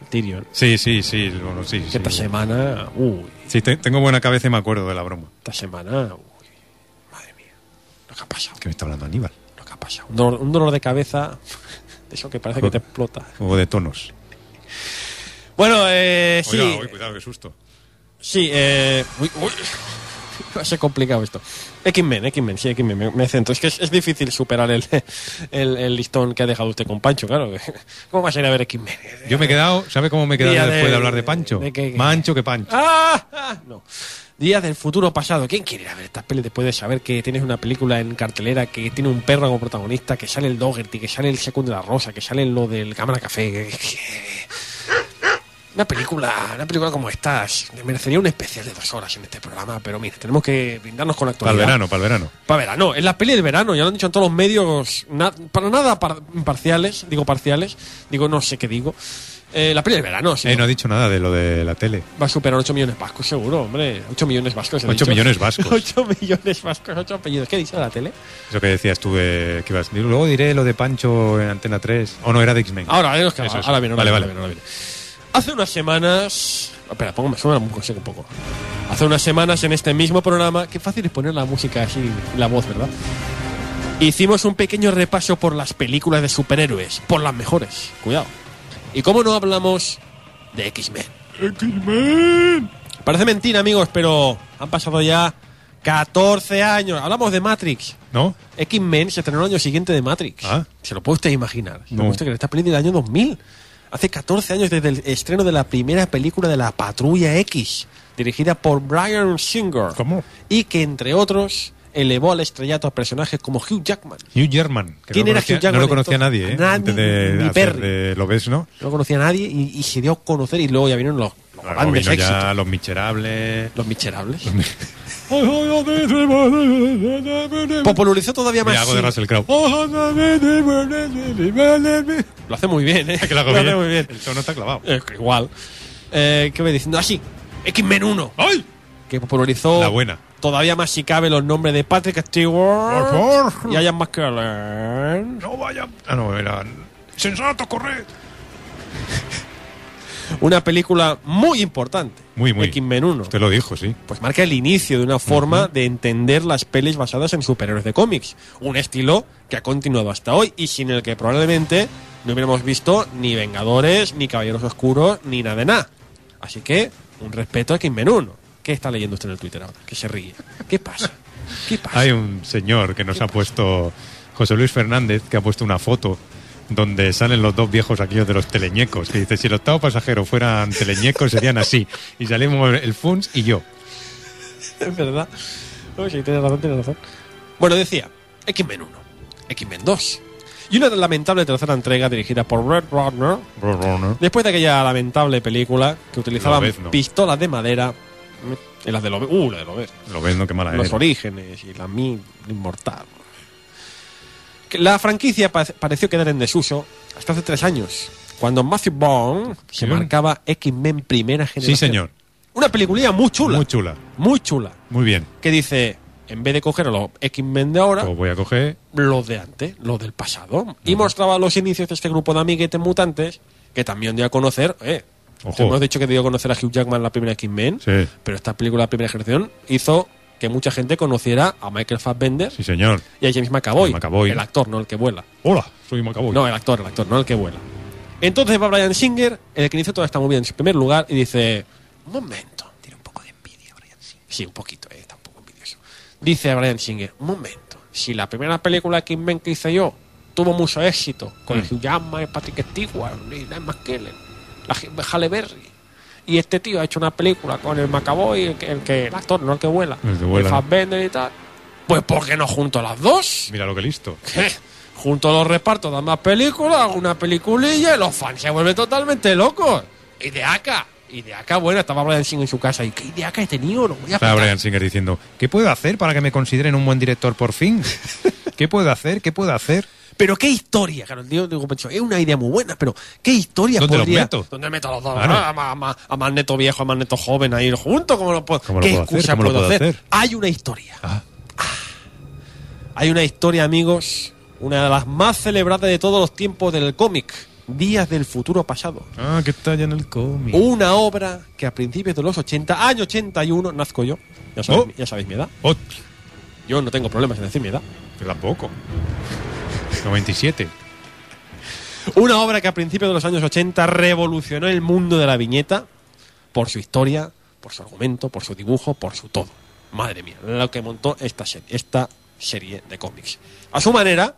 Speaker 11: Tyrion.
Speaker 10: Sí, sí, sí. Bueno, sí, sí.
Speaker 11: Que esta semana. Uy,
Speaker 10: Sí, te- tengo buena cabeza y me acuerdo de la broma.
Speaker 11: esta semana. uy,
Speaker 10: ¿Qué me está hablando Aníbal?
Speaker 11: un, dolor, un dolor de cabeza. De eso que parece que
Speaker 10: [laughs]
Speaker 11: te explota.
Speaker 10: Juego de tonos.
Speaker 11: Bueno, eh, sí.
Speaker 10: Oiga, uy, cuidado, qué susto.
Speaker 11: Sí, eh. Uy, uy. Va a ser complicado esto. X-Men, X-Men, sí, X-Men, me, me centro. Es que es, es difícil superar el, [laughs] el, el listón que ha dejado usted con Pancho, claro. ¿Cómo vas a ir a ver X-Men?
Speaker 10: Yo me he quedado, ¿sabe cómo me he quedado
Speaker 11: Día
Speaker 10: después de,
Speaker 11: de-
Speaker 10: hablar de Pancho?
Speaker 11: de que-
Speaker 10: Mancho que Pancho.
Speaker 11: ¡Ah! ah, No. Días del futuro pasado. ¿Quién quiere ir a ver estas pelis después de saber que tienes una película en cartelera, que tiene un perro como protagonista, que sale el Dougherty, que sale el segundo de la Rosa, que sale lo del Cámara Café? que- que- Una película, una película como estas. Merecería un especial de dos horas en este programa, pero mira, tenemos que brindarnos con la
Speaker 10: Para
Speaker 11: actualidad.
Speaker 10: el verano, para el verano.
Speaker 11: Para verano, es la peli del verano, ya lo han dicho en todos los medios, na- para nada par- parciales, digo parciales, digo no sé qué digo. Eh, la peli del verano, sí.
Speaker 10: Eh, no ha dicho nada de lo de la tele.
Speaker 11: Va a superar 8 millones vascos, seguro, hombre. 8 millones vascos. he
Speaker 10: 8
Speaker 11: dicho.
Speaker 10: millones
Speaker 11: [laughs]
Speaker 10: vascos.
Speaker 11: 8 millones vascos, 8 apellidos. ¿Qué dice la tele?
Speaker 10: Eso que decías tú de, que ibas. y Luego diré lo de Pancho en Antena 3. O no, era de X-Men.
Speaker 11: Ahora, ahora, nos queda-
Speaker 10: Eso es.
Speaker 11: ahora viene, ahora
Speaker 10: Vale,
Speaker 11: viene,
Speaker 10: vale.
Speaker 11: ahora viene, ahora viene. Hace unas semanas. Espera, pongo, sube la música un poco. Hace unas semanas en este mismo programa. Qué fácil es poner la música así, la voz, ¿verdad? Hicimos un pequeño repaso por las películas de superhéroes, por las mejores, cuidado. Y cómo no hablamos de X-Men. X-Men. Parece mentira, amigos, pero han pasado ya 14 años. Hablamos de Matrix.
Speaker 10: ¿No? Ah.
Speaker 11: X-Men se estrenó el año siguiente de Matrix. Se lo puede usted imaginar. Se lo
Speaker 10: No.
Speaker 11: puede usted creer. Esta peli del año 2000. Hace 14 años desde el estreno de la primera película de la Patrulla X, dirigida por Brian Singer. Y que, entre otros, elevó al estrellato a personajes como Hugh Jackman.
Speaker 10: Hugh German. que
Speaker 11: ¿Quién
Speaker 10: no
Speaker 11: era
Speaker 10: conocía-
Speaker 11: Hugh Jackman
Speaker 10: No lo conocía
Speaker 11: entonces?
Speaker 10: nadie, ¿eh?
Speaker 11: Nadie,
Speaker 10: Antes de
Speaker 11: ni
Speaker 10: hacer
Speaker 11: Perry.
Speaker 10: de- lo ves, ¿no?
Speaker 11: No lo conocía nadie y, y se dio a conocer y luego ya vinieron los, los
Speaker 10: Luego
Speaker 11: grandes
Speaker 10: vino ya
Speaker 11: éxitos.
Speaker 10: Los Miserables.
Speaker 11: Los Miserables. Popularizó todavía más.
Speaker 10: Me hago de
Speaker 11: sí.
Speaker 10: Russell Crowe.
Speaker 11: Lo hace muy bien, ¿eh?
Speaker 10: que lo hago
Speaker 11: hace
Speaker 10: bien.
Speaker 11: muy bien.
Speaker 10: El tono está clavado.
Speaker 11: Eh, que igual. Eh, ¿Qué voy diciendo? Así. X-Men 1. Que popularizó.
Speaker 10: La buena.
Speaker 11: Todavía más si cabe los nombres de Patrick Stewart.
Speaker 10: Por favor.
Speaker 11: Y Ian McKellen.
Speaker 10: No vayan. Ah, no, era. ¡Sensato, corre!
Speaker 11: [laughs] Una película muy importante.
Speaker 10: Muy, muy.
Speaker 11: X-Men 1.
Speaker 10: Usted lo dijo, sí.
Speaker 11: Pues marca el inicio de una forma de entender las pelis basadas en superhéroes de cómics. Un estilo que ha continuado hasta hoy y sin el que probablemente no hubiéramos visto ni Vengadores, ni Caballeros Oscuros, ni nada de nada. Así que, un respeto a X-Men 1. ¿Qué está leyendo usted en el Twitter ahora? Que se ríe. ¿Qué pasa?
Speaker 10: Hay un señor que nos ha puesto, José Luis Fernández, que ha puesto una foto donde salen los dos viejos aquellos de los teleñecos, que dice, si el octavo pasajero fueran teleñecos serían así. Y salimos el Funs y yo.
Speaker 11: [laughs] es verdad. No, sí, tienes razón, tienes razón. Bueno, decía, X-Men 1, X-Men 2. Y una lamentable tercera entrega dirigida por Red Rodner, Después de aquella lamentable película que utilizaban
Speaker 10: Lobezno.
Speaker 11: pistolas de madera. mm, Y las de Lobe. Uh, la de Lobe.
Speaker 10: Lo ves, no, qué mala
Speaker 11: Los
Speaker 10: era.
Speaker 11: orígenes y la mi inmortal. Que La franquicia pa- pareció quedar en desuso hasta hace tres años, cuando Matthew Vaughn se marcaba X-Men primera generación.
Speaker 10: Sí, señor.
Speaker 11: Una peliculilla muy chula. Muy
Speaker 10: chula.
Speaker 11: Muy chula.
Speaker 10: Muy bien.
Speaker 11: Que dice, en vez de coger a los X-Men de ahora,
Speaker 10: Voy a coger.
Speaker 11: los de antes, los del pasado. Y mostraba los inicios de este grupo de amiguetes mutantes que también dio a conocer. Eh,
Speaker 10: Ojo.
Speaker 11: hemos dicho que dio a conocer a Hugh Jackman la primera X-Men,
Speaker 10: Sí,
Speaker 11: pero esta película, la primera generación, hizo que mucha gente conociera a Michael Fassbender
Speaker 10: sí, señor.
Speaker 11: y a James McAvoy,
Speaker 10: McAvoy.
Speaker 11: el actor, no el que vuela.
Speaker 10: Hola, soy Macaboy.
Speaker 11: No, el actor, el actor, no el que vuela. Entonces va Brian Singer, el que inició toda esta movida en su primer lugar, y dice: Un momento. Tiene un poco de envidia, Brian Singer. Sí, un poquito, eh, está un poco envidioso. Dice Brian Singer: Un momento. Si la primera película que men que hice yo tuvo mucho éxito, con
Speaker 10: Mm.
Speaker 11: el Hugh Jackman, el Patrick Stewart, y la McKellen, la G- Halle Berry, y este tío ha hecho una película con el Macaboy, el, que- el que, el actor, no el que vuela,
Speaker 10: El que vuela,
Speaker 11: el
Speaker 10: ¿no?
Speaker 11: Fassbender y tal, pues ¿por qué no junto las dos? ¿Eh?
Speaker 10: Mira lo
Speaker 11: [laughs]
Speaker 10: que listo.
Speaker 11: ¿Qué? Junto a los repartos dan más películas, hago una peliculilla y los fans se vuelven totalmente locos. Y de acá, y de acá, bueno, estaba Brian Singer en su casa. ¿Y qué idea que he tenido? Lo voy a
Speaker 10: Está
Speaker 11: petar.
Speaker 10: Brian Singer diciendo, ¿qué puedo hacer para que me consideren un buen director por fin? ¿Qué puedo hacer? ¿Qué puedo hacer?
Speaker 11: Pero qué historia, claro, el tío digo, pensó, es una idea muy buena, pero ¿qué historia
Speaker 10: ¿Dónde los
Speaker 11: podría-
Speaker 10: meto?
Speaker 11: ¿Dónde meto a los dos?
Speaker 10: Claro.
Speaker 11: Ah, A, ma- a ma- a Magneto viejo, a Magneto joven ahí juntos, ¿cómo lo puedo,
Speaker 10: ¿Cómo lo
Speaker 11: ¿Qué
Speaker 10: puedo hacer?
Speaker 11: excusa
Speaker 10: ¿Cómo lo
Speaker 11: puedo,
Speaker 10: puedo
Speaker 11: hacer?
Speaker 10: hacer?
Speaker 11: Hay una historia. Ah. Hay una historia, amigos, una de las más celebradas de todos los tiempos del cómic, Días del futuro pasado.
Speaker 10: Ah, que está ya en el cómic.
Speaker 11: Una obra que a principios de los 80, año 81, nazco yo. Ya
Speaker 10: Oh.
Speaker 11: sabéis, ya sabéis mi edad. Yo no tengo problemas en decir mi edad.
Speaker 10: Yo tampoco. 97.
Speaker 11: Una obra que a principios de los años 80 revolucionó el mundo de la viñeta por su historia, por su argumento, por su dibujo, por su todo. Madre mía, lo que montó esta serie, esta serie de cómics. A su manera,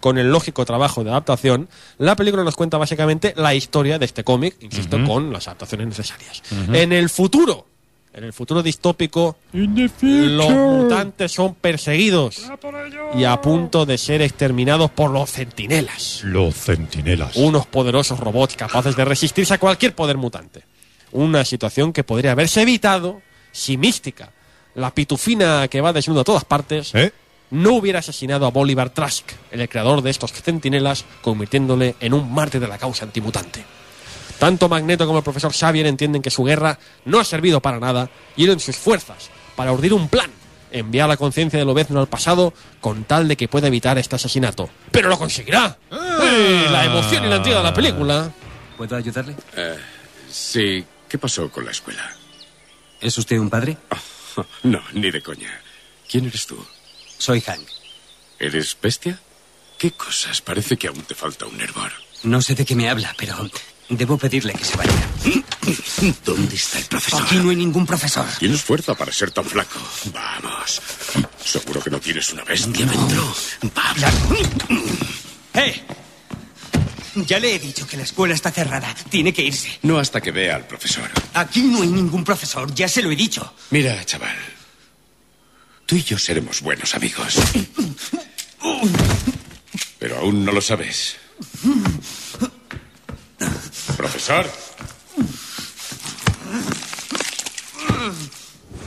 Speaker 11: con el lógico trabajo de adaptación, la película nos cuenta básicamente la historia de este cómic, insisto, con las adaptaciones necesarias. En el futuro, en el futuro distópico, los mutantes son perseguidos y a punto de ser exterminados por los centinelas.
Speaker 10: Los centinelas.
Speaker 11: Unos poderosos robots capaces de resistirse a cualquier poder mutante. Una situación que podría haberse evitado si Mística, la pitufina que va desnuda a todas partes, no hubiera asesinado a Bolívar Trask, el creador de estos centinelas, convirtiéndole en un mártir de la causa antimutante. Tanto Magneto como el profesor Xavier entienden que su guerra no ha servido para nada y unen sus fuerzas para urdir un plan, enviar la conciencia del obezno al pasado con tal de que pueda evitar este asesinato. Pero lo conseguirá. ¡Eh! La emoción y la antigua de la película.
Speaker 21: ¿Puedo ayudarle?
Speaker 7: Sí, ¿qué pasó con la escuela? Oh,
Speaker 21: ¿Es usted un padre?
Speaker 7: [laughs] No, ni de coña. ¿Quién eres tú?
Speaker 21: Soy Hank.
Speaker 7: ¿Eres bestia? ¿Qué cosas? Parece que aún te falta un hervor.
Speaker 21: No sé de qué me habla, pero debo pedirle que se vaya.
Speaker 7: [clears throat] ¿Dónde está el profesor?
Speaker 21: Aquí no hay ningún profesor.
Speaker 7: Tienes fuerza para ser tan flaco. Vamos. [clears throat] Seguro que no tienes una bestia dentro.
Speaker 21: ¡Eh! Ya le he dicho que la escuela está cerrada. Tiene que irse.
Speaker 7: No hasta que vea al profesor.
Speaker 21: Aquí no hay ningún profesor. Ya se lo he dicho.
Speaker 7: Mira, chaval. Tú y yo seremos buenos amigos. Pero aún no lo sabes. Profesor.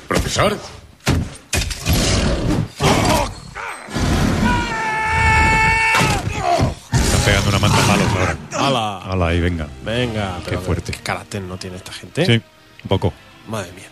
Speaker 7: Profesor.
Speaker 10: Están pegando una manta malos ahora.
Speaker 11: ¡Hala!
Speaker 10: Hala, ahí venga.
Speaker 11: Venga, pero
Speaker 10: Qué fuerte.
Speaker 11: ¿Qué carácter no tiene esta gente?
Speaker 10: Sí, un poco.
Speaker 11: Madre mía.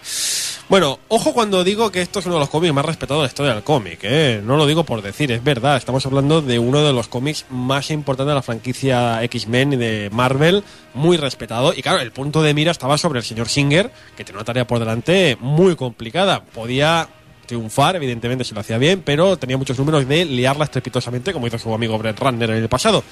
Speaker 11: Bueno, ojo cuando digo que esto es uno de los cómics más respetados de la historia del cómic, ¿eh? No lo digo por decir, es verdad. Estamos hablando de uno de los cómics más importantes de la franquicia X-Men y de Marvel, muy respetado. Y claro, el punto de mira estaba sobre el señor Singer, que tenía una tarea por delante muy complicada. Podía triunfar, evidentemente, si lo hacía bien, pero tenía muchos números de liarla estrepitosamente, como hizo su amigo Brett Ratner en el pasado.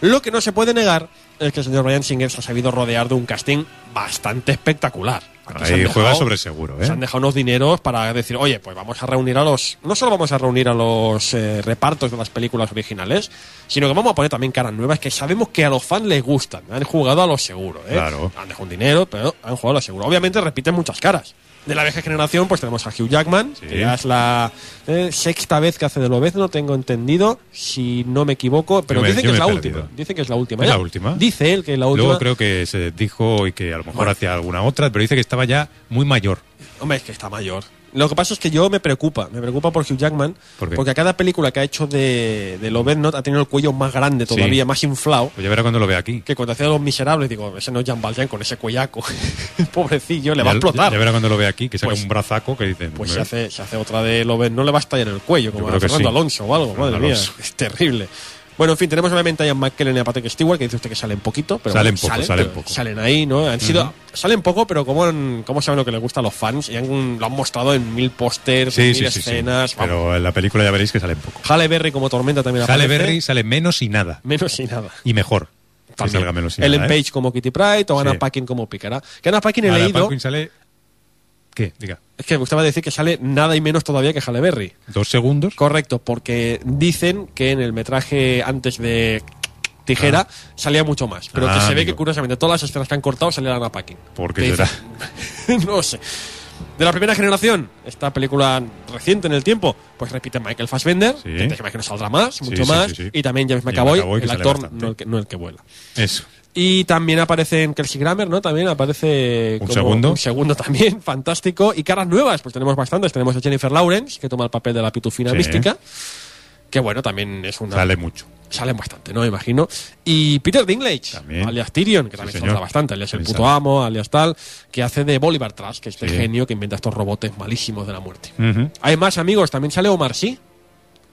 Speaker 11: Lo que no se puede negar es que el señor Brian Singer se ha sabido rodear de un casting bastante espectacular. Aquí se han
Speaker 10: Ahí juega
Speaker 11: dejado-
Speaker 10: sobre seguro,
Speaker 11: se han
Speaker 10: ¿eh?
Speaker 11: dejado unos dineros para decir, oye, pues vamos a reunir a los. No solo vamos a reunir a los eh, repartos de las películas originales, sino que vamos a poner también caras nuevas que sabemos que a los fans les gustan. Han jugado a lo seguro, ¿eh?
Speaker 10: Claro.
Speaker 11: Han dejado un dinero, pero han jugado a lo seguro. Obviamente repiten muchas caras. De la vieja generación, pues tenemos a Hugh Jackman, que ya es la eh, sexta vez que hace de Lobez, no tengo entendido, si no me equivoco, pero
Speaker 10: Yo me-
Speaker 11: dicen que
Speaker 10: yo
Speaker 11: es
Speaker 10: me
Speaker 11: la
Speaker 10: he
Speaker 11: última.
Speaker 10: perdido.
Speaker 11: Dicen que es la última.
Speaker 10: ¿Es la
Speaker 11: ya.
Speaker 10: última?
Speaker 11: Dice él que es la última.
Speaker 10: Luego creo que se dijo y que a lo mejor hacía alguna otra, pero dice que estaba ya muy mayor.
Speaker 11: Hombre, es que está mayor. Lo que pasa es que yo me preocupa, me preocupa por Hugh Jackman,
Speaker 10: ¿Por qué?
Speaker 11: porque a cada película que ha hecho de, de Love Not ha tenido el cuello más grande
Speaker 10: Sí.
Speaker 11: todavía, más inflado,
Speaker 10: Pues ya verá cuando lo vea aquí.
Speaker 11: que cuando hacía Los Miserables, digo, ese no es Jean Valjean con ese cuellaco, [laughs] pobrecillo, le va
Speaker 10: Ya-
Speaker 11: a explotar.
Speaker 10: Ya verá cuando lo vea aquí, que saca
Speaker 11: Pues-
Speaker 10: un brazaco que dice.
Speaker 11: Pues
Speaker 10: me-
Speaker 11: se hace, se hace otra de Loven, no le va a estallar el cuello, como
Speaker 10: creo
Speaker 11: a
Speaker 10: que
Speaker 11: Fernando
Speaker 10: sí.
Speaker 11: Alonso o algo, madre
Speaker 10: Fernando
Speaker 11: mía,
Speaker 10: Alonso.
Speaker 11: es terrible. Bueno, en fin, tenemos obviamente a Ian McKellen y a Patrick Stewart, que dice usted que salen poquito, pero
Speaker 10: Salen
Speaker 11: bueno,
Speaker 10: poco, salen
Speaker 11: pero
Speaker 10: poco.
Speaker 11: salen ahí, ¿no? Han sido,
Speaker 10: Ujú.
Speaker 11: salen poco, pero como, han- como saben lo que les gusta a los fans, y han- lo han mostrado en mil pósters, en
Speaker 10: Sí,
Speaker 11: mil
Speaker 10: sí, sí, sí.
Speaker 11: escenas. vamos.
Speaker 10: Pero en la película ya veréis que sale poco.
Speaker 11: Halle Berry como tormenta también
Speaker 10: Sale
Speaker 11: aparece,
Speaker 10: Berry, sale menos y nada.
Speaker 11: menos y nada.
Speaker 10: Y mejor. que
Speaker 11: También.
Speaker 10: salga menos y
Speaker 11: Ellen
Speaker 10: nada. ¿eh?
Speaker 11: Page como Kitty Pryde o Anna
Speaker 10: Sí.
Speaker 11: Paquin como Picara. Que Anna Paquin he
Speaker 10: Anna
Speaker 11: leído,
Speaker 10: Paquin sale. ¿Qué? Diga.
Speaker 11: es que me gustaba decir que sale nada y menos todavía que Halle Berry.
Speaker 10: Dos segundos.
Speaker 11: Correcto, porque dicen que en el metraje antes de Tijera salía mucho más, pero que
Speaker 10: Ah,
Speaker 11: se ve
Speaker 10: amigo.
Speaker 11: que curiosamente todas las escenas que han cortado salían a Anna Paquin. [laughs]
Speaker 10: Porque
Speaker 11: ¿Qué
Speaker 10: será.
Speaker 11: no sé. De la primera generación, esta película reciente en el tiempo, pues repite Michael Fassbender, que te imaginas que no saldrá más, mucho
Speaker 10: sí,
Speaker 11: más,
Speaker 10: sí, sí.
Speaker 11: y también James
Speaker 10: Y
Speaker 11: McAvoy,
Speaker 10: McAvoy, que
Speaker 11: el
Speaker 10: sale
Speaker 11: actor,
Speaker 10: bastante.
Speaker 11: no el, que, no el que vuela.
Speaker 10: Eso.
Speaker 11: Y también aparecen Kelsey Grammer, ¿no? También aparece
Speaker 10: Un segundo.
Speaker 11: un segundo también, [laughs] fantástico. Y caras nuevas, pues tenemos bastantes. Tenemos a Jennifer Lawrence, que toma el papel de la pitufina
Speaker 10: Sí.
Speaker 11: mística, que bueno, también es una...
Speaker 10: Sale mucho.
Speaker 11: Salen bastante, ¿no? Me imagino. Y Peter Dinklage, alias Tyrion, que también
Speaker 10: señor.
Speaker 11: se habla bastante, alias el
Speaker 10: Ahí
Speaker 11: puto
Speaker 10: sale.
Speaker 11: amo, alias tal, que hace de Bolivar Trash, que es este
Speaker 10: Sí.
Speaker 11: genio que inventa estos robotes malísimos de la muerte.
Speaker 10: Ujú.
Speaker 11: Hay más amigos, también sale Omar Sy.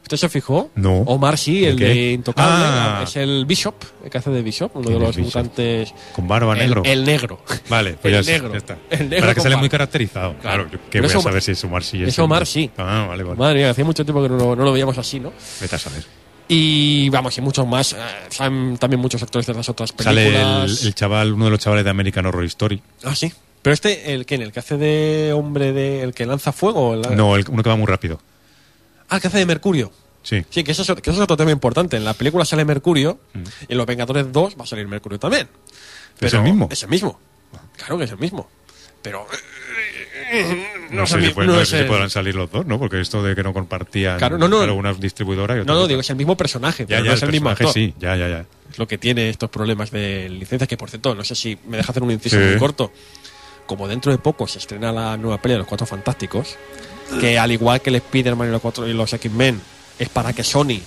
Speaker 11: ¿Usted se fijó?
Speaker 10: No.
Speaker 11: Omar Sy,
Speaker 10: ¿El
Speaker 11: el
Speaker 10: qué?
Speaker 11: de Intocable,
Speaker 10: Ah.
Speaker 11: es el Bishop, el que hace de Bishop, uno de
Speaker 10: ¿Quién es
Speaker 11: los
Speaker 10: Bishop?
Speaker 11: mutantes.
Speaker 10: Con barba
Speaker 11: el-
Speaker 10: negro.
Speaker 11: El negro.
Speaker 10: Vale, pues
Speaker 11: [laughs]
Speaker 10: ya
Speaker 11: el
Speaker 10: está,
Speaker 11: negro.
Speaker 10: ya está.
Speaker 11: El negro
Speaker 10: Para que
Speaker 11: con
Speaker 10: sale muy
Speaker 11: barba.
Speaker 10: caracterizado. Claro, yo que
Speaker 11: Pero
Speaker 10: voy
Speaker 11: es
Speaker 10: a
Speaker 11: Omar-
Speaker 10: saber si es Omar sí.
Speaker 11: es Omar
Speaker 10: sí.
Speaker 11: sí.
Speaker 10: Ah, vale, vale.
Speaker 11: Madre mía, hacía mucho tiempo que no, no lo veíamos así, ¿no?
Speaker 10: Vete a saber.
Speaker 11: Y vamos, y muchos más. eh, salen también muchos actores de las otras
Speaker 10: Sale el,
Speaker 11: películas.
Speaker 10: el chaval, uno de los chavales de American Horror Story.
Speaker 11: Ah, sí. Pero este, ¿el quién? ¿El que hace de hombre de. el que lanza fuego? El-
Speaker 10: No, el, uno que va muy rápido.
Speaker 11: Ah, el que hace de Mercurio.
Speaker 10: Sí. Mm.
Speaker 11: Sí, que eso, es, que eso es otro tema importante. En la película sale Mercurio, y en Los Vengadores 2 va a salir Mercurio también.
Speaker 10: ¿Es el mismo? Ah.
Speaker 11: Es el mismo. Claro que es el mismo. Pero. eh,
Speaker 10: No,
Speaker 11: es
Speaker 10: sé,
Speaker 11: el
Speaker 10: si
Speaker 11: mi-
Speaker 10: pueden- no
Speaker 11: es
Speaker 10: sé si
Speaker 11: el-
Speaker 10: podrán salir los dos, ¿no? Porque esto de que no compartían
Speaker 11: Claro, no, no.
Speaker 10: algunas distribuidoras. y
Speaker 11: No,
Speaker 10: otras
Speaker 11: no,
Speaker 10: otras.
Speaker 11: digo, es el mismo personaje,
Speaker 10: Ya,
Speaker 11: pero
Speaker 10: ya,
Speaker 11: no es el, mismo
Speaker 10: personaje
Speaker 11: actor.
Speaker 10: sí, ya, ya, ya.
Speaker 11: Lo que tiene estos problemas de licencias, que por cierto, no sé si me deja hacer un inciso
Speaker 10: Sí.
Speaker 11: muy corto. Como dentro de poco se estrena la nueva peli de los Cuatro Fantásticos, que al igual que el Spider-Man y los, cuatro- y los X-Men, es para que Sony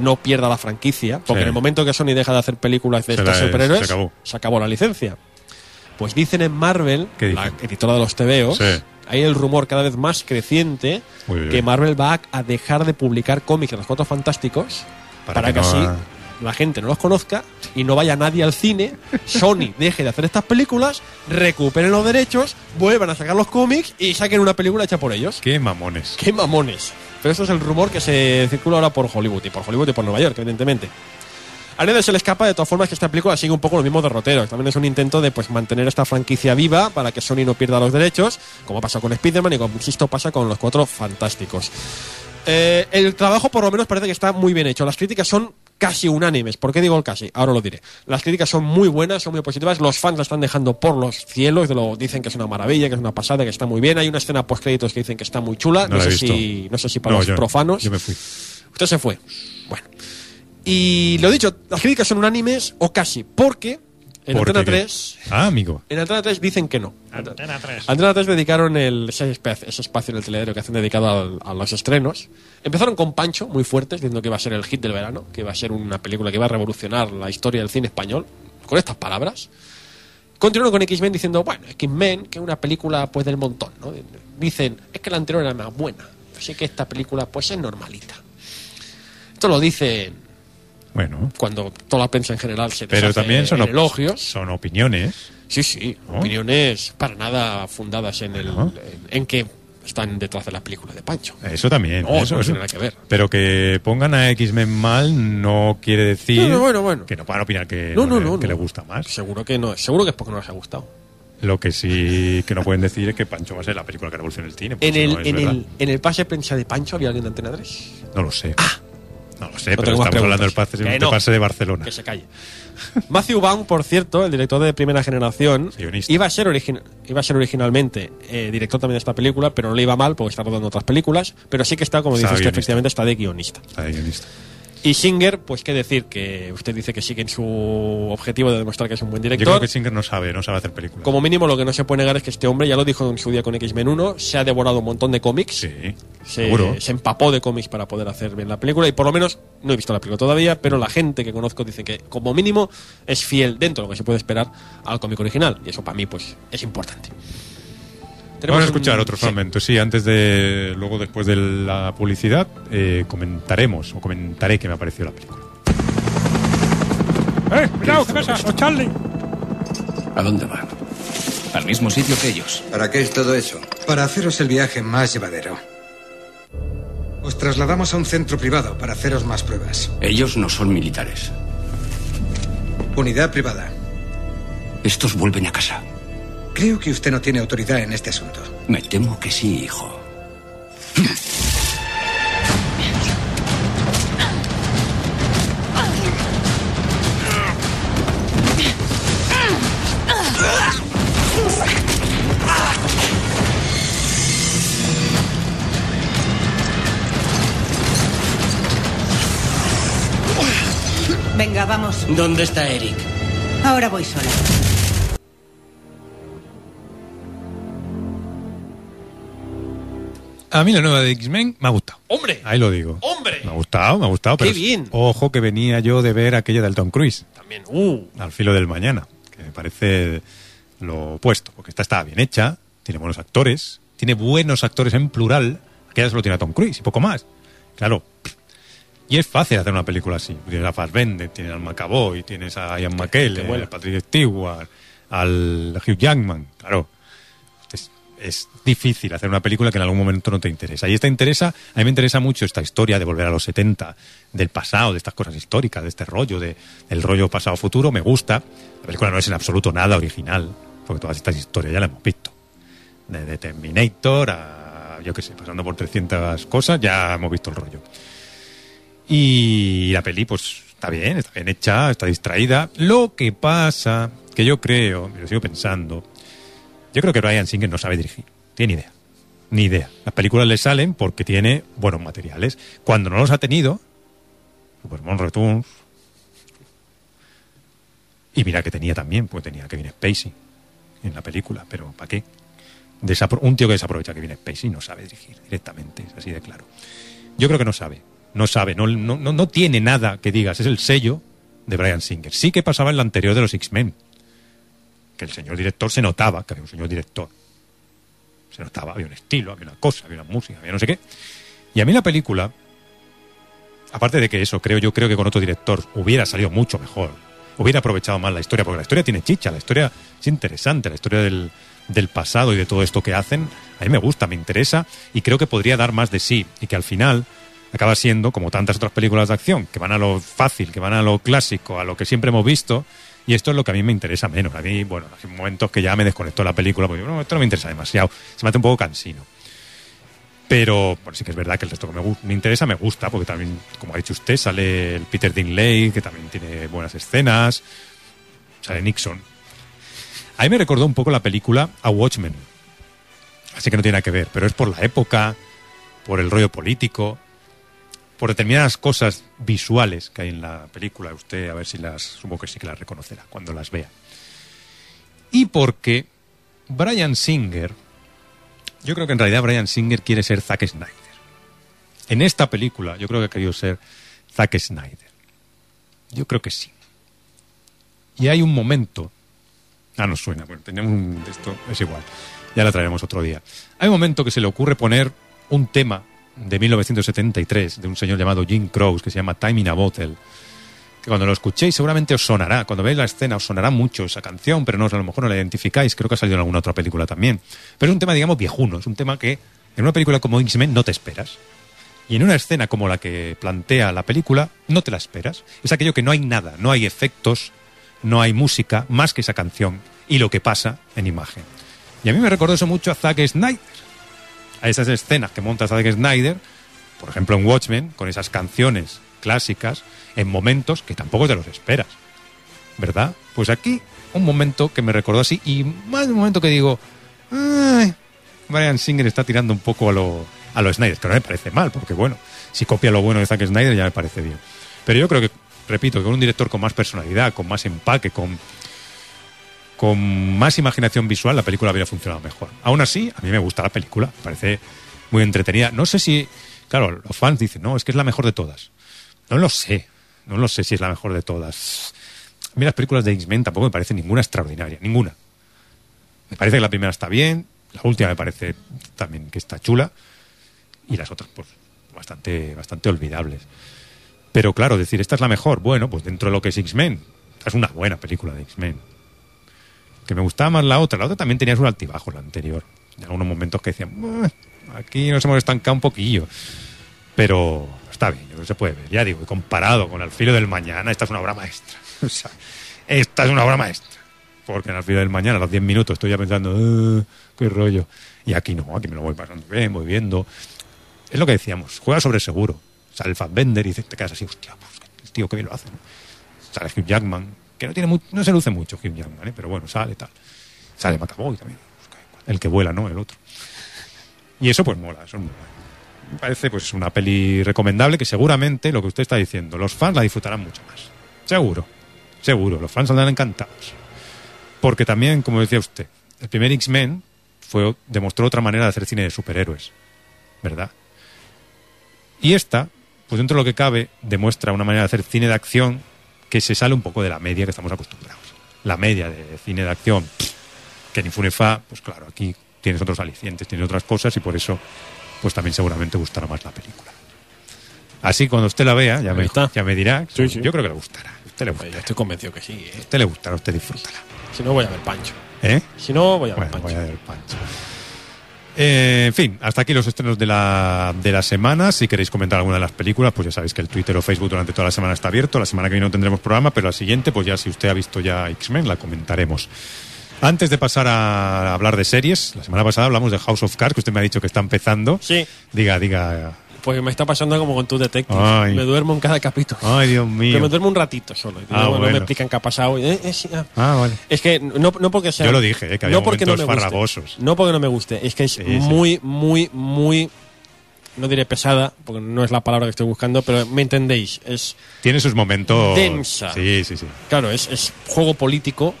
Speaker 11: no pierda la franquicia, porque
Speaker 10: Sí.
Speaker 11: en el momento que Sony deja de hacer películas de
Speaker 10: Se
Speaker 11: estos
Speaker 10: la-
Speaker 11: superhéroes,
Speaker 10: se acabó.
Speaker 11: se acabó la licencia. Pues dicen en Marvel,
Speaker 10: ¿Qué
Speaker 11: la
Speaker 10: dicen?
Speaker 11: editora de los TVOs,
Speaker 10: Sí.
Speaker 11: hay el rumor cada vez más creciente
Speaker 10: Uy, uy, uy.
Speaker 11: que Marvel va a dejar de publicar cómics de los Cuatro Fantásticos para, que,
Speaker 10: no
Speaker 11: así
Speaker 10: ha-
Speaker 11: la gente no los conozca y no vaya nadie al cine,
Speaker 10: [laughs]
Speaker 11: Sony deje de hacer estas películas, recuperen los derechos, vuelvan a sacar los cómics y saquen una película hecha por ellos.
Speaker 10: Qué mamones.
Speaker 11: ¡Qué mamones! Pero esto es el rumor que se circula ahora por Hollywood y por Hollywood y por Nueva York, evidentemente. A nadie se le escapa de todas formas que esta película sigue un poco los mismos derroteros. También es un intento de pues, mantener esta franquicia viva para que Sony no pierda los derechos, como pasó con Spider-Man y como insisto pasa con los cuatro fantásticos. Eh, el trabajo por lo menos parece que está muy bien hecho. Las críticas son casi unánimes. ¿Por qué digo el casi? Ahora lo diré. Las críticas son muy buenas, son muy positivas. Los fans la están dejando por los cielos. de lo, dicen que es una maravilla, que es una pasada, que está muy bien. Hay una escena post créditos que dicen que está muy chula. No,
Speaker 10: No la he
Speaker 11: sé,
Speaker 10: visto.
Speaker 11: si, no sé si para
Speaker 10: No,
Speaker 11: los
Speaker 10: yo-
Speaker 11: profanos.
Speaker 10: Yo me fui.
Speaker 11: Usted se fue. Bueno. Y lo dicho, las críticas son unánimes o casi, porque en
Speaker 10: Porque
Speaker 11: Antena
Speaker 10: que-
Speaker 11: 3,
Speaker 10: Ah, amigo.
Speaker 11: en Antena 3 dicen que no.
Speaker 18: Antena 3.
Speaker 11: Antena 3 dedicaron el, ese, espacio, ese espacio en el telediario que hacen dedicado al- a los estrenos. Empezaron con Pancho, muy fuertes, diciendo que iba a ser el hit del verano, que iba a ser una película que iba a revolucionar la historia del cine español, con estas palabras. Continuaron con X-Men diciendo, bueno, X-Men, que es una película pues del montón, ¿no? Dicen, es que la anterior era más buena, así que esta película pues es normalita. Esto lo dicen
Speaker 10: Bueno.
Speaker 11: cuando toda la prensa en general se
Speaker 10: Pero
Speaker 11: deshace
Speaker 10: también son,
Speaker 11: en
Speaker 10: op-
Speaker 11: elogios.
Speaker 10: son opiniones.
Speaker 11: Sí, sí,
Speaker 10: ¿No?
Speaker 11: opiniones para nada fundadas en, el,
Speaker 10: Bueno.
Speaker 11: en, en que están detrás de la película de Pancho.
Speaker 10: Eso también.
Speaker 11: No,
Speaker 10: eso,
Speaker 11: no
Speaker 10: eso.
Speaker 11: tiene nada que ver.
Speaker 10: Pero que pongan a X-Men mal no quiere decir
Speaker 11: No, no, bueno, bueno.
Speaker 10: que no van a opinar que,
Speaker 11: No,
Speaker 10: no
Speaker 11: no,
Speaker 10: le-
Speaker 11: no,
Speaker 10: que
Speaker 11: no.
Speaker 10: le gusta más.
Speaker 11: Seguro que no, seguro que es porque no les ha gustado.
Speaker 10: Lo que sí que no pueden decir es que Pancho va a ser la película que revoluciona el cine. porque
Speaker 11: En
Speaker 10: eso
Speaker 11: el,
Speaker 10: no, es
Speaker 11: en,
Speaker 10: verdad.
Speaker 11: el, en el pase de prensa de Pancho había alguien de Antena 3.
Speaker 10: no lo sé. No lo sé,
Speaker 11: Ah. No
Speaker 10: pero
Speaker 11: tengo más
Speaker 10: estamos hablando del
Speaker 11: preguntas.
Speaker 10: pase,
Speaker 11: Que
Speaker 10: del
Speaker 11: no.
Speaker 10: pase de Barcelona.
Speaker 11: Que se calle. Matthew Baum, por cierto, el director de primera generación, iba a ser, origin- iba a ser originalmente eh, director también de esta película, pero no le iba mal porque está rodando otras películas, pero sí que está, como
Speaker 10: Estaba
Speaker 11: dices,
Speaker 10: guionista.
Speaker 11: efectivamente está de guionista.
Speaker 10: Está de guionista.
Speaker 11: Y Singer, pues qué decir, que usted dice que sigue en su objetivo de demostrar que es un buen
Speaker 10: Yo
Speaker 11: director.
Speaker 10: creo que Singer no sabe, no sabe hacer películas.
Speaker 11: Como mínimo, lo que no se puede negar es que este hombre, ya lo dijo en su día con X-Men 1, se ha devorado un montón de cómics.
Speaker 10: seguro.
Speaker 11: se, se empapó de cómics para poder hacer bien la película. Y por lo menos, no he visto la película todavía, pero la gente que conozco dice que, como mínimo, es fiel dentro de lo que se puede esperar al cómic original. Y eso para mí, pues, es importante. Tenemos
Speaker 10: Vamos a escuchar
Speaker 11: un-
Speaker 10: otro
Speaker 11: sí.
Speaker 10: fragmento, sí, antes de, luego después de la publicidad, eh, comentaremos o comentaré qué me ha parecido la película.
Speaker 18: ¡Eh! ¡Cuidado! ¿Qué pasa? ¡Oh, Charlie!
Speaker 19: ¿A dónde va? Al mismo sitio que ellos.
Speaker 5: ¿Para qué es todo eso? Para haceros el viaje más llevadero. Os trasladamos a un centro privado para haceros más pruebas.
Speaker 19: Ellos no son militares.
Speaker 5: Unidad privada.
Speaker 19: Estos vuelven a casa.
Speaker 5: Creo que usted no tiene autoridad en este asunto.
Speaker 19: Me temo que sí, hijo.
Speaker 17: Venga, vamos.
Speaker 26: ¿Dónde está Eric?
Speaker 17: Ahora voy sola.
Speaker 10: A mí la nueva de X-Men me ha gustado.
Speaker 11: ¡Hombre!
Speaker 10: Ahí lo digo.
Speaker 11: ¡Hombre!
Speaker 10: Me ha gustado, me ha gustado.
Speaker 11: ¡Qué
Speaker 10: pero es-
Speaker 11: bien!
Speaker 10: Ojo que venía yo de ver aquella del Tom Cruise.
Speaker 11: También. ¡Uh!
Speaker 10: Al filo del mañana. Que me parece lo opuesto. Porque esta está bien hecha, tiene buenos actores, tiene buenos actores en plural. Aquella solo tiene a Tom Cruise y poco más. Claro. Y es fácil hacer una película así. Tienes a Fassbender, tienes al McAvoy, tienes a Ian
Speaker 11: que
Speaker 10: McKellen,
Speaker 11: vuela.
Speaker 10: a Patrick Stewart, al Hugh Jackman. Claro. Es, es difícil hacer una película que en algún momento no te interesa. Y esta interesa, a mí me interesa mucho esta historia de volver a los 70, del pasado, de estas cosas históricas, de este rollo, de, del rollo pasado-futuro. Me gusta. La película no es en absoluto nada original, porque todas estas historias ya las hemos visto. Desde Terminator a, yo qué sé, pasando por 300 cosas, ya hemos visto el rollo. Y la peli, pues, está bien, está bien hecha, está distraída. Lo que pasa, que yo creo, y lo sigo pensando, yo creo que Brian Singer no sabe dirigir. Tiene ni idea. Ni idea. Las películas le salen porque tiene buenos materiales. Cuando no los ha tenido, Superman Returns. Y mira que tenía también, pues tenía Kevin Spacey en la película, pero ¿para qué? Desapro- un tío que desaprovecha a Kevin Spacey no sabe dirigir directamente, es así de claro. Yo creo que no sabe, no sabe, no, no, no, no tiene nada que digas, es el sello de Brian Singer. Sí que pasaba en la anterior de los X-Men, que el señor director se notaba, que había un señor director. Se notaba, había un estilo, había una cosa, había una música, había no sé qué. Y a mí la película, aparte de que eso, creo yo creo que con otro director hubiera salido mucho mejor. Hubiera aprovechado más la historia, porque la historia tiene chicha, la historia es interesante, la historia del, del pasado y de todo esto que hacen, a mí me gusta, me interesa y creo que podría dar más de sí y que al final acaba siendo como tantas otras películas de acción, que van a lo fácil, que van a lo clásico, a lo que siempre hemos visto y esto es lo que a mí me interesa menos. A mí, bueno, hay momentos que ya me desconectó la película porque no, esto no me interesa demasiado, se me hace un poco cansino. Pero bueno, sí que es verdad que el resto que me, gu- me interesa me gusta, porque también, como ha dicho usted, sale el Peter Dinklage, que también tiene buenas escenas, sale Nixon. A mí me recordó un poco la película A Watchmen. Así que no tiene nada que ver, pero es por la época, por el rollo político, por determinadas cosas visuales que hay en la película. Usted, a ver si las, supongo que sí que las reconocerá cuando las vea. Y porque Brian Singer, yo creo que en realidad Brian Singer quiere ser Zack Snyder. En esta película, yo creo que ha querido ser Zack Snyder. Yo creo que sí. Y hay un momento. Ah, no suena. Bueno, tenemos un. Esto es igual. Ya la traeremos otro día. Hay un momento que se le ocurre poner un tema de 1973 de un señor llamado Jim Crows que se llama Time in a Bottle. Que cuando lo escuchéis seguramente os sonará. Cuando veáis la escena os sonará mucho esa canción, pero no, a lo mejor no la identificáis. Creo que ha salido en alguna otra película también. Pero es un tema, digamos, viejuno. Es un tema que en una película como X-Men no te esperas. Y en una escena como la que plantea la película, no te la esperas. Es aquello que no hay nada, no hay efectos, no hay música más que esa canción y lo que pasa en imagen. Y a mí me recordó eso mucho a Zack Snyder. A esas escenas que monta Zack Snyder, por ejemplo en Watchmen, con esas canciones clásicas, en momentos que tampoco te los esperas. ¿Verdad? Pues aquí un momento que me recordó así y más de un momento que digo, "Ay, Brian Singer está tirando un poco a lo, a lo Snyder, que no me parece mal, porque bueno, si copia lo bueno de Zack Snyder ya me parece bien. Pero yo creo que, repito, que con un director con más personalidad, con más empaque, con, con más imaginación visual, la película habría funcionado mejor. Aún así, a mí me gusta la película, me parece muy entretenida. No sé si, claro, los fans dicen, no, es que es la mejor de todas. No lo sé, no lo sé si es la mejor de todas. A mí las películas de X-Men tampoco me parece ninguna extraordinaria, ninguna. Me parece que la primera está bien, la última me parece también que está chula y las otras pues bastante, bastante olvidables. Pero claro, decir esta es la mejor, bueno, pues dentro de lo que es X-Men, esta es una buena película de X-Men. Que me gustaba más la otra, la otra también tenía sus altibajos, la anterior. En algunos momentos que decían, "Buah, aquí nos hemos estancado un poquillo. Pero está bien, yo creo que se puede ver. Ya digo, y comparado con Al filo del mañana, esta es una obra maestra. O sea, esta es una obra maestra. Porque en Al filo del mañana, a los 10 minutos, estoy ya pensando, "Eh, qué rollo. Y aquí no, aquí me lo voy pasando bien, voy viendo. Es lo que decíamos, juega sobre seguro. Sale el Fassbender y dice- te quedas así, hostia, pues, tío, qué bien lo hace. ¿no? Sale Hugh Jackman, que no, tiene mu- no se luce mucho Hugh Jackman, ¿eh? pero bueno, sale tal. Sale Macaboy también. El que vuela, ¿no? El otro. Y eso pues mola, eso mola. Me parece pues una peli recomendable que seguramente lo que usted está diciendo, los fans la disfrutarán mucho más. Seguro, seguro, los fans saldrán encantados. Porque también, como decía usted, el primer X-Men fue- demostró otra manera de hacer cine de superhéroes, ¿verdad? Y esta, pues dentro de lo que cabe, demuestra una manera de hacer cine de acción que se sale un poco de la media que estamos acostumbrados. La media de cine de acción, que ni Funefa, pues claro, aquí tienes otros alicientes, tienes otras cosas y por eso, pues también seguramente gustará más la película. Así, cuando usted la vea, ya, me, ya me dirá. Yo creo que le gustará. A usted le gustará.
Speaker 11: estoy convencido que sí. eh.
Speaker 10: A usted le gustará, a usted disfrutará.
Speaker 11: Si no, voy a ver Pancho.
Speaker 10: ¿Eh?
Speaker 11: Si no, voy a ver
Speaker 10: Bueno, voy a ver Pancho. Eh, en fin, hasta aquí los estrenos de la, de la semana. Si queréis comentar alguna de las películas, pues ya sabéis que el Twitter o Facebook durante toda la semana está abierto. La semana que viene no tendremos programa, pero la siguiente, pues ya si usted ha visto ya X-Men, la comentaremos. Antes de pasar a hablar de series, la semana pasada hablamos de House of Cards, que usted me ha dicho que está empezando.
Speaker 11: Sí.
Speaker 10: Diga, diga.
Speaker 11: Pues me está pasando como con tu detective.
Speaker 10: Ay.
Speaker 11: Me duermo en cada capítulo.
Speaker 10: Ay, Dios
Speaker 11: Pero
Speaker 10: mío.
Speaker 11: me duermo un ratito solo. y
Speaker 10: Ah,
Speaker 11: no- no
Speaker 10: bueno.
Speaker 11: me explican qué ha pasado. Eh, eh, sí, ah.
Speaker 10: Ah, vale.
Speaker 11: Es que no, no porque sea.
Speaker 10: Yo lo dije, eh, que había
Speaker 11: no porque no me
Speaker 10: momentos
Speaker 11: guste.
Speaker 10: farragosos.
Speaker 11: No porque no me guste. Es que es
Speaker 10: sí.
Speaker 11: muy, muy, muy. No diré pesada, porque no es la palabra que estoy buscando, pero me entendéis. Es.
Speaker 10: Tiene sus momentos.
Speaker 11: Densa.
Speaker 10: Sí, sí, sí.
Speaker 11: Claro, es, es juego político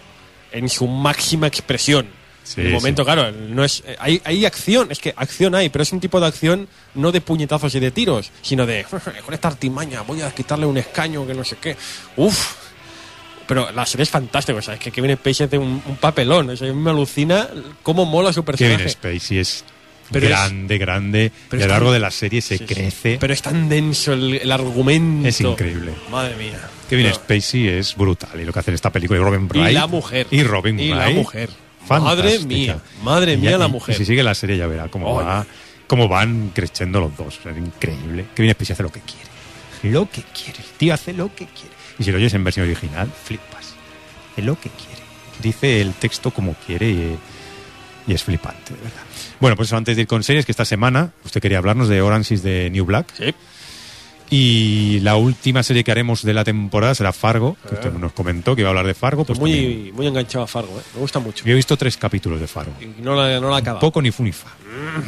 Speaker 11: en su máxima expresión.
Speaker 10: Sí,
Speaker 11: el momento, claro, no es. eh, Hay, hay acción, es que acción hay, pero es un tipo de acción no de puñetazos y de tiros, sino de. [laughs] Con esta artimaña voy a quitarle un escaño que no sé qué. Uf. Pero la serie es fantástica, o sea, es que Kevin Spacey hace un, un papelón, o sea, a mí me alucina cómo mola su personaje.
Speaker 10: Kevin Spacey es
Speaker 11: Pero es-
Speaker 10: grande, grande.
Speaker 11: pero
Speaker 10: y a
Speaker 11: es
Speaker 10: lo largo
Speaker 11: tan-
Speaker 10: de la serie se crece.
Speaker 11: Pero es tan denso el, el argumento.
Speaker 10: Es increíble.
Speaker 11: Madre mía.
Speaker 10: Kevin
Speaker 11: Pero-
Speaker 10: Spacey es brutal y lo que hace en esta película y Robin Wright
Speaker 11: la mujer.
Speaker 10: y Robin
Speaker 11: Y la
Speaker 10: Wright,
Speaker 11: mujer.
Speaker 10: fantástica.
Speaker 11: Madre mía, madre
Speaker 10: Y ya-
Speaker 11: mía la
Speaker 10: y-
Speaker 11: mujer.
Speaker 10: y si sigue la serie ya verá cómo
Speaker 11: Oye.
Speaker 10: va cómo van creciendo los dos es increíble Kevin Spacey hace lo que quiere lo que quiere el tío hace lo que quiere y si lo oyes en versión original flipas hace lo que quiere dice el texto como quiere y, y es flipante de verdad bueno pues eso, antes de ir con series que esta semana usted quería hablarnos de Orange is the New Black y la última serie que haremos de la temporada será Fargo. que usted nos comentó que iba a hablar de Fargo. Pues
Speaker 11: Estoy
Speaker 10: también.
Speaker 11: Eh. muy, muy enganchado a Fargo, ¿eh? me gusta mucho.
Speaker 10: Yo he visto tres capítulos de Fargo.
Speaker 11: Y no la, no la acaba.
Speaker 10: Poco ni funifa.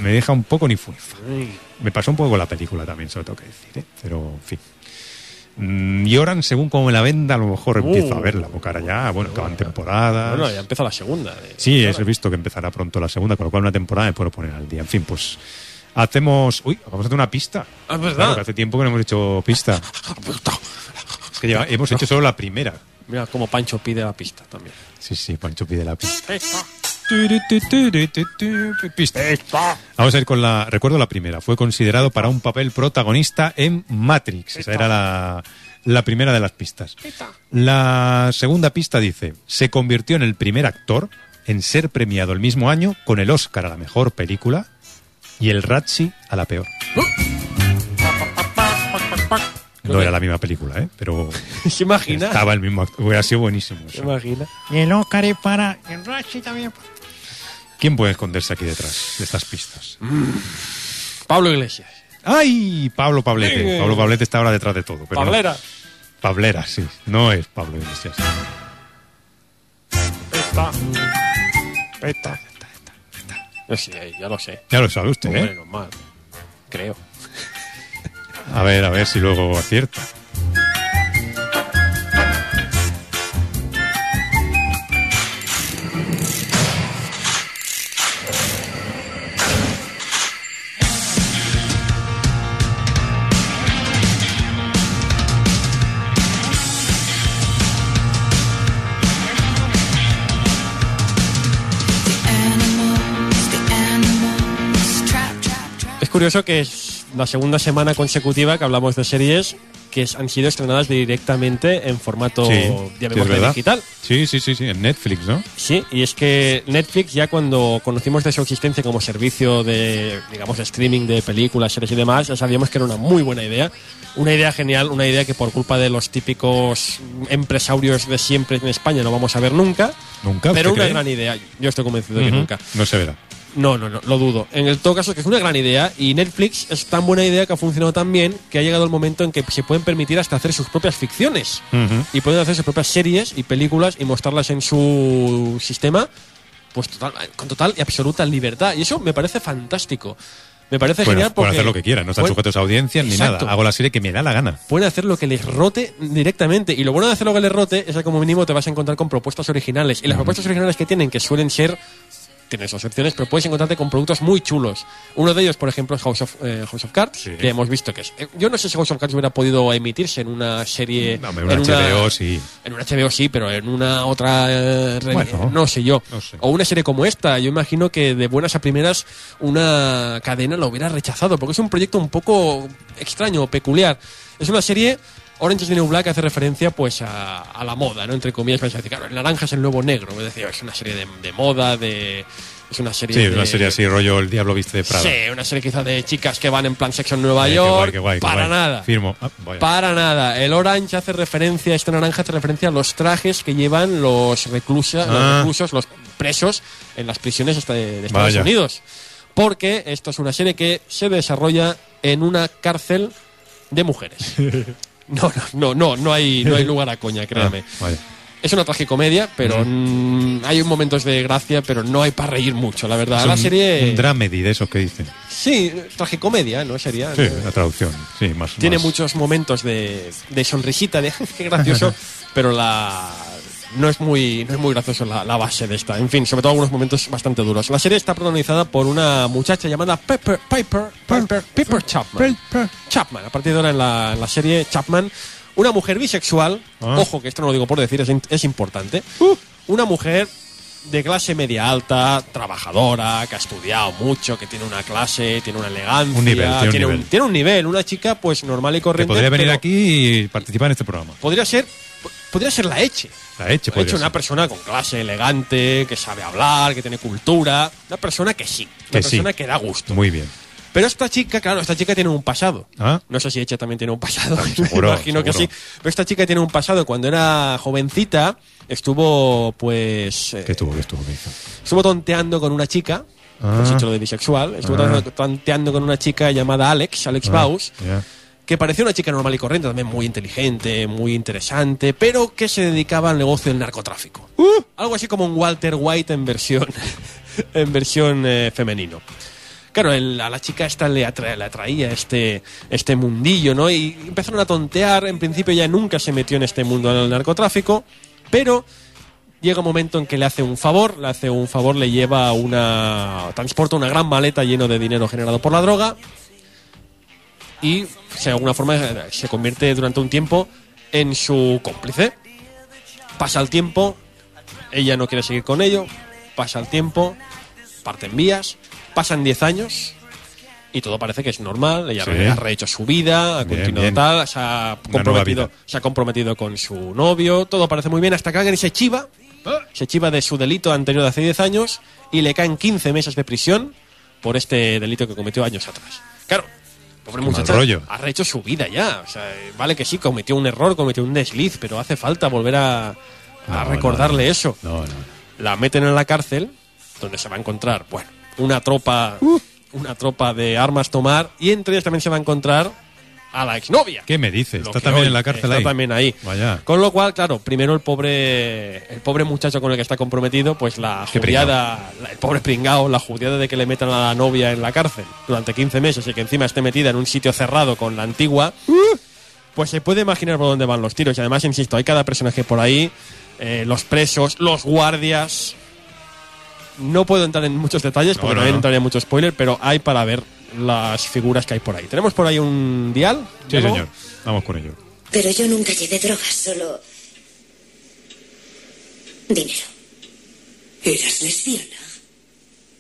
Speaker 10: Me deja un poco ni funifa.
Speaker 11: Mm.
Speaker 10: Me pasó un poco con la película también, se lo tengo que decir. ¿eh? Pero, en fin. Mm, Y Oran, según como me la venda, a lo mejor
Speaker 11: Uh.
Speaker 10: empiezo a verla. Porque ahora ya, bueno, acaban temporadas.
Speaker 11: Bueno, ya empieza la segunda. eh.
Speaker 10: Sí, es visto que empezará pronto la segunda, con lo cual una temporada me puedo poner al día. En fin, pues hacemos. Uy, vamos a hacer una pista.
Speaker 11: Ah, es verdad.
Speaker 10: Claro, que hace tiempo que no hemos hecho
Speaker 11: [laughs]
Speaker 10: pista. Es que lleva- hemos hecho solo la primera.
Speaker 11: Mira cómo Pancho pide la pista también.
Speaker 10: Sí, sí, Pancho pide la pista. Turu, tu, turu, tu, tu, Pista. Vamos a ir con la. Recuerdo la primera. Fue considerado para un papel protagonista en Matrix. Esa era la, la primera de las pistas. La segunda pista dice: se convirtió en el primer actor en ser premiado el mismo año con el Oscar a la mejor película y el Razzie a la peor. No era la misma película, ¿eh? Pero
Speaker 11: ¿Se imagina?
Speaker 10: estaba el mismo actor. Hubiera sido buenísimo.
Speaker 11: ¿Se imagina?
Speaker 15: Y el Oscar es para. El Rashi también.
Speaker 10: ¿Quién puede esconderse aquí detrás de estas pistas?
Speaker 11: Pablo Iglesias.
Speaker 10: ¡Ay! Pablo Pablete.
Speaker 11: Eh.
Speaker 10: Pablo Pablete está ahora detrás de todo. pero no.
Speaker 11: Pablera.
Speaker 10: Pablera, sí. No es Pablo Iglesias.
Speaker 11: Pesta. Pesta. No sé, Eh, ya lo sé.
Speaker 10: Ya lo sabe usted,
Speaker 11: Hombre,
Speaker 10: ¿eh?
Speaker 11: normal. Creo.
Speaker 10: A ver, a ver si luego acierta.
Speaker 11: curioso que es la segunda semana consecutiva que hablamos de series que es- han sido estrenadas directamente en formato
Speaker 10: es
Speaker 11: llamémosle,
Speaker 10: verdad.
Speaker 11: digital.
Speaker 10: Sí, sí, sí, sí, en Netflix, ¿no?
Speaker 11: Sí, y es que Netflix ya cuando conocimos de su existencia como servicio de, digamos, de streaming de películas, series y demás, ya sabíamos que era una muy buena idea. Una idea genial, una idea que por culpa de los típicos empresarios de siempre en España no vamos a ver nunca.
Speaker 10: Nunca.
Speaker 11: Pero
Speaker 10: ¿usted
Speaker 11: una
Speaker 10: cree?
Speaker 11: gran idea, yo estoy convencido de que
Speaker 10: Ujú.
Speaker 11: nunca.
Speaker 10: No se verá.
Speaker 11: No, no, no, lo dudo. En el todo caso, que es una gran idea y Netflix es tan buena idea que ha funcionado tan bien que ha llegado el momento en que se pueden permitir hasta hacer sus propias ficciones y pueden hacer sus propias series y películas y mostrarlas en su sistema pues total- con total y absoluta libertad. Y eso me parece fantástico. Me parece
Speaker 10: Bueno,
Speaker 11: genial porque
Speaker 10: pueden hacer lo que quieran, no están
Speaker 11: pueden-
Speaker 10: sujetos a audiencias ni
Speaker 11: Exacto.
Speaker 10: nada. Hago la serie que me da la gana.
Speaker 11: pueden hacer lo que les rote directamente. Y lo bueno de hacer lo que les rote es que como mínimo te vas a encontrar con propuestas originales. Y las propuestas originales que tienen, que suelen ser, tienes sus opciones, pero puedes encontrarte con productos muy chulos. Uno de ellos, por ejemplo, es House of, eh, House of Cards, que hemos visto que es... eh, Yo no sé si House of Cards hubiera podido emitirse en una serie...
Speaker 10: Hombre, una
Speaker 11: en
Speaker 10: HBO, sí.
Speaker 11: en un HBO sí, pero en una otra. eh, re- no sé yo. O una serie como esta. Yo imagino que de buenas a primeras una cadena lo hubiera rechazado, porque es un proyecto un poco extraño, peculiar. Es una serie. Orange is the New Black hace referencia pues a, a la moda, ¿no? Entre comillas, para decir, claro, el naranja es el nuevo negro. Es decir, es una serie de, de moda, de. Es una serie.
Speaker 10: Sí,
Speaker 11: de,
Speaker 10: una serie así, rollo El Diablo Viste de Prada.
Speaker 11: Sí, una serie quizá de chicas que van en plan sexo en Nueva
Speaker 10: Eh, qué guay,
Speaker 11: York.
Speaker 10: qué guay, qué
Speaker 11: para
Speaker 10: guay.
Speaker 11: nada.
Speaker 10: Firmo. Ah, vaya.
Speaker 11: Para nada. El orange hace referencia, este naranja hace referencia a los trajes que llevan los, reclusa,
Speaker 10: Ah.
Speaker 11: los reclusos, los presos en las prisiones esta- de Estados
Speaker 10: Vaya.
Speaker 11: Unidos. Porque esto es una serie que se desarrolla en una cárcel de mujeres.
Speaker 10: [laughs]
Speaker 11: No, no, no, no, no hay, no hay lugar a coña, créame.
Speaker 10: Ah, vaya.
Speaker 11: Es una tragicomedia, pero mm, hay momentos de gracia, pero no hay para reír mucho, la verdad.
Speaker 10: Es
Speaker 11: la
Speaker 10: un-
Speaker 11: serie...
Speaker 10: Un dramedy de esos que dicen.
Speaker 11: Sí, tragicomedia, ¿no? Sería...
Speaker 10: Sí, la traducción. Sí, más.
Speaker 11: Tiene
Speaker 10: más-
Speaker 11: muchos momentos de, de sonrisita, de [laughs] qué gracioso, pero la no es muy no es muy gracioso la, la base de esta. En fin, sobre todo algunos momentos bastante duros. La serie está protagonizada por una muchacha llamada Pepper, Piper, Piper, Piper Chapman. Chapman, a partir de ahora en la, en la serie Chapman, una mujer bisexual,
Speaker 10: Ah.
Speaker 11: ojo que esto no lo digo por decir, es, in- es importante,
Speaker 10: Uh.
Speaker 11: una mujer de clase media alta, trabajadora, que ha estudiado mucho, que tiene una clase, tiene una elegancia,
Speaker 10: Un nivel, tiene un nivel.
Speaker 11: tiene un nivel, una chica pues normal y
Speaker 10: Que
Speaker 11: corriente.
Speaker 10: podría venir
Speaker 11: pero
Speaker 10: aquí y participar en este programa.
Speaker 11: Podría ser, podría ser la Eche.
Speaker 10: La Eche,
Speaker 11: La
Speaker 10: podría
Speaker 11: Eche, una
Speaker 10: ser.
Speaker 11: persona con clase, elegante, que sabe hablar, que tiene cultura. Una persona que sí. Una
Speaker 10: Que sí.
Speaker 11: persona que da gusto.
Speaker 10: Muy bien.
Speaker 11: Pero esta chica, claro, esta chica tiene un pasado.
Speaker 10: Ah.
Speaker 11: No sé si Eche también tiene un pasado. [laughs]
Speaker 10: seguro,
Speaker 11: Me imagino que sí.
Speaker 10: seguro.
Speaker 11: Pero esta chica tiene un pasado. Cuando era jovencita, estuvo, pues. eh,
Speaker 10: Que estuvo, que estuvo, que hizo.
Speaker 11: estuvo tonteando con una chica.
Speaker 10: Ah.
Speaker 11: Has dicho lo de bisexual. Estuvo
Speaker 10: Ah.
Speaker 11: tonteando con una chica llamada Alex, Alex
Speaker 10: Ah,
Speaker 11: Baus
Speaker 10: ya.
Speaker 11: que parecía una chica normal y corriente, también muy inteligente, muy interesante, pero que se dedicaba al negocio del narcotráfico. Algo así como un Walter White en versión, [laughs] en versión eh, femenino. Claro, el- a la chica esta le, atra- le atraía este, este mundillo, ¿no? Y empezaron a tontear, en principio ya nunca se metió en este mundo del narcotráfico, pero llega un momento en que le hace un favor, le hace un favor, le lleva una... transporta una gran maleta lleno de dinero generado por la droga, y de alguna forma se convierte durante un tiempo en su cómplice. Pasa el tiempo, ella no quiere seguir con ello, pasa el tiempo, parten vías, pasan 10 años y todo parece que es normal, ella
Speaker 10: Sí.
Speaker 11: ha rehecho su vida, ha
Speaker 10: Bien,
Speaker 11: continuado
Speaker 10: bien.
Speaker 11: tal, se ha,
Speaker 10: Una nueva
Speaker 11: comprometido,
Speaker 10: vida.
Speaker 11: se ha comprometido con su novio, todo parece muy bien hasta que alguien se chiva, se chiva de su delito anterior de hace 10 años y le caen 15 meses de prisión por este delito que cometió años atrás. Claro, pobre
Speaker 10: Qué mal
Speaker 11: muchacha
Speaker 10: rollo.
Speaker 11: ha rehecho su vida ya. O sea, eh, vale que sí, cometió un error, cometió un desliz, pero hace falta volver a, a recordarle eso. La meten en la cárcel, donde se va a encontrar, bueno, una tropa,
Speaker 10: Uh.
Speaker 11: una tropa de armas tomar, y entre ellas también se va a encontrar a la exnovia.
Speaker 10: ¿Qué me dices?
Speaker 11: Lo
Speaker 10: Está
Speaker 11: que
Speaker 10: también
Speaker 11: hoy
Speaker 10: en la cárcel
Speaker 11: está
Speaker 10: ahí.
Speaker 11: también ahí.
Speaker 10: Vaya.
Speaker 11: Con lo cual, claro, primero el pobre el pobre muchacho con el que está comprometido, pues la
Speaker 10: Qué
Speaker 11: judiada, la- el pobre pringao, la judiada de que le metan a la novia en la cárcel durante 15 meses y que encima esté metida en un sitio cerrado con la antigua, pues se puede imaginar por dónde van los tiros. Y además, insisto, hay cada personaje por ahí, eh, los presos, los guardias. No puedo entrar en muchos detalles porque
Speaker 10: no,
Speaker 11: también
Speaker 10: no.
Speaker 11: entraría mucho spoiler, pero hay para ver las figuras que hay por ahí. ¿Tenemos por ahí un dial?
Speaker 10: Sí,
Speaker 11: Diego?
Speaker 10: señor. Vamos con ello.
Speaker 8: Pero yo nunca llevé drogas, solo. dinero. ¿Eras lesbiana?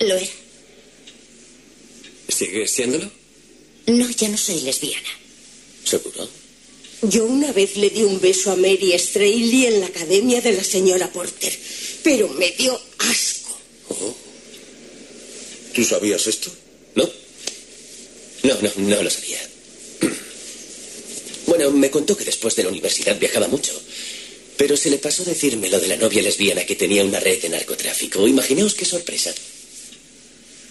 Speaker 8: Lo era.
Speaker 23: ¿Sigues siéndolo?
Speaker 8: No, ya no soy lesbiana.
Speaker 3: ¿Seguro?
Speaker 8: Yo una vez le di un beso a Mary Straley en la academia de la señora Porter, pero me dio asco.
Speaker 3: ¿Tú sabías esto? ¿No? No, no, no lo sabía. Bueno, me contó que después de la universidad viajaba mucho. Pero se le pasó decirme lo de la novia lesbiana que tenía una red de narcotráfico. Imaginaos qué sorpresa.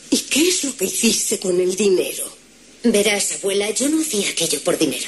Speaker 8: ¿Y qué es lo que hiciste con el dinero? Verás, abuela, yo no hacía aquello por dinero.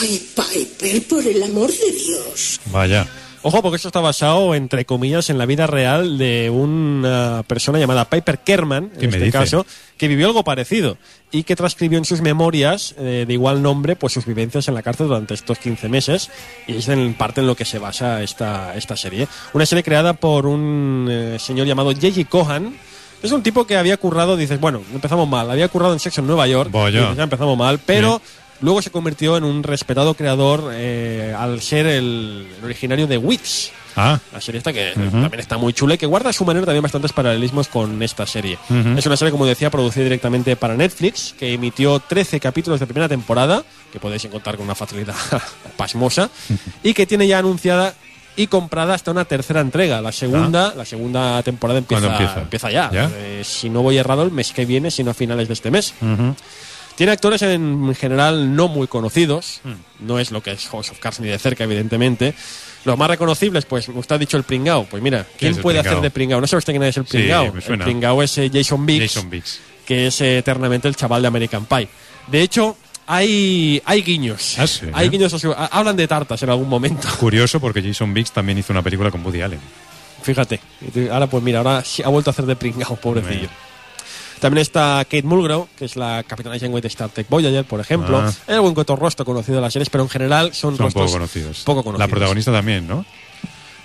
Speaker 8: Ay, Piper, por el amor de Dios.
Speaker 10: Vaya.
Speaker 11: Ojo, porque esto está basado, entre comillas, en la vida real de una persona llamada Piper Kerman, en
Speaker 10: ¿Qué me
Speaker 11: este
Speaker 10: dice?
Speaker 11: caso, que vivió algo parecido y que transcribió en sus memorias eh, de igual nombre pues sus vivencias en la cárcel durante estos 15 meses y es en parte en lo que se basa esta, esta serie. Una serie creada por un eh, señor llamado J.J. Cohan. Es un tipo que había currado, dices, bueno, empezamos mal, había currado en Sexo en Nueva York,
Speaker 10: Vaya.
Speaker 11: dices, ya empezamos mal, pero... Luego se convirtió en un respetado creador eh, al ser el, el originario de Wits.
Speaker 10: Ah.
Speaker 11: La serie esta que
Speaker 10: Ujú.
Speaker 11: también está muy chula y que guarda a su manera también bastantes paralelismos con esta serie.
Speaker 10: Ujú.
Speaker 11: Es una serie, como decía, producida directamente para Netflix, que emitió 13 capítulos de primera temporada, que podéis encontrar con una facilidad [laughs] pasmosa, y que tiene ya anunciada y comprada hasta una tercera entrega. La segunda, la segunda temporada empieza,
Speaker 10: Ah. ¿Cuándo empieza?
Speaker 11: ya.
Speaker 10: ¿Ya?
Speaker 11: Eh, si no voy errado, el mes que viene, sino a finales de este mes. Tiene actores en general no muy conocidos.
Speaker 10: Hmm.
Speaker 11: No es lo que es House of Cards ni de cerca, evidentemente. Los más reconocibles, pues, usted ha dicho el Pringao. Pues mira,
Speaker 10: ¿Quién
Speaker 11: ¿quién
Speaker 10: es el
Speaker 11: puede
Speaker 10: pringao?
Speaker 11: hacer de Pringao? No sé usted quién es el
Speaker 10: Sí,
Speaker 11: Pringao.
Speaker 10: me
Speaker 11: el
Speaker 10: suena.
Speaker 11: Pringao es eh, Jason Biggs,
Speaker 10: Jason Biggs.
Speaker 11: que es eh, eternamente el chaval de American Pie. De hecho, hay, hay guiños.
Speaker 10: ah,
Speaker 11: Hay guiños. a su- a- Hablan de tartas en algún momento.
Speaker 10: Curioso porque Jason Biggs también hizo una película con Woody Allen.
Speaker 11: Fíjate. Ahora, pues mira, ahora sí ha vuelto a hacer de Pringao, pobrecillo. También está Kate Mulgrew, que es la capitana Janeway de Star Trek Voyager, por ejemplo.
Speaker 10: Ah.
Speaker 11: Es algún que otro rostro conocido de las series, pero en general son,
Speaker 10: Son
Speaker 11: rostros
Speaker 10: poco conocidos.
Speaker 11: poco conocidos.
Speaker 10: La protagonista también, ¿no?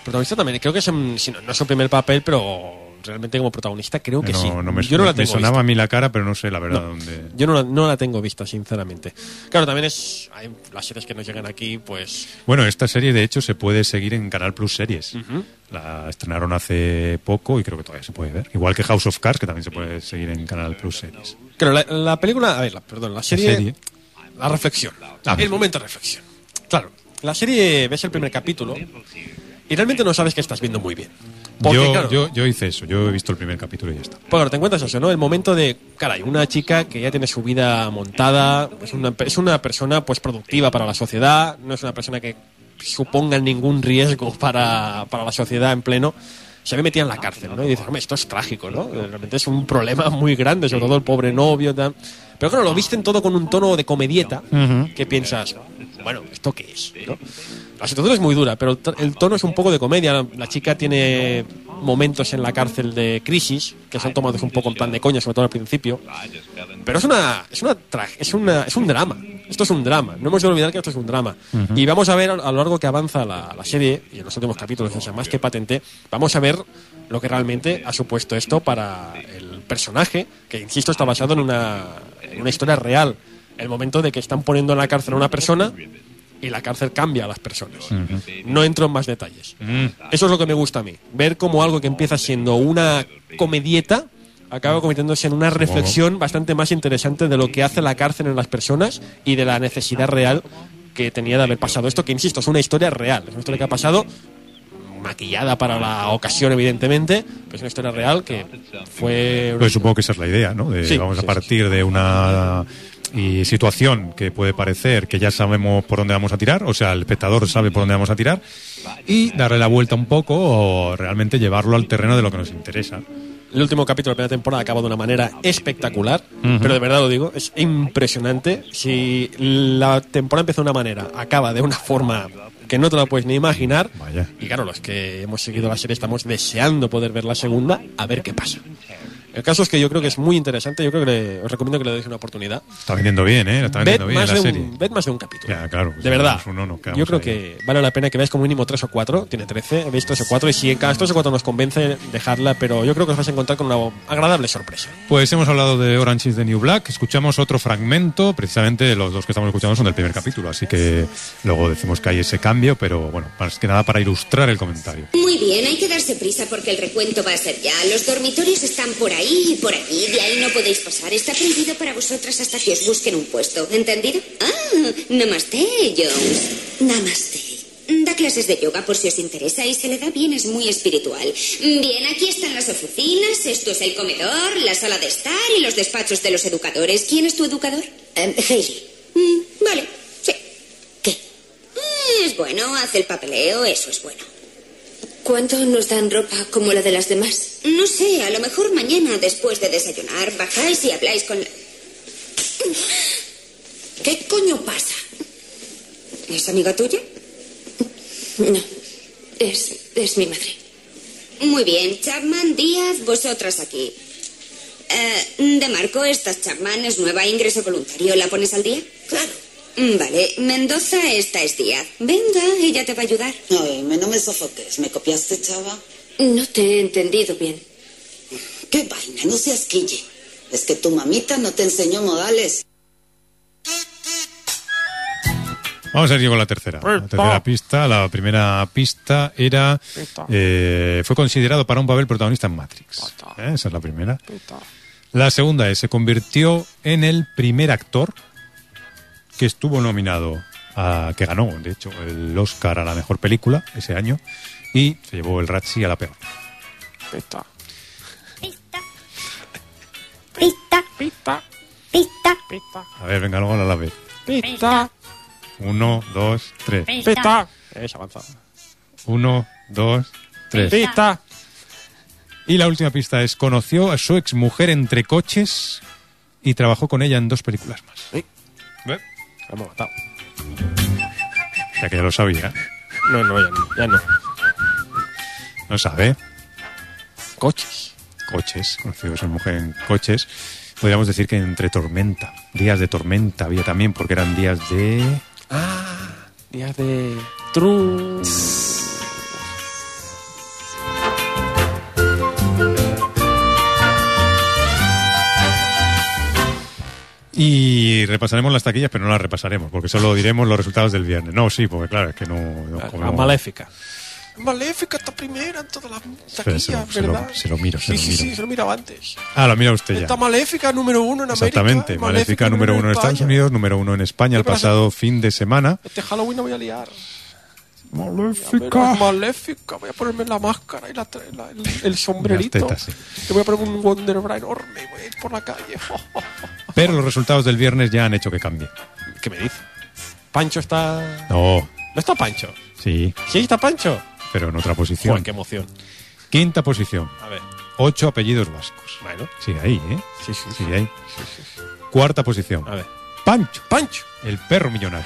Speaker 11: Protagonista también, creo que es, en- si no, no es su primer papel, pero realmente como protagonista creo que
Speaker 10: no,
Speaker 11: sí.
Speaker 10: no me,
Speaker 11: Yo no la
Speaker 10: me
Speaker 11: tengo
Speaker 10: sonaba
Speaker 11: vista.
Speaker 10: a mí la cara, pero no sé la verdad
Speaker 11: No.
Speaker 10: dónde.
Speaker 11: Yo no la, no la tengo vista, sinceramente. Claro, también es. Hay las series que nos llegan aquí, pues.
Speaker 10: Bueno, esta serie de hecho se puede seguir en Canal Plus Series.
Speaker 11: Mm.
Speaker 10: La estrenaron hace poco y creo que todavía se puede ver. Igual que House of Cards, que también se puede seguir en Canal Plus Series.
Speaker 11: Claro, la, la película. A ver, la- perdón, la serie.
Speaker 10: serie?
Speaker 11: La reflexión.
Speaker 10: Ah,
Speaker 11: el momento de reflexión. Claro, la serie ves el primer capítulo y realmente no sabes que estás viendo muy bien. Porque,
Speaker 10: Yo,
Speaker 11: claro,
Speaker 10: yo, yo hice eso, yo he visto el primer capítulo y ya está.
Speaker 11: Bueno, te encuentras eso, ¿no? El momento de, caray, una chica que ya tiene su vida montada, es una, es una persona pues productiva para la sociedad, no es una persona que suponga ningún riesgo para, para la sociedad en pleno, se ve metida en la cárcel, ¿no? Y dices, hombre, esto es trágico, ¿no? Realmente es un problema muy grande, sobre todo el pobre novio, tal. Pero claro, lo visten todo con un tono de comedieta, que piensas, bueno, ¿esto qué es? ¿no? La situación es muy dura, pero el to- el tono es un poco de comedia. La- La chica tiene momentos en la cárcel de crisis que son tomados un poco en plan de coña, sobre todo al principio. Pero es una, es una, tra- es una- es un drama. Esto es un drama. No hemos de olvidar que esto es un drama.
Speaker 1: Ujú.
Speaker 11: Y vamos a ver a lo largo que avanza la, la serie y en los últimos capítulos, o sea, más que patente, vamos a ver lo que realmente ha supuesto esto para el personaje, que insisto está basado en una, en una historia real. El momento de que están poniendo en la cárcel a una persona y la cárcel cambia a las personas. No entro en más detalles. Eso es lo que me gusta a mí. Ver cómo algo que empieza siendo una comedieta acaba convirtiéndose en una reflexión bastante más interesante de lo que hace la cárcel en las personas y de la necesidad real que tenía de haber pasado esto, que insisto, es una historia real, es una historia que ha pasado maquillada para la ocasión evidentemente, pero es una historia real que fue
Speaker 10: Pues supongo que esa es la idea, ¿no? De,
Speaker 11: Sí,
Speaker 10: vamos
Speaker 11: sí,
Speaker 10: a partir de una y situación que puede parecer que ya sabemos por dónde vamos a tirar, o sea, el espectador sabe por dónde vamos a tirar, y darle la vuelta un poco o realmente llevarlo al terreno de lo que nos interesa.
Speaker 11: El último capítulo de la primera temporada acaba de una manera espectacular,
Speaker 10: Ujú.
Speaker 11: pero de verdad lo digo, es impresionante. Si la temporada empieza de una manera, acaba de una forma que no te la puedes ni imaginar. Y claro, los que hemos seguido la serie estamos deseando poder ver la segunda, a ver qué pasa. El caso es que yo creo que es muy interesante, yo creo que le- os recomiendo que le deis una oportunidad.
Speaker 10: Está vendiendo bien, ¿eh? Está
Speaker 11: Ved
Speaker 10: vendiendo bien
Speaker 11: más,
Speaker 10: la
Speaker 11: de
Speaker 10: serie.
Speaker 11: un, ved más de un capítulo.
Speaker 10: Ya, claro. pues
Speaker 11: De verdad.
Speaker 10: Uno, nos quedamos
Speaker 11: Yo creo
Speaker 10: ahí.
Speaker 11: que vale la pena que veáis como mínimo tres o cuatro. Tiene 13, veis tres o cuatro. Y si en cada tres o cuatro nos convence, dejarla. Pero yo creo que os vais a encontrar con una agradable sorpresa.
Speaker 10: Pues hemos hablado de Orange is the New Black, escuchamos otro fragmento, precisamente los dos que estamos escuchando son del primer capítulo, así que luego decimos que hay ese cambio, pero bueno, más que nada para ilustrar el comentario.
Speaker 8: Muy bien, hay que darse prisa porque el recuento va a ser ya. Los dormitorios están por ahí. ahí y por allí. De ahí no podéis pasar. Está prohibido para vosotras hasta que os busquen un puesto. ¿Entendido? Ah, namaste, Jones. Namaste. Da clases de yoga por si os interesa y se le da bien, es muy espiritual. Bien, aquí están las oficinas, esto es el comedor, la sala de estar y los despachos de los educadores. ¿Quién es tu educador? Hayley. vale, sí. ¿Qué? Es bueno, hace el papeleo, eso es bueno. ¿Cuánto nos dan ropa como la de las demás? No sé, a lo mejor mañana después de desayunar bajáis y habláis con... la- ¿Qué coño pasa? ¿Es amiga tuya? No, es, es mi madre. Muy bien, Chapman, Díaz, vosotras aquí. Eh, de Marco, esta es Chapman, es nueva, ingreso voluntario. ¿La pones al día? Claro. Vale, Mendoza, esta es Díaz. Venga, ella te va a ayudar.
Speaker 1: Oíme, no me sofoques. ¿Me copiaste, chava?
Speaker 8: No te he entendido bien.
Speaker 1: ¿Qué vaina? No seas quille. Es que tu mamita no te enseñó modales.
Speaker 10: Vamos a ir con la tercera. La tercera pista. La primera pista era. eh, fue considerado para un papel protagonista en Matrix. ¿Eh? Esa es la primera. La segunda es: se convirtió en el primer actor que estuvo nominado, a, que ganó, de hecho, el Oscar a la mejor película ese año y se llevó el Razzie a la peor.
Speaker 11: Pista.
Speaker 16: Pista. Pista. Pista. Pista.
Speaker 10: A ver, venga, luego a la vez.
Speaker 16: Pista.
Speaker 10: Uno, dos, tres.
Speaker 11: Pista. Es avanzado.
Speaker 10: Uno, dos, tres.
Speaker 11: Pista.
Speaker 10: Y la última pista es, conoció a su exmujer entre coches y trabajó con ella en dos películas más.
Speaker 11: Hemos matado.
Speaker 10: Ya que ya lo sabía.
Speaker 11: No, no, ya no. Ya no.
Speaker 10: No sabe.
Speaker 11: Coches.
Speaker 10: Coches. Conoció a su mujer en coches. Podríamos decir que entre tormenta. Días de tormenta había también, porque eran días de...
Speaker 11: Ah, Días de. True.
Speaker 10: Y repasaremos las taquillas, pero no las repasaremos, porque solo diremos los resultados del viernes. No, sí, porque claro, es que no... no
Speaker 11: La
Speaker 10: como-
Speaker 11: maléfica.
Speaker 16: Maléfica está primera en todas las
Speaker 10: Espera,
Speaker 16: taquillas,
Speaker 10: se, lo, se lo-
Speaker 16: ¿verdad?
Speaker 10: se lo miro, se
Speaker 16: sí,
Speaker 10: lo
Speaker 16: sí,
Speaker 10: miro.
Speaker 16: sí, se lo miraba antes.
Speaker 10: Ah, lo mira usted ya.
Speaker 16: Está Maléfica número uno en América.
Speaker 10: Exactamente, Maléfica número uno en Estados Unidos, número uno en España el
Speaker 16: Pero hace-
Speaker 10: pasado fin de semana.
Speaker 16: Este Halloween no voy a liar.
Speaker 10: Maléfica.
Speaker 16: Maléfica. Voy a ponerme la máscara y la, tra- la- el, el sombrerito.
Speaker 10: Las tetas, sí.
Speaker 16: Te voy a poner un Wonder Bra enorme, güey, por la calle.
Speaker 10: Pero los resultados del viernes ya han hecho que cambie.
Speaker 11: ¿Qué me dice? Pancho está.
Speaker 10: No,
Speaker 11: ¿No está Pancho?
Speaker 10: sí,
Speaker 11: ¿Sí está Pancho?
Speaker 10: pero en otra posición.
Speaker 11: Joder, qué emoción.
Speaker 10: Quinta posición.
Speaker 11: A ver.
Speaker 10: Ocho apellidos vascos.
Speaker 11: Bueno.
Speaker 10: Sigue ahí, ¿eh?
Speaker 11: Sí, sí,
Speaker 10: Sigue ahí. Cuarta posición.
Speaker 11: A ver.
Speaker 10: Pancho.
Speaker 11: Pancho.
Speaker 10: El
Speaker 11: [laughs]
Speaker 10: perro millonario.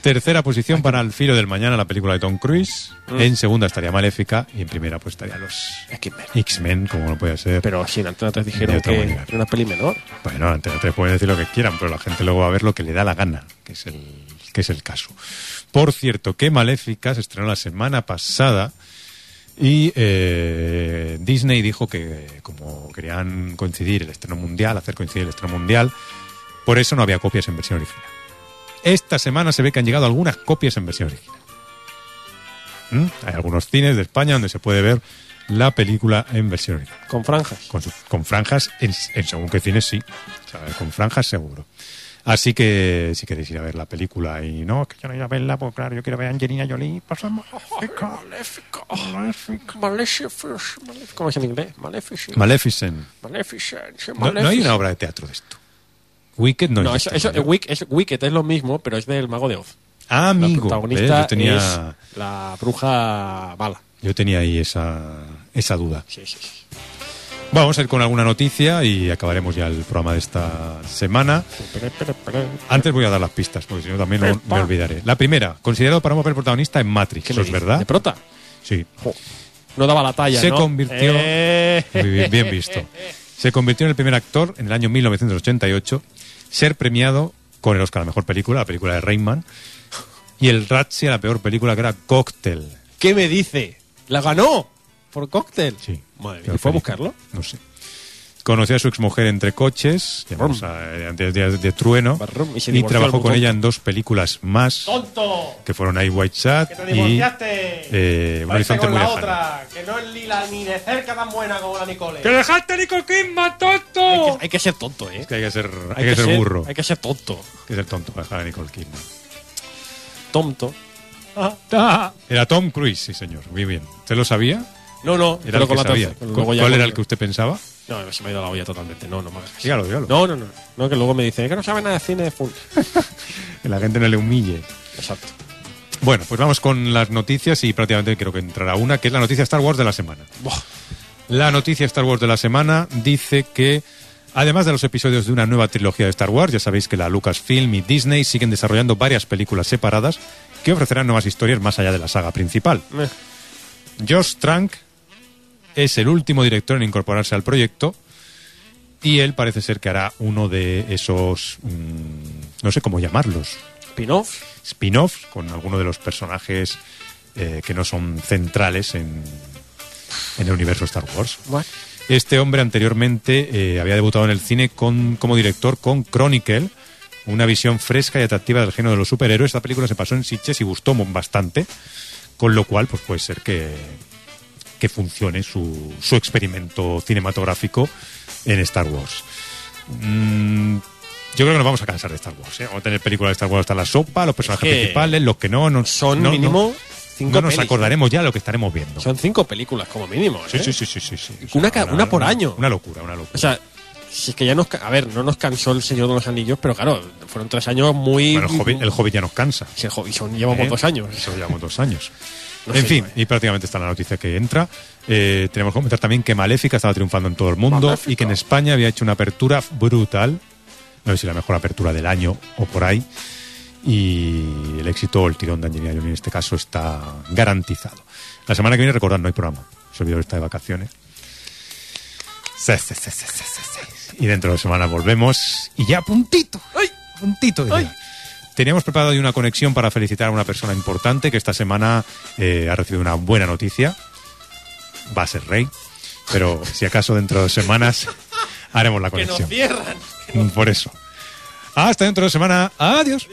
Speaker 10: Tercera posición para El filo del mañana, la película de Tom Cruise.
Speaker 11: Mm.
Speaker 10: En segunda estaría Maléfica y en primera pues estaría los
Speaker 11: X-Men.
Speaker 10: X-Men, como no puede ser.
Speaker 11: Pero si en Antena 3
Speaker 10: De
Speaker 11: dijeron
Speaker 10: otra
Speaker 11: que
Speaker 10: manera.
Speaker 11: era una peli menor.
Speaker 10: Bueno, en Antena 3 pueden decir lo que quieran, pero la gente luego va a ver lo que le da la gana, que es el, que es el caso. Por cierto, que Maléfica se estrenó la semana pasada y eh, Disney dijo que como querían coincidir el estreno mundial, hacer coincidir el estreno mundial, por eso no había copias en versión original. Esta semana se ve que han llegado algunas copias en versión original. ¿Mm? Hay algunos cines de España donde se puede ver la película en versión original.
Speaker 11: Con franjas.
Speaker 10: Con, su- con franjas, en, en según qué cines sí. O sea, con franjas seguro. Así que si queréis ir a ver la película y no, que yo no voy a verla, pues claro, yo quiero ver a Angelina Jolie. Pasamos.
Speaker 16: Maléfica. Maléfica. Maléfica.
Speaker 11: ¿Cómo es en inglés? Maleficent.
Speaker 10: Maleficent.
Speaker 16: Maleficent. sí,
Speaker 10: No, no hay
Speaker 11: Maleficent.
Speaker 10: una obra de teatro de esto. Wicked no,
Speaker 11: No, eso,
Speaker 10: existe,
Speaker 11: eso-
Speaker 10: ¿verdad?
Speaker 11: Wick- es, Wicked es lo mismo, pero es del Mago de Oz.
Speaker 10: Ah,
Speaker 11: La
Speaker 10: amigo. ¿ves?
Speaker 11: protagonista
Speaker 10: Yo tenía,
Speaker 11: es la bruja mala.
Speaker 10: yo tenía ahí esa, esa duda.
Speaker 11: Sí, sí, sí.
Speaker 10: Vamos a ir con alguna noticia y acabaremos ya el programa de esta semana.
Speaker 11: Pero, pero, pero-
Speaker 10: Antes voy a dar las pistas, porque si no también lo- me olvidaré. La primera, considerado para un papel protagonista en Matrix,
Speaker 11: ¿Qué
Speaker 10: ¿eso
Speaker 11: me
Speaker 10: es
Speaker 11: dices?
Speaker 10: verdad?
Speaker 11: ¿De prota?
Speaker 10: Sí.
Speaker 11: No daba la talla,
Speaker 10: Se
Speaker 11: ¿no?
Speaker 10: convirtió...
Speaker 11: Eh.
Speaker 10: Muy bien, bien visto. Se convirtió en el primer actor en el año 1988 ser premiado con el Oscar a la mejor película, la película de Rainman, y el Razzie a la peor película, que era Cocktail.
Speaker 11: ¿Qué me dice? ¿La ganó? ¿Por cóctel?
Speaker 10: Sí.
Speaker 11: Madre
Speaker 10: Yo
Speaker 11: mía. ¿Fue a
Speaker 10: feliz.
Speaker 11: buscarlo?
Speaker 10: No sé. Conoció a su exmujer entre coches, llamamos a- eh, antes de, de Trueno,
Speaker 11: y se
Speaker 10: y
Speaker 11: divorció
Speaker 10: trabajó
Speaker 11: al
Speaker 10: con
Speaker 11: botón.
Speaker 10: ella en dos películas más,
Speaker 2: ¡Tonto!
Speaker 10: que fueron I White Chat
Speaker 2: ¡Que te
Speaker 10: y
Speaker 2: divorciaste!
Speaker 10: eh, Un
Speaker 2: Vete
Speaker 10: horizonte
Speaker 2: con
Speaker 10: muy
Speaker 2: la
Speaker 10: lejano.
Speaker 2: otra, que no es lila ni de cerca tan buena como la Nicole.
Speaker 10: ¡Que
Speaker 2: dejaste Nicole Kidman, tonto!
Speaker 11: Hay que ser tonto, ¿eh?
Speaker 10: que hay que ser, hay que ser burro.
Speaker 11: Hay que ser tonto.
Speaker 10: Hay que ser tonto para dejar a Nicole Kidman.
Speaker 11: Tonto.
Speaker 10: Ah. Era Tom Cruise, sí señor, muy bien. ¿Usted lo sabía?
Speaker 11: No, no, pero
Speaker 10: Era el que
Speaker 11: con la
Speaker 10: sabía.
Speaker 11: tonta.
Speaker 10: ¿Cu-
Speaker 11: Luego
Speaker 10: ¿Cuál
Speaker 11: ya
Speaker 10: era
Speaker 11: cuando-
Speaker 10: el que usted pensaba?
Speaker 11: No, se me ha ido la olla totalmente. No, no me hagas.
Speaker 10: Dígalo, dígalo.
Speaker 11: No, no, no. No, que luego me dicen, es que no sabe nada de cine de full.
Speaker 10: Que la gente no le humille.
Speaker 11: Exacto.
Speaker 10: Bueno, pues vamos con las noticias y prácticamente creo que entrará una, que es la noticia Star Wars de la semana. La noticia Star Wars de la semana dice que, además de los episodios de una nueva trilogía de Star Wars, ya sabéis que la Lucasfilm y Disney siguen desarrollando varias películas separadas que ofrecerán nuevas historias más allá de la saga principal.
Speaker 11: Eh.
Speaker 10: Josh Trank es el último director en incorporarse al proyecto y él parece ser que hará uno de esos, mm, no sé cómo llamarlos,
Speaker 11: Spin-off.
Speaker 10: spin-offs con alguno de los personajes eh, que no son centrales en, en el universo Star Wars.
Speaker 11: Bueno.
Speaker 10: Este hombre anteriormente eh, había debutado en el cine con- como director con Chronicle, una visión fresca y atractiva del género de los superhéroes. Esta película se pasó en Sitges y gustó mo- bastante, con lo cual pues puede ser que, que funcione su, su experimento cinematográfico en Star Wars. Mm, yo creo que nos vamos a cansar de Star Wars. ¿eh? Vamos a tener películas de Star Wars hasta la sopa, los personajes
Speaker 11: que
Speaker 10: principales, los que no, no
Speaker 11: son
Speaker 10: no, no.
Speaker 11: mínimo cinco
Speaker 10: No nos
Speaker 11: pelis.
Speaker 10: acordaremos ya de lo que estaremos viendo.
Speaker 11: Son cinco películas como mínimo.
Speaker 10: Sí,
Speaker 11: ¿eh?
Speaker 10: sí, sí, sí, sí, sí. O sea,
Speaker 11: Una, ca- una por año.
Speaker 10: Una locura, una locura.
Speaker 11: O sea, si es que ya nos. ca- A ver, no nos cansó el Señor de los Anillos, pero claro, fueron tres años muy.
Speaker 10: Bueno, el, Hobbit, el Hobbit ya nos cansa.
Speaker 11: Sí, el Hobbit, son- llevamos
Speaker 10: ¿Eh?
Speaker 11: dos años.
Speaker 10: Eso llevamos dos años.
Speaker 11: No
Speaker 10: en
Speaker 11: sé
Speaker 10: fin,
Speaker 11: yo,
Speaker 10: y prácticamente está la noticia que entra. Eh, tenemos que comentar también que Maléfica estaba triunfando en todo el mundo y que en España había hecho una apertura brutal. No sé si la mejor apertura del año o por ahí. Y el éxito o el tirón de Angelina Jolie en este caso está garantizado. La semana que viene, recordad, no hay programa. Se olvidó está de vacaciones. Sí, sí, sí, sí, sí, sí, sí. Y dentro de dos semanas volvemos y ya a puntito. a Puntito de llegar. Teníamos preparado hoy una conexión para felicitar a una persona importante que esta semana eh, ha recibido una buena noticia. Va a ser rey, pero si acaso dentro de dos semanas [laughs] haremos la
Speaker 11: Que nos
Speaker 10: conexión.
Speaker 11: cierran.
Speaker 10: Por eso. Hasta dentro de dos semanas. Adiós.